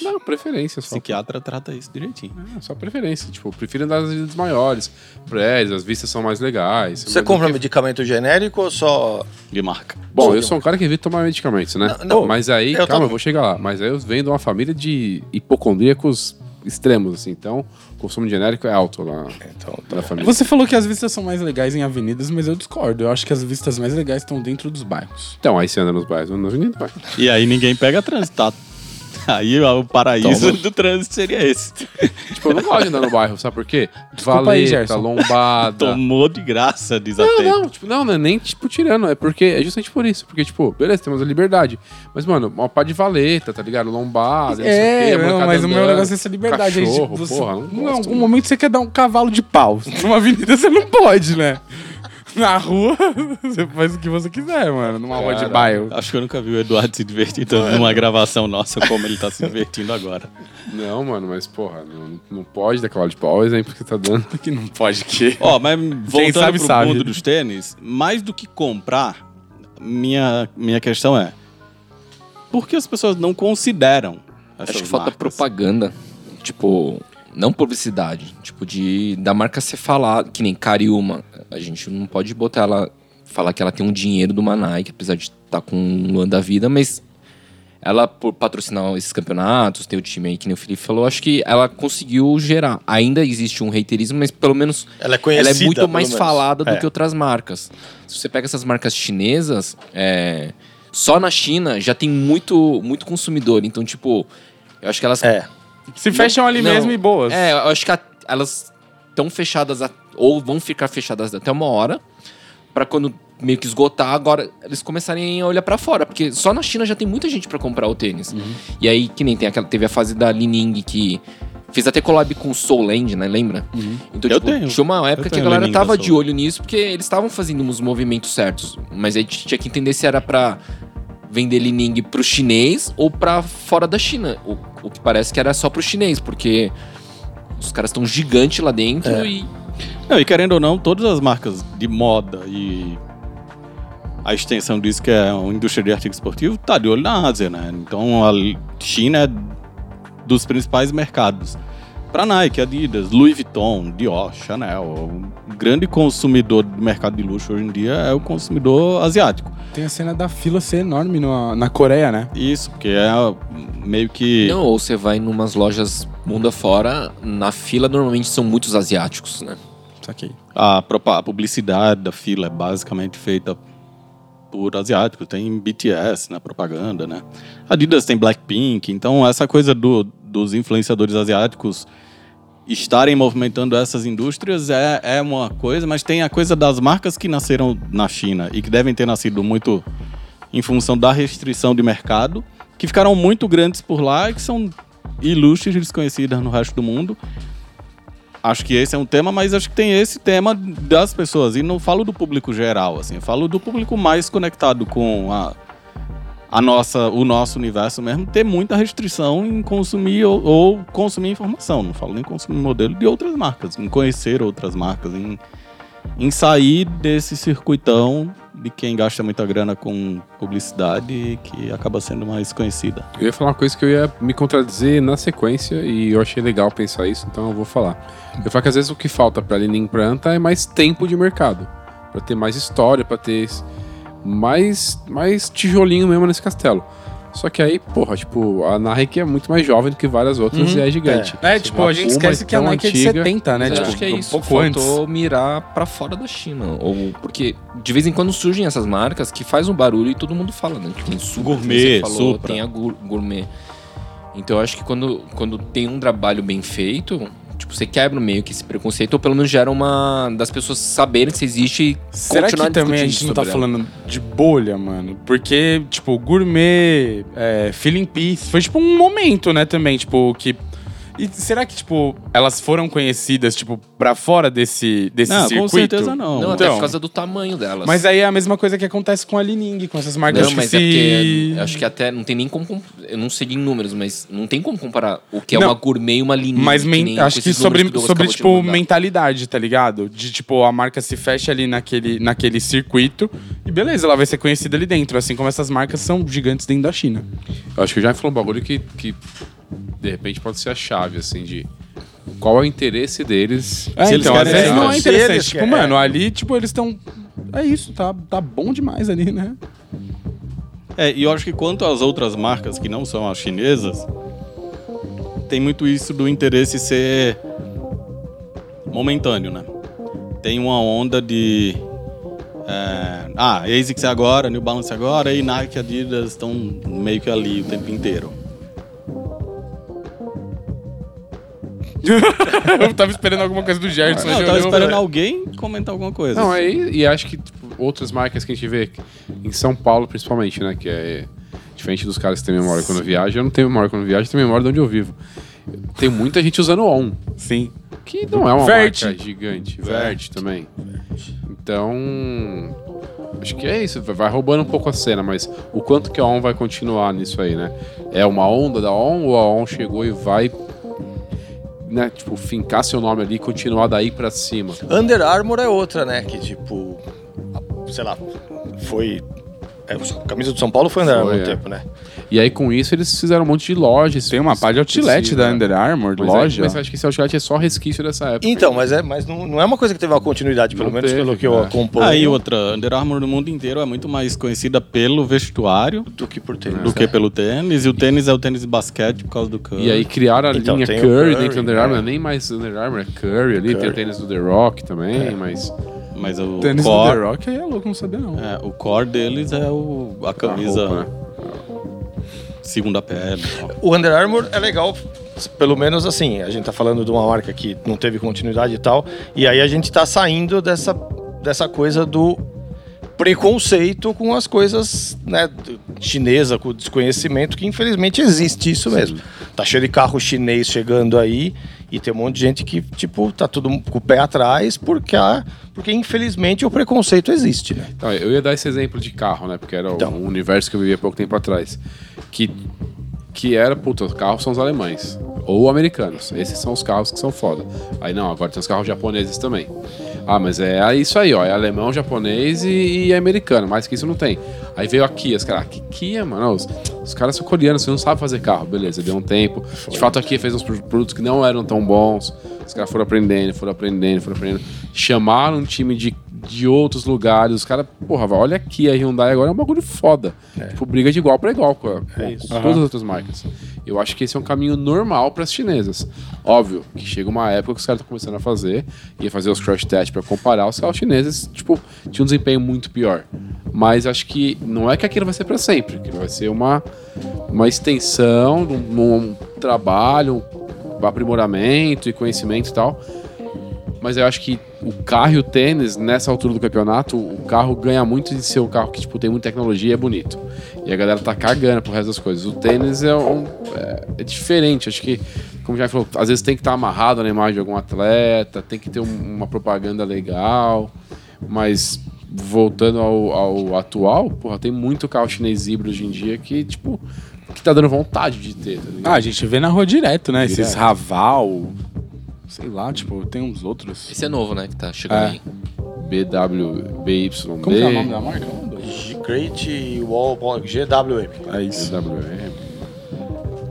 D: Não, preferência só.
A: Psiquiatra trata isso direitinho.
D: É, só preferência. Tipo, eu prefiro andar nas vidas maiores, prédios, as vistas são mais legais.
C: Você
D: Mas-
C: compra medicamento genérico ou só.
A: De marca.
D: Bom, eu sou um cara que evita tomar medicamentos, né?
C: Não, não,
D: Mas aí,
C: eu
D: calma,
C: também.
D: eu vou chegar lá. Mas aí eu venho de uma família de hipocondríacos extremos, assim. Então, o consumo genérico é alto lá
C: Então,
D: na família.
B: Você falou que as vistas são mais legais em avenidas, mas eu discordo. Eu acho que as vistas mais legais estão dentro dos bairros.
D: Então, aí você anda nos bairros, não avenida, vai.
A: E aí ninguém pega trânsito, tá? Aí ó, o paraíso do trânsito seria esse.
D: Tipo, eu não gosto de andar no bairro, sabe por quê?
B: Desculpa aí,
D: Valeta,
B: Gerson.
D: lombada.
A: Tomou de graça, diz a
D: Não,
A: Teta.
D: não, tipo, não, não é nem tipo tirando, é porque é justamente por isso, porque tipo, beleza, temos a liberdade. Mas mano, uma pá de valeta, tá ligado? Lombada, não sei o quê,
B: É,
D: a
B: não,
D: molecada
B: mas o meu
D: andando,
B: negócio é essa liberdade. aí,
D: Cachorro,
B: tipo, você-
D: porra, não
B: em
D: gosto,
B: algum
D: mano.
B: momento você quer dar um cavalo de pau. Numa avenida você não pode, né? Na rua, você faz o que você quiser, mano. Numa rua de
D: Cara.
B: bairro.
A: Acho que eu nunca vi o Eduardo se divertir tanto numa gravação nossa como ele tá se divertindo agora.
D: Não, mano, mas porra, não, não pode dar cavalo de pau, é o exemplo que você tá dando.
B: Que não pode que.
A: Ó, mas voltando
B: sabe,
A: pro
B: sabe.
A: mundo dos tênis, mais do que comprar, minha, minha questão é por que as pessoas não consideram essas
F: Acho que falta
A: marcas?
F: propaganda. Tipo, não publicidade. Tipo, de da marca ser falada, que nem Cariúma. A gente não pode botar ela. Falar que ela tem um dinheiro do Nike, apesar de estar com um ano da vida, mas ela, por patrocinar esses campeonatos, ter o time aí, que nem o Felipe falou, acho que ela conseguiu gerar. Ainda existe um haterismo, mas pelo menos
C: ela é conhecida.
F: ela é muito
C: pelo
F: mais
C: menos.
F: falada do
C: É.
F: que outras marcas. Se você pega essas marcas chinesas, é, só na China já tem muito, muito consumidor. Então, tipo, eu acho que elas. É,
C: É.
B: Se fecham ali
F: Não.
B: mesmo e boas.
F: eu acho que a- elas estão fechadas a- ou vão ficar fechadas até uma hora pra quando meio que esgotar, agora eles começarem a olhar pra fora, porque só na China já tem muita gente pra comprar o tênis. E aí, que nem tem aquela, teve a fase da Lining que fez até collab com o Soul Land, né? Lembra? Então,
A: Eu
F: tipo,
A: tenho.
F: tinha uma época
A: Eu
F: que a
A: tenho
F: galera
A: Lenin da
F: tava
A: Soul.
F: de olho nisso, porque eles estavam fazendo uns movimentos certos. Mas aí tinha que entender se era pra vender Lining pro chinês ou pra fora da China. O, o que parece que era só pro chinês, porque os caras estão gigante lá
A: É.
F: dentro e.
A: Não, e querendo ou não, todas as marcas de moda e a extensão disso, que é uma indústria de artigo esportivo, tá de olho na Ásia, né? Então a China é dos principais mercados. Para Nike, Adidas, Louis Vuitton, Dior, Chanel, o grande consumidor do mercado de luxo hoje em dia é o consumidor asiático.
B: Tem a cena da fila ser enorme na, na Coreia, né?
A: Isso, porque é meio que.
F: Não, ou você vai numas lojas mundo afora, na fila normalmente são muitos asiáticos, né?
B: Saquei.
A: a, propa- a publicidade da fila é basicamente feita por asiáticos. Tem BTS na propaganda, né? Adidas tem Blackpink. Então, essa coisa do- dos influenciadores asiáticos estarem movimentando essas indústrias é, é uma coisa, mas tem a coisa das marcas que nasceram na China e que devem ter nascido muito em função da restrição de mercado, que ficaram muito grandes por lá e que são ilustres e desconhecidas no resto do mundo. Acho que esse é um tema, mas acho que tem esse tema das pessoas. E não falo do público geral, assim. Eu falo do público mais conectado com a, a nossa, o nosso universo mesmo, ter muita restrição em consumir ou, ou consumir informação. Não falo nem consumir modelo de outras marcas, em conhecer outras marcas, em, em sair desse circuitão de quem gasta muita grana com publicidade e que acaba sendo mais conhecida.
D: Eu ia falar uma coisa que eu ia me contradizer na sequência e eu achei legal pensar isso, então eu vou falar. Eu falo que às vezes o que falta pra Lean Planta é mais tempo de mercado, Pra ter mais história, pra ter s- mais mais tijolinho mesmo nesse castelo. Só que aí, porra, tipo, a Nike é muito mais jovem do que várias outras
B: Uhum.
D: e é gigante.
B: É, tipo, a gente
D: Uma
B: esquece que a
D: tão
B: Nike é de
D: antiga.
B: 70, né?
F: Mas
B: Tipo,
F: acho que é isso.
B: um pouco
F: Faltou
B: antes.
F: mirar pra fora da China. Ou porque de vez em quando surgem essas marcas que faz um barulho e todo mundo fala, né? Tem Supra, como
A: Gourmet,
F: você falou,
A: Supra.
F: tem a gur- gourmet. Então eu acho que quando, quando tem um trabalho bem feito, tipo, você quebra meio que esse preconceito, ou pelo menos gera uma. das pessoas saberem se existe e
B: Será que
F: continuar
B: também a gente
F: discutindo
B: não tá
F: sobre ela.
B: falando de bolha, mano? Porque, tipo, gourmet, é, feeling peace, foi tipo um momento, né, também, tipo, que. E será que, tipo, elas foram conhecidas, tipo, pra fora desse, desse
A: Não,
B: circuito?
A: com certeza não.
F: Não,
A: Não,
F: até
B: Então.
F: por causa do tamanho delas.
B: Mas aí é a mesma coisa que acontece com a Lining, com essas marcas
F: Não,
B: que
F: mas
B: se...
F: é porque acho que até não tem nem como. com- Eu não sei em números, mas não tem como comparar o que é
B: Não.
F: uma gourmet e uma linha.
B: Mas men- acho que sobre, sobre tipo, mentalidade, tá ligado? De, tipo, a marca se fecha ali naquele, naquele circuito e beleza, ela vai ser conhecida ali dentro. Assim como essas marcas são gigantes dentro da China.
D: Eu acho que eu já falou um bagulho que, que de repente pode ser a chave, assim, de qual é o interesse deles.
B: É,
A: Se eles
B: então, às
A: querem
B: vezes
A: ser
B: não é
C: eles
B: interessante.
C: querem.
B: tipo, mano, ali, tipo, eles estão... É isso, tá, tá bom demais ali, né?
A: É, e eu acho que quanto às outras marcas que não são as chinesas, tem muito isso do interesse ser momentâneo, né? Tem uma onda de. é, ah, ASICS é agora, New Balance é agora, e Nike e Adidas estão meio que ali o tempo inteiro.
B: Eu tava esperando alguma coisa do Gerson.
A: Não, eu tava esperando alguém comentar alguma coisa.
D: Não, aí, e acho que tipo, outras marcas que a gente vê em São Paulo, principalmente, né? Que é diferente dos caras que têm memória quando viajam. Eu não tenho memória quando viajo, eu tenho memória de onde eu vivo. Tem muita gente usando ON,
B: Sim.
D: que não é uma
B: Verte.
D: marca gigante. Verde também. Então, acho que é isso. Vai roubando um pouco a cena, mas o quanto que a ON vai continuar nisso aí, né? É uma onda da ON ou a ON chegou e vai... Né, tipo, fincar seu nome ali e continuar daí pra cima.
C: Under Armour é outra, né? Que tipo, a- sei lá, foi. é, a camisa do São Paulo foi Under
D: Foi,
C: Armour um
D: é.
C: tempo, né?
D: E aí, com isso, eles fizeram um monte de lojas.
B: Tem uma pá de outlet
D: Sim,
B: da
D: né?
B: Under Armour,
D: Mas
B: loja.
D: É, mas eu acho que esse outlet é só resquício dessa época.
C: Então, mas, é, mas não, não é uma coisa que teve uma continuidade, pelo
D: Não
C: menos
D: teve,
C: pelo que eu
A: né.
D: cara.
C: acompanho.
A: Aí outra, Under Armour no mundo inteiro é muito mais conhecida pelo vestuário
C: Do que por ter.
A: do que pelo tênis, e o tênis é o tênis de basquete por causa do campo.
D: E aí criaram a
C: Então,
D: linha
C: tem
D: Curry,
C: o Curry,
D: dentro do Under Armour.
C: é.
D: Nem mais Under Armour, é Curry ali. Tem
C: Curry.
D: o tênis do The Rock também, mas...
A: Mas o
B: Tênis do
A: core,
B: The Rock aí é louco, não sabia não.
A: É, o core deles é o, a camisa
D: roupa, né?
A: segunda pele. e tal.
C: O Under Armour é legal, pelo menos assim, a gente tá falando de uma marca que não teve continuidade e tal, e aí a gente tá saindo dessa, dessa coisa do preconceito com as coisas, né, do- chinesa, com o desconhecimento, que infelizmente existe isso mesmo. Tá cheio de carro chinês chegando aí e tem um monte de gente que, tipo, tá tudo com o pé atrás porque, a, porque infelizmente o preconceito existe, né?
D: Então, eu ia dar esse exemplo de carro, né? Porque era
C: Então.
D: um universo que eu vivia pouco tempo atrás. Que, que era, puta, os carros são os alemães. Ou americanos. Esses são os carros que são foda. Aí não, agora tem os carros japoneses também. Ah, mas é isso aí, ó. É alemão, japonês e, e americano. Mais que isso não tem. Aí veio a Kia. Os caras, ah, que Kia, mano? Os, os caras são coreanos, você não sabe fazer carro. Beleza, deu um tempo. De fato, a Kia fez uns pro- produtos que não eram tão bons. Os caras foram aprendendo, foram aprendendo, foram aprendendo. Chamaram um time de, de outros lugares. Os caras, porra, vai, olha aqui, a Hyundai agora é um bagulho foda. Tipo, briga de igual pra igual com, a- com- com todas as outras marcas. Eu acho que esse é um caminho normal pras chinesas. Óbvio que chega uma época que os caras estão começando a fazer, ia fazer os crash test pra comparar, os carros chineses, tipo, tinham um desempenho muito pior. Mas acho que não é que aquilo vai ser pra sempre, que vai ser uma, uma extensão, um, um trabalho, um aprimoramento e conhecimento e tal. Mas eu acho que o carro e o tênis, nessa altura do campeonato, o carro ganha muito de ser um carro que tipo, tem muita tecnologia e é bonito. E a galera tá cagando pro resto das coisas. O tênis é, um- é- é diferente. Acho que, como já falou, às vezes tem que estar amarrado na imagem de algum atleta, tem que ter um- uma propaganda legal. Mas voltando ao, ao atual, porra, tem muito carro chinês híbrido hoje em dia que, tipo, que tá dando vontade de ter. Tá ligado?
B: Ah, a gente vê na rua direto, né? Esses
D: Direto.
B: Raval, sei lá, tipo, tem uns outros.
F: Esse é novo, né? Que tá chegando
B: É.
F: aí.
D: BW, BYD.
B: Como que é o nome da marca?
C: Great Wall Bond, GWM.
B: É isso.
D: BWM.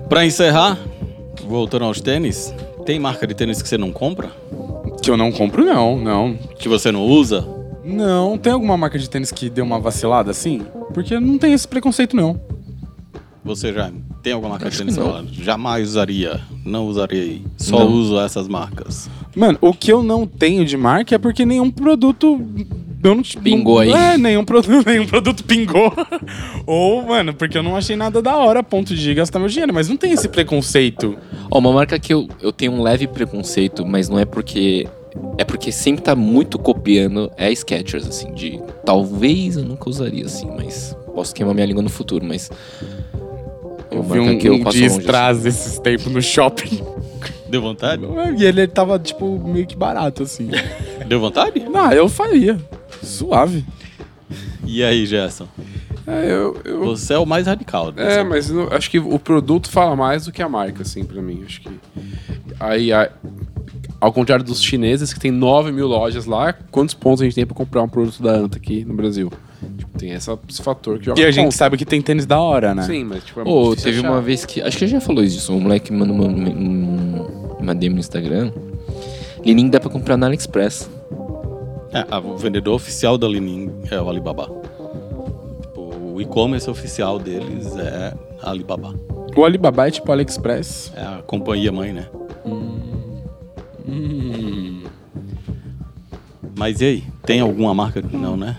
A: Pra encerrar, voltando aos tênis, tem marca de tênis que você não compra?
B: Que eu não compro, não, não.
A: Que você não usa?
B: Não, tem alguma marca de tênis que deu uma vacilada assim? Porque não tem esse preconceito, não.
A: Você já tem alguma marca de tênis que fala, jamais usaria, não usaria, só uso essas marcas.
B: Mano, o que eu não tenho de marca é porque nenhum produto. Eu não,
F: Pingou aí.
B: não, É, nenhum, produ nenhum produto pingou. Ou, mano, porque eu não achei nada da hora a ponto de gastar meu dinheiro. Mas não tem esse preconceito.
F: Ó, uma marca que eu, eu tenho um leve preconceito, mas não é porque. É porque sempre tá muito copiando é a Skechers, assim, de talvez eu nunca usaria, assim, mas posso queimar minha língua no futuro, mas. É
B: Eu
F: uma
B: vi
F: marca
B: um,
F: que eu
B: um
F: passo
B: dias
F: longe, assim.
B: atrás esses tempos no shopping.
A: Deu vontade?
B: E ele tava, tipo, meio que barato, assim.
A: Deu vontade?
B: não, eu faria. Suave.
A: E aí, Gerson?
D: É, eu, eu
A: Você é o mais radical. né?
D: É, mas não- acho que o produto fala mais do que a marca, assim, pra mim. Acho que. Aí, a- ao contrário dos chineses, que tem 9 mil lojas lá, quantos pontos a gente tem pra comprar um produto da Anta aqui no Brasil? Tipo, tem essa- esse fator que joga
B: E a gente
D: contra.
B: sabe que tem tênis da hora, né?
D: Sim, mas tipo, é muito
F: Ô,
D: difícil
F: teve
D: achar.
F: uma vez que. Acho que já falou isso. Um moleque mandou uma, um- uma DM no Instagram. Linin dá pra comprar na AliExpress.
A: É, a- o vendedor oficial da Linin é o Alibaba. Tipo, o e-commerce oficial deles é a Alibaba.
B: O Alibaba é tipo AliExpress.
A: É a companhia mãe, né? Mas e aí? Tem alguma marca? Não, né?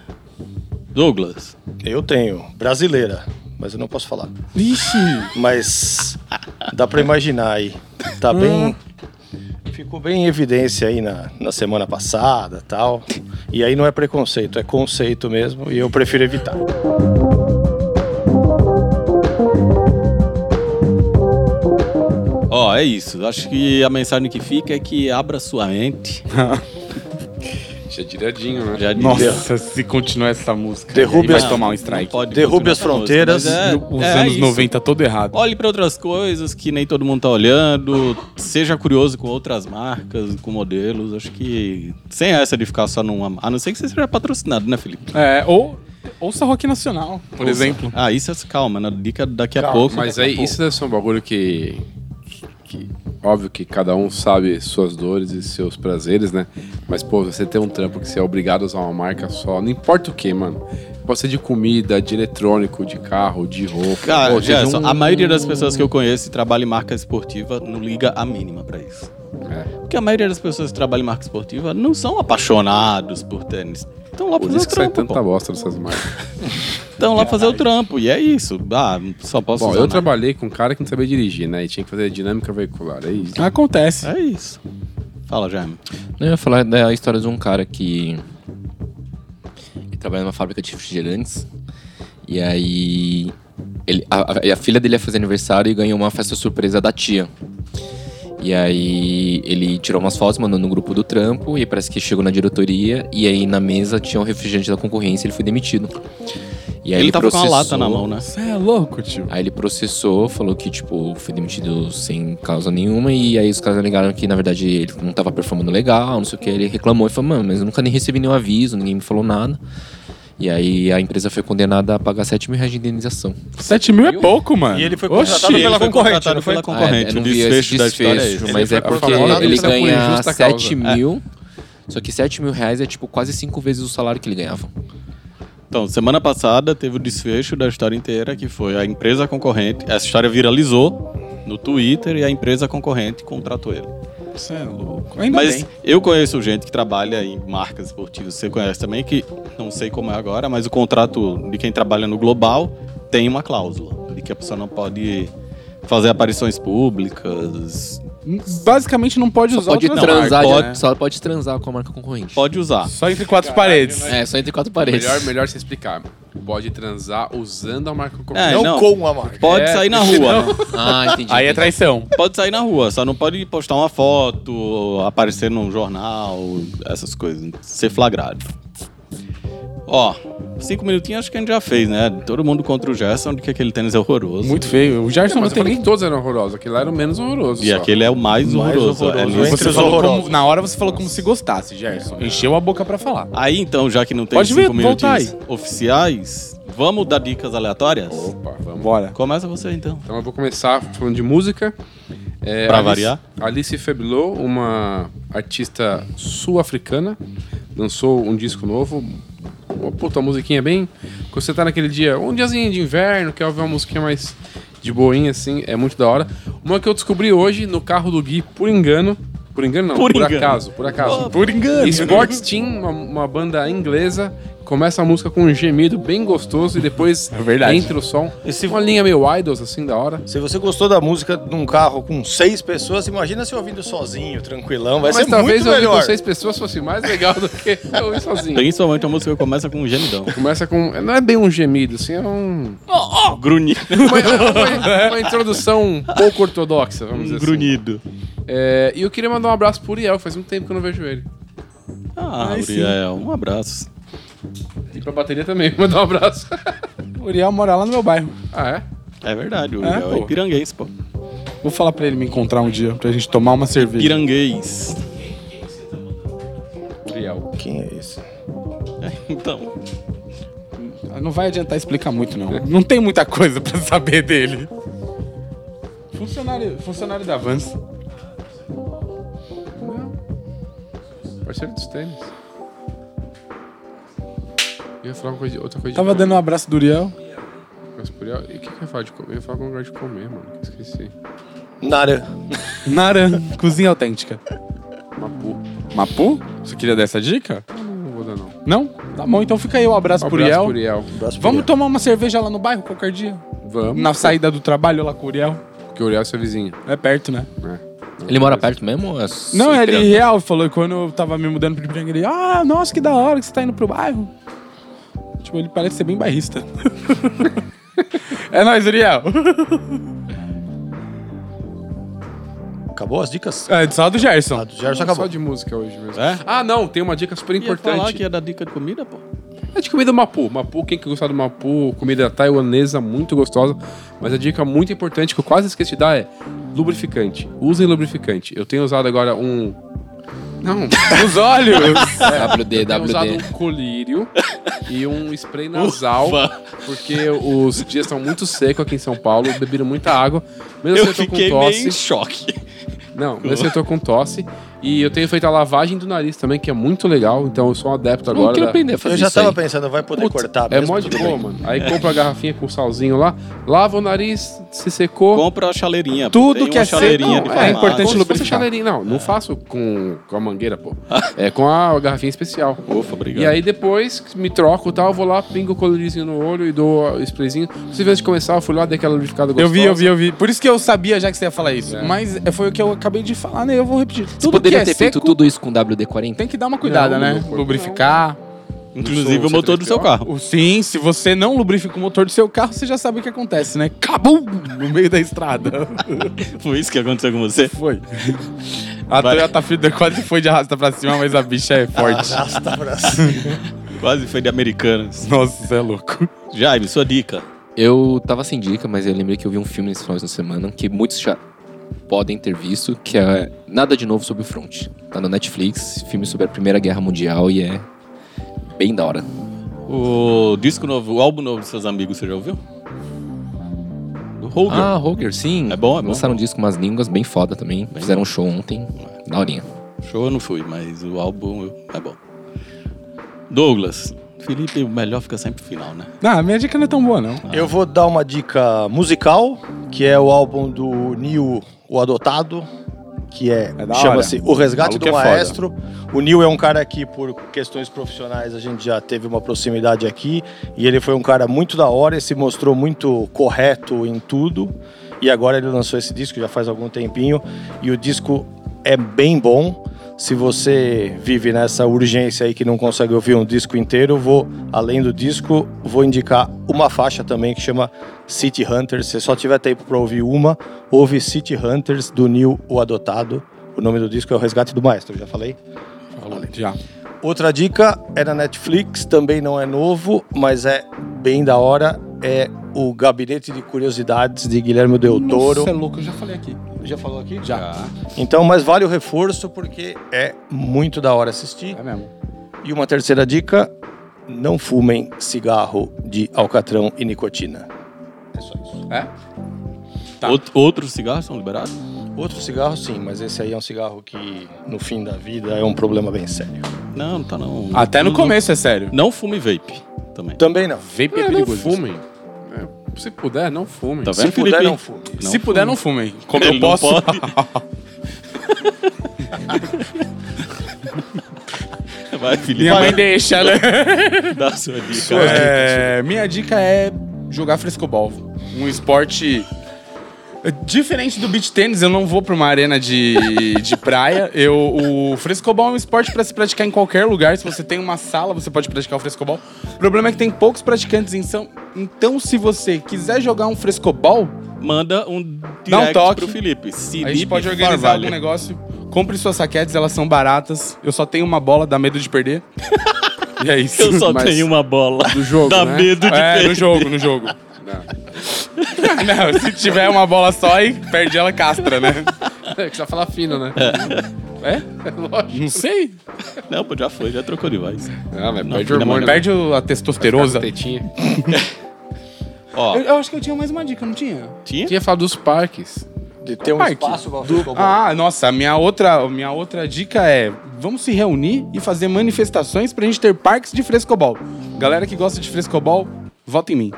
A: Douglas,
C: Eu tenho, brasileira, mas eu não posso falar.
B: Ixi!
C: Mas dá pra imaginar aí. Tá
D: Hum.
C: bem. Ficou bem em evidência aí na, na semana passada tal. E aí não é preconceito, é conceito mesmo. E eu prefiro evitar.
A: ó, é isso. Acho que a mensagem que fica é que abra sua mente.
D: Já direitinho, né?
A: Já
B: Nossa, se continuar essa música,
C: Derrube
B: ele vai
C: as-
B: tomar um
A: Não
B: strike.
A: pode
C: Derrube
A: continuar
C: as
A: essa
C: fronteiras,
A: música, mas
B: Os
A: é
B: anos
A: isso.
B: 90 todo errado.
A: Olhe para outras coisas que nem todo mundo tá olhando. Seja curioso com outras marcas, com modelos. Acho que sem essa de ficar só numa. A não ser que você seja patrocinado, né, Felipe?
B: É, ou ouça rock nacional, por exemplo.
A: Ah, isso é calma, né? Dica daqui a
C: Calma,
A: pouco.
D: Mas aí, isso deve ser um bagulho que, que- Óbvio que cada um sabe suas dores e seus prazeres, né? Mas, pô, você tem um trampo que você é obrigado a usar uma marca só, não importa o que, mano. Pode ser de comida, de eletrônico, de carro, de roupa.
A: Cara,
D: Pô, teve
A: Gerson,
D: um-
A: a maioria das pessoas que eu conheço que trabalha em marca esportiva não liga a mínima pra isso.
D: É.
A: Porque a maioria das pessoas que trabalham em marca esportiva não são apaixonados por tênis. Estão lá
D: Por
A: fazer o
D: isso que sai tanta
A: trampo. pô.
D: bosta dessas marcas.
A: Estão lá fazer o trampo. E é isso. Ah, só posso
D: Bom,
A: usar
D: eu
A: Nike.
D: trabalhei com um cara que não sabia dirigir, né? E tinha que fazer dinâmica veicular, é isso.
B: Acontece.
A: É isso. Fala, Jaime.
F: Não, Eu ia falar da história de um cara que. Ele trabalha numa fábrica de refrigerantes. E aí. Ele, a, a- a filha dele ia fazer aniversário e ganhou uma festa surpresa da tia. E aí ele tirou umas fotos, mandou no grupo do trampo, e parece que chegou na diretoria, e aí na mesa tinha um refrigerante da concorrência e ele foi demitido. E aí
A: Ele,
F: ele,
A: tava com uma lata
F: processou-
A: na mão, né?
B: Você é louco, tio.
F: Aí ele processou, falou que, tipo, foi demitido sem causa nenhuma. E aí os caras alegaram que, na verdade, ele não tava performando legal, não sei o que. Ele reclamou e falou, mano, mas eu nunca nem recebi nenhum aviso, ninguém me falou nada. E aí a empresa foi condenada a pagar 7 mil reais de indenização.
B: 7 mil é pouco, mano.
C: E ele foi
B: Oxi,
C: contratado
B: ele
C: pela
B: foi
C: concorrente,
A: contratado
C: não foi?
A: pela concorrente.
F: Ah, eu
A: o
F: não vi esse
A: desfecho da história é
F: desfecho,
A: esse.
F: Mas
C: Ele
F: é
C: foi
F: porque
C: condenado
F: ele
D: por justa
F: ganha
D: causa.
F: 7 mil, só que 7 mil reais é, tipo, quase 5 vezes o salário que ele ganhava.
A: Então, semana passada teve o desfecho da história inteira, que foi a empresa concorrente. Essa história viralizou no Twitter e a empresa concorrente contratou ele.
B: Você é louco. Ainda
A: mas
B: bem.
A: eu conheço gente que trabalha em marcas esportivas, você conhece também, que não sei como é agora, mas o contrato de quem trabalha no global tem uma cláusula de que a pessoa não pode fazer aparições públicas,
B: Basicamente não pode
F: Só
B: usar
F: pode
B: outras
F: transar,
B: marcas,
F: de-
B: né?
F: só pode transar com a marca concorrente.
A: pode usar.
B: Só entre quatro paredes.
F: É, só entre quatro paredes.
D: Melhor, melhor se explicar. Pode transar usando a marca
A: É,
D: concorrente.
A: não.
C: Não com a marca.
A: Pode
D: É,
A: sair na rua, né?
F: Ah, entendi.
B: Aí é
F: entendi.
B: traição.
A: pode sair na rua, só não pode postar uma foto, aparecer num jornal, essas coisas, ser flagrado. Ó, cinco minutinhos acho que a gente já fez, né? Todo mundo contra o Gerson de que aquele tênis é horroroso.
B: Muito feio. O Gerson não,
D: Não, mas eu
B: tem
D: falei
B: nem...
D: que todos eram horrorosos. Aquele lá era o menos horroroso.
A: E
D: só.
A: aquele é o mais,
C: Mais
A: horroroso.
C: horroroso.
A: é lindo.
C: Entre
B: Você
C: os
B: falou
C: horrorosos.
B: como- na hora você falou como se gostasse, Gerson. Encheu a boca pra falar.
A: Aí então, já que não tem
B: Pode
A: cinco
B: vir, volta
A: minutinhos oficiais, vamos dar dicas aleatórias?
D: Opa, vamos.
B: Bora.
A: Começa você então.
D: Então eu vou começar falando de música. É,
A: Pra
D: Alice-
A: variar.
D: Alice Feblot, uma artista sul-africana, lançou um disco novo. Uma puta musiquinha bem. Quando você tá naquele dia, um diazinho de inverno, quer ouvir uma musiquinha mais de boinha, assim, é muito da hora. Uma que eu descobri hoje no carro do Gui, por engano. Por engano não,
A: Por
D: por,
A: engano.
D: acaso, por acaso.
B: Por engano.
D: Sports Team, uma, uma banda inglesa, começa a música com um gemido bem gostoso e depois
B: É verdade.
D: entra o som.
C: Esse-
D: Uma linha meio idols, assim, da hora.
C: Se você gostou da música num carro com seis pessoas, imagina se ouvindo sozinho, tranquilão. Vai
D: Mas
C: ser
D: talvez
C: muito
D: eu ouvir com
C: melhor.
D: seis pessoas fosse mais legal do que eu ouvir sozinho.
A: Principalmente a música que começa com um gemidão.
D: Começa com. Não é bem um gemido, assim, é um.
A: grunhido.
D: Uma, uma- uma introdução um pouco ortodoxa, vamos dizer assim.
A: Um grunhido.
D: É, e eu queria mandar um abraço pro Uriel, faz muito tempo que eu não vejo ele.
A: Ah,
B: Aí sim.
A: Uriel, um abraço.
D: E pra bateria também, mandar um abraço.
B: O Uriel mora lá no meu bairro.
D: ah, é?
A: É verdade, o Uriel é,
B: pô.
A: piranguês, pô.
B: Vou falar pra ele me encontrar um dia, pra gente tomar uma cerveja.
A: Piranguês.
D: Uriel.
C: Quem é esse?
A: Então,
B: Ah, Não vai adiantar explicar muito, não. Não tem muita coisa pra saber dele. Funcionário, funcionário da Vans.
D: Parceiro dos tênis. Eu ia falar uma coisa de- outra coisa de
B: Tava dando um abraço do Uriel.
D: Mas por aí- E o que, que eu ia falar de comer? Eu ia falar com lugar de comer, mano. que eu Esqueci.
C: Nara.
B: Nara, cozinha autêntica.
D: Mapu.
B: Mapu? Você queria dar essa dica?
D: Não, não vou dar, não. Um
B: Não? Tá bom, então fica aí o abraço, pro Uriel. Um
D: pro Uriel.
C: Abraço
B: Vamos
C: pro
B: tomar uma cerveja lá no bairro qualquer dia?
D: Vamos.
B: Na saída do trabalho lá com o Uriel.
D: Porque o Uriel é seu vizinho.
B: É perto, né?
F: Ele mora perto mesmo? ou é
B: Não,
F: só
B: ele
F: esperando?
B: real falou quando eu tava me mudando pro Ipiranga, ele, ah, nossa, que da hora que você tá indo pro bairro. Tipo, ele parece ser bem bairrista. é nóis, Uriel.
C: Acabou as dicas?
B: É, só do Gerson.
C: Ah, do Gerson
D: Só
C: acabou.
D: de música hoje mesmo.
A: É?
D: Ah, não. Tem uma dica super
A: ia falar
D: importante.
A: que ia dar dica de comida, pô.
D: É de comida Mapu. Mapu, quem que gostar do Mapu, comida taiwanesa muito gostosa. Mas a dica muito importante que eu quase esqueci de dar é lubrificante. Usem lubrificante. Eu tenho usado agora um... Não,
B: Os olhos.
F: WD,
D: tenho usado
F: WD.
D: um colírio e um spray nasal, porque os dias estão muito secos aqui em São Paulo, beberam muita água. Mesmo
A: Eu
D: assim, eu tô
A: fiquei
D: com
A: meio
D: tosse.
A: em choque.
D: Não, mesmo assim, eu tô com tosse. E eu tenho feito a lavagem do nariz também, que é muito legal. Então eu sou um adepto
F: Não, eu
D: agora.
F: queria
D: da-
F: aprender a fazer
C: Eu já
F: isso aí.
C: tava pensando, vai poder
D: Putz,
C: cortar
D: É
C: mesmo,
D: mó de
C: tudo
D: boa,
C: bem.
D: mano. Aí compra a garrafinha com salzinho lá, lava o nariz, se secou.
A: Compra a chaleirinha. pô.
B: Tudo
A: Tem
B: que
A: uma
B: é seco
A: chaleirinha
B: é
A: de farmácia.
B: importante
D: como se fosse
B: lubrificar.
D: chaleirinho. Não, não faço com, com a mangueira, pô.
C: Ah.
D: É com a garrafinha especial.
A: Ufa, obrigado.
D: E aí depois que me troco e tal, eu vou lá, pingo o colorizinho no olho e dou o sprayzinho. Se vezes de começar, eu fui lá, dei aquela lubrificada
C: é
D: gostosa.
B: Eu vi, eu vi, eu vi. Por isso que eu sabia já que você ia falar isso.
D: É.
B: Mas foi o que eu acabei de falar, né? Eu vou repetir.
F: Você
B: Tudo
F: poderia
B: que é
F: ter feito
B: seco,
F: tudo isso com WD-40?
B: Tem que dar uma cuidada,
D: Não,
B: né?
D: meu corpo,
B: Lubrificar.
A: Inclusive
D: Sou
A: o motor do seu
D: C3PO.
A: carro.
B: O- Sim, se você não lubrifica o motor do seu carro, você já sabe o que acontece, né? Cabum! No meio da estrada.
A: Foi isso que aconteceu com você?
B: Foi. A
A: Vai.
B: Toyota Fielder quase foi de arrasta pra cima, mas a bicha é forte.
C: Arrasta pra cima.
A: Quase foi de Americanas.
B: Nossa, você é louco.
A: Jaime, sua dica.
F: Eu tava sem dica, mas eu lembrei que eu vi um filme nesse final de semana que muitos já podem ter visto, que é Nada de Novo sobre o Front. Tá na Netflix, filme sobre a Primeira Guerra Mundial e é bem da hora.
A: O disco novo, o álbum novo dos seus amigos, você já ouviu? Do Holger.
F: Ah, Roger, sim.
A: É bom, é bom.
F: Lançaram um disco com umas línguas bem foda também. Fizeram um show ontem, daorinha.
A: Show eu não fui, mas o álbum eu- é bom. Douglas. Felipe, o melhor fica sempre pro final, né?
B: Não, a minha dica não é tão boa, não.
C: Ah. Eu vou dar uma dica musical, que é o álbum do Neil, o Adotado, que é,
B: É da
C: chama-se O Resgate
B: Maluco
C: do
B: é foda.
C: Maestro. o Neil é um cara que, por questões profissionais, a gente já teve uma proximidade aqui, e ele foi um cara muito da hora e se mostrou muito correto em tudo. E agora ele lançou esse disco já faz algum tempinho, e o disco é bem bom. Se você vive nessa urgência aí que não consegue ouvir um disco inteiro, vou além do disco, vou indicar uma faixa também que chama City Hunters. Se só tiver tempo para ouvir uma, ouve City Hunters do Neil o Adotado. O nome do disco é O Resgate do Maestro, já falei.
B: Já.
C: Outra dica é na Netflix, também não é novo, mas é bem da hora, é o Gabinete de Curiosidades de Guilherme Del Toro.
B: Você é louco, eu já falei aqui.
C: Já falou aqui?
B: Já.
C: Então, mas vale o reforço porque é muito da hora assistir.
B: É mesmo.
C: E uma terceira dica, não fumem cigarro de alcatrão e nicotina. É só isso.
A: Out- outros cigarros são liberados?
C: Outro cigarro sim, mas esse aí é um cigarro que no fim da vida é um problema bem sério.
A: Não, não tá não.
B: Até no
A: Não-
B: começo, é sério.
A: Não fume vape também.
C: Também não.
B: Vape
D: É,
B: é
D: não
B: perigoso.
D: fumem. É, se puder, não fumem.
A: Tá vendo?
C: Se puder,
A: Felipe?
C: não fume.
B: Se puder, não fumem. Como
A: Ele
B: eu
A: não
B: posso.
A: pode. Vai, Felipe,
B: Minha mãe deixa, né?
A: dá a sua dica.
B: É, minha dica é jogar frescobol. Um esporte. Diferente do beach tênis, eu não vou pra uma arena de, de praia. Eu, o frescobol é um esporte pra se praticar em qualquer lugar. Se você tem uma sala, você pode praticar o frescobol. O problema é que tem poucos praticantes em São. Então, se você quiser jogar um frescobol,
A: Manda um
B: Dá um
A: direct
B: toque.
A: pro Felipe. Felipe
B: a gente pode organizar
A: Farvalho.
B: algum negócio. Compre suas saquetes, elas são baratas. Eu só tenho uma bola, dá medo de perder. e é isso.
A: Eu só
D: Mas-
A: tenho uma bola.
D: Do jogo,
A: Dá
D: né?
A: medo de
B: É, no
A: perder.
B: jogo, no jogo. Não, se tiver uma bola só e perde ela, castra, né?
D: Precisa falar fino, né?
C: É.
B: É? Lógico. Não sei.
A: Não, pô, já foi, já trocou de voz.
D: Ah, mas
A: Não,
D: perde
A: fina, mas
D: hormônio. né?
B: Perde o- a testosterosa.
D: Tetinha.
A: Ó,
B: Eu, eu acho que eu tinha mais uma dica, não tinha?
A: tinha?
D: Tinha falado dos parques.
C: De ter um
B: Parque.
C: espaço pra frescobol.
B: Ah, nossa, a minha outra, a minha outra dica é: vamos se reunir e fazer manifestações pra gente ter parques de frescobol. Galera que gosta de frescobol, vota em mim.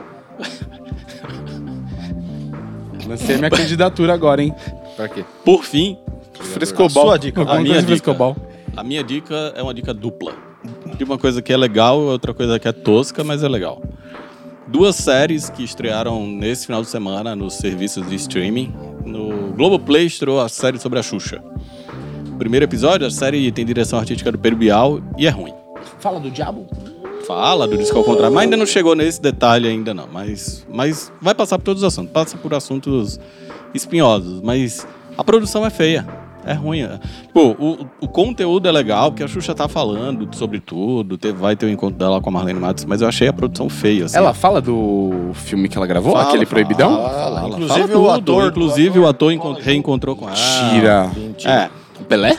B: Lancei a minha candidatura agora, hein?
D: Pra quê?
A: Por fim,
B: Frescobol.
C: A sua dica.
B: Alguma
A: A minha
B: coisa de
A: dica.
B: frescobol.
A: a minha dica é uma dica dupla. De uma coisa que é legal, outra coisa que é tosca, mas é legal. Duas séries que estrearam nesse final de semana nos serviços de streaming. No Globoplay estreou a série sobre a Xuxa. Primeiro episódio, a série tem direção artística do Pedro Bial e é ruim.
E: Fala do diabo?
A: Fala do disco ao contrário, mas ainda não chegou nesse detalhe ainda não. Mas, mas vai passar por todos os assuntos. Passa por assuntos espinhosos, mas a produção é feia. É ruim. é. Pô, o, o conteúdo é legal, porque a Xuxa tá falando sobre tudo. te- vai ter o encontro dela com a Marlene Matos, mas eu achei a produção feia. assim.
D: Ela fala do filme que ela gravou?
A: Fala,
D: aquele
A: fala,
D: proibidão?
A: Fala, fala, fala
C: Inclusive o
A: tudo.
C: ator-
A: Inclusive o
C: o
A: ator
C: ator
A: encon-
C: fala-
A: reencontrou com ela.
B: Mentira.
A: É,
F: O Pelé?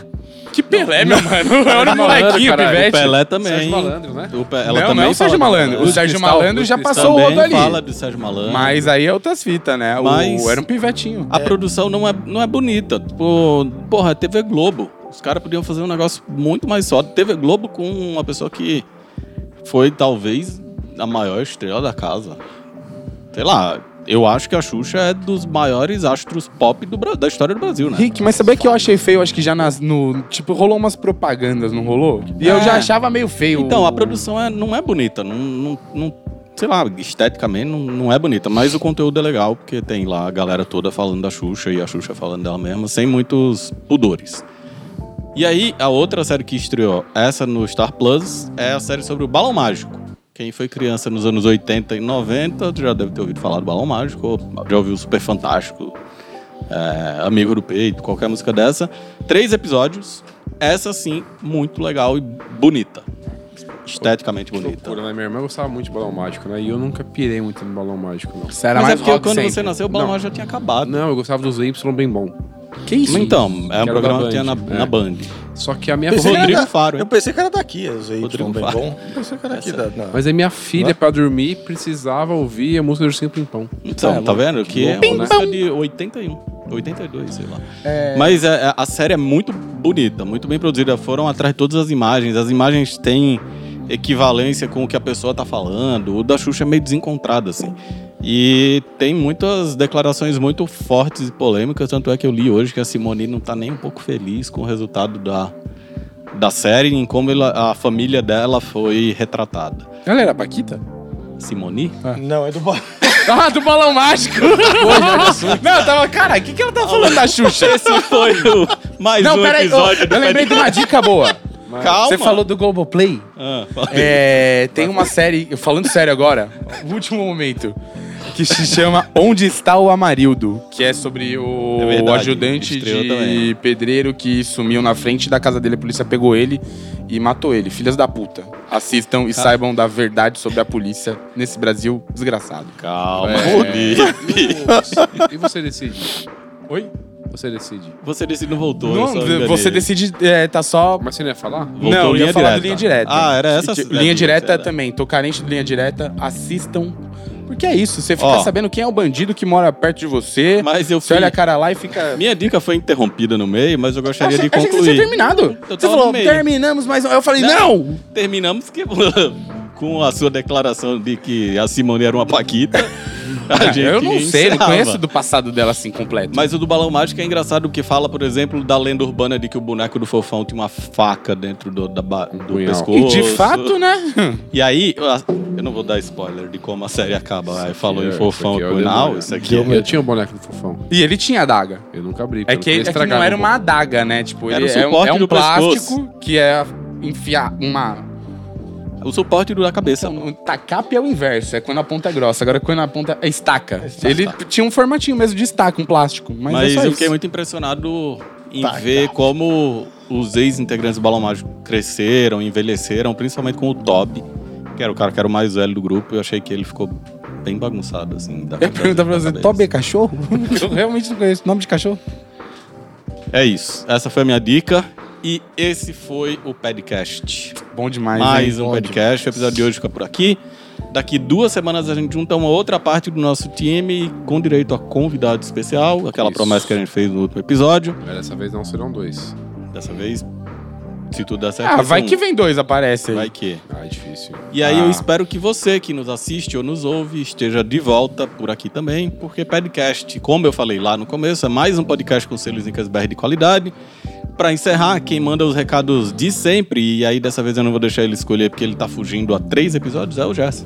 B: Que Pelé, meu mano. É o
D: Malandro,
B: molequinho,
D: caralho.
A: o
B: pivete.
A: Pelé
D: Sérgio
A: também.
D: Malandro, né?
A: O Pe- ela
B: não,
A: também
B: não é o Sérgio
A: fala-
B: Malandro. O
D: Luz
B: Sérgio
D: Cristal,
B: Malandro
D: Luz
B: já
D: Cristal
B: passou o rodo
A: também
B: ali.
A: fala do Sérgio Malandro.
B: Mas aí é outras fitas, né? O-
A: Mas-
B: Era um pivetinho.
A: A produção não é, não é bonita. Tipo, porra, TV Globo. Os caras podiam fazer um negócio muito mais sólido. TV Globo com uma pessoa que foi talvez a maior estrela da casa. Sei lá, eu acho que a Xuxa é dos maiores astros pop do Bra- da história do Brasil, né?
B: Rick, mas sabia que eu achei feio? Acho que já nas, no. Tipo, rolou umas propagandas, não rolou? E eu
A: É.
B: já achava meio feio.
A: Então, a produção é- não é bonita. Não, não- não- sei lá, esteticamente não, não é bonita. Mas o conteúdo é legal, porque tem lá a galera toda falando da Xuxa e a Xuxa falando dela mesma, sem muitos pudores. E aí, a outra série que estreou, essa no Star Plus, é a série sobre o Balão Mágico. Quem foi criança nos anos 80 e 90 já deve ter ouvido falar do Balão Mágico, ou já ouviu o Super Fantástico, é, Amigo do Peito, qualquer música dessa. Três episódios, essa sim, muito legal e bonita. esteticamente bonita.
D: Loucura, né? Minha irmã gostava muito de balão mágico, né? E eu nunca pirei muito no balão mágico, não.
B: Você era
A: Mas é
B: mais
A: porque
B: rock
A: quando
B: sempre.
A: você nasceu, o balão
D: Não.
A: já tinha acabado.
D: Não, eu gostava dos Y bem bom.
B: Que isso?
A: Então, é um
D: Quero
A: programa
D: da
A: que tinha na,
D: Band, é.
A: na Band.
D: Só que a minha
A: Pois é.
D: filha.
A: Rodrigo
C: era-
A: Faro, hein?
C: Eu pensei que era daqui, os aí,
A: Rodrigo
C: Rodrigo
A: Faro.
C: Bom. é Eu pensei que era aqui da. da-
D: Mas a minha filha, pra dormir, precisava ouvir a música do Ursinho Pimpão.
A: Então, tá vendo? Que é uma música de 81, 82, sei lá. Mas é, é, a série é muito bonita, muito bem produzida. Foram atrás de todas as imagens. As imagens têm equivalência com o que a pessoa tá falando. O da Xuxa é meio desencontrado, assim. E tem muitas declarações muito fortes e polêmicas. Tanto é que eu li hoje que a Simone não tá nem um pouco feliz com o resultado da, da série, em como ela- a família dela foi retratada.
B: Ela era Paquita?
A: Simone?
C: Não, é do Bom.
B: Ah, do balão mágico! não, eu tava. Cara, o que, que ela tava falando da Xuxa?
A: Esse foi o mais
B: não,
A: um
B: peraí. Eu,
A: episódio do
B: eu lembrei de uma dica boa.
A: Calma.
B: Você falou do Globoplay?
A: Ah, fala.
B: É, tem uma série, falando sério agora, o último momento, que se chama Onde Está o Amarildo, que é sobre o,
A: É verdade,
B: o ajudante
A: estreou
B: de
A: também.
B: pedreiro que sumiu na frente da casa dele, a polícia pegou ele e matou ele. Filhas da puta. Assistam e
A: Ah.
B: saibam da verdade sobre a polícia nesse Brasil desgraçado.
A: Calma,
B: É.
A: Rodrigo.
D: e você decide.
B: Oi?
D: Você decide.
A: Você decidiu não voltou. eu
B: Não,
A: só um enganei.
B: você decide, é, tá só...
D: Mas você não ia falar?
A: Voltou
B: não, eu
A: linha
B: ia falar
A: direta.
B: do Linha Direta.
A: Ah, era essa-
B: Linha,
A: era
B: Direta
A: era.
B: também. Tô carente do Linha Direta. Assistam. Porque é isso. Você fica
A: Ó.
B: sabendo quem é o bandido que mora perto de você.
A: Mas eu
B: Você
A: fui...
B: olha a cara lá e fica.
A: Minha dica foi interrompida no meio, mas eu gostaria
B: achei,
A: de
B: achei que você
A: concluir.
B: tinha terminado.
A: Eu
B: Você
A: tava
B: falou,
A: no meio.
B: terminamos mais um. Eu falei, não!
A: Não. Terminamos que, com a sua declaração de que a Simone era uma paquita. A gente
B: eu não sei, não
A: encerrava.
B: conheço do passado dela assim completo.
A: Mas o do Balão Mágico é engraçado porque fala, por exemplo, da lenda urbana de que o boneco do Fofão tinha uma faca dentro do, da ba- do
D: punhal.
A: pescoço.
B: de fato, né?
A: E aí, eu a- eu não vou dar spoiler de como a série acaba. Aí falou em
D: Isso
A: Fofão
D: aqui
A: e
D: é o
A: Cunal,
D: demônio.
A: isso aqui é...
D: Eu tinha o boneco do fofão.
B: E ele tinha adaga.
D: Eu nunca abri.
B: É
D: porque
B: que,
D: eu
B: é
D: não queria
B: que
D: estragar
B: não era
D: meu
B: uma adaga, né? Tipo,
A: Era
B: ele
A: o
B: é um,
A: suporte
B: é um
A: do
B: plástico que é enfiar uma
A: O suporte do da cabeça.
B: Então, o tacape é o inverso, é quando a ponta é grossa. Agora quando a ponta é estaca. Ele tinha um formatinho mesmo de estaca, um plástico. Mas,
A: Mas
B: é só
A: eu
B: isso.
A: fiquei muito impressionado em
D: Tá,
A: ver como os ex-integrantes do Balão Mágico cresceram, envelheceram, principalmente com o Toby, que era o cara que era o mais velho do grupo. Eu achei que ele ficou bem bagunçado, assim. Da
B: Eu ia perguntar pra você,
A: da cabeça.
B: Toby é cachorro? eu realmente não conheço o nome de cachorro.
A: É isso. Essa foi a minha dica. E esse foi o podcast.
B: Bom demais,
A: Mais
B: hein?
A: um
B: Bom
A: podcast. O episódio de hoje fica por aqui. Daqui duas semanas a gente junta uma outra parte do nosso time com direito a convidado especial, aquela
D: Isso.
A: promessa que a gente fez no último episódio.
D: Mas Dessa vez não serão dois.
A: Dessa vez, se tudo der certo.
B: demais. Ah,
A: vai ser
B: vai
A: um.
B: que vem dois, aparece aí.
A: Vai que.
D: Tipo assim, Ah, é difícil.
A: E aí
B: Ah.
A: eu espero que você que nos assiste ou nos ouve esteja de volta por aqui também, porque podcast, como eu falei lá no começo, é mais um podcast com selos Incasberg de qualidade. Para encerrar, quem manda os recados de sempre, e aí dessa vez eu não vou deixar ele escolher porque ele tá fugindo há três episódios, é o Gerson.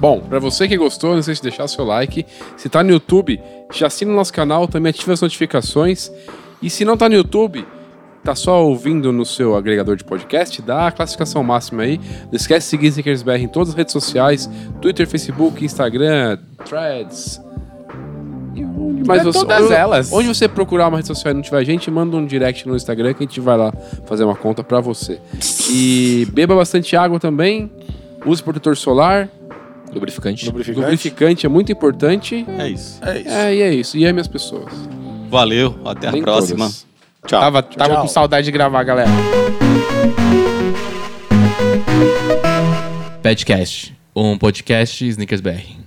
D: Bom, pra você que gostou, não sei se deixar seu like. Se tá no YouTube, já assina o nosso canal, também ativa as notificações. E se não tá no YouTube, tá só ouvindo no seu agregador de podcast, dá a classificação máxima aí. Não esquece de seguir SneakersBR em todas as redes sociais, Twitter, Facebook, Instagram, Threads. E onde mais
B: É
D: você-
B: todas
D: onde-
B: elas.
D: Onde você procurar uma rede social e não tiver gente, manda um direct no Instagram que a gente vai lá fazer uma conta pra você. E beba bastante água também, use protetor solar,
F: Lubrificante.
C: Lubrificante.
D: Lubrificante é muito importante.
A: É isso.
C: É isso.
D: É, e é isso. E é minhas pessoas.
A: Valeu, até a
D: Nem
A: próxima.
D: todas.
A: Tchau.
B: Tava, tava
C: Tchau.
B: com saudade de gravar, galera.
F: Podcast. Um podcast Snickers BR.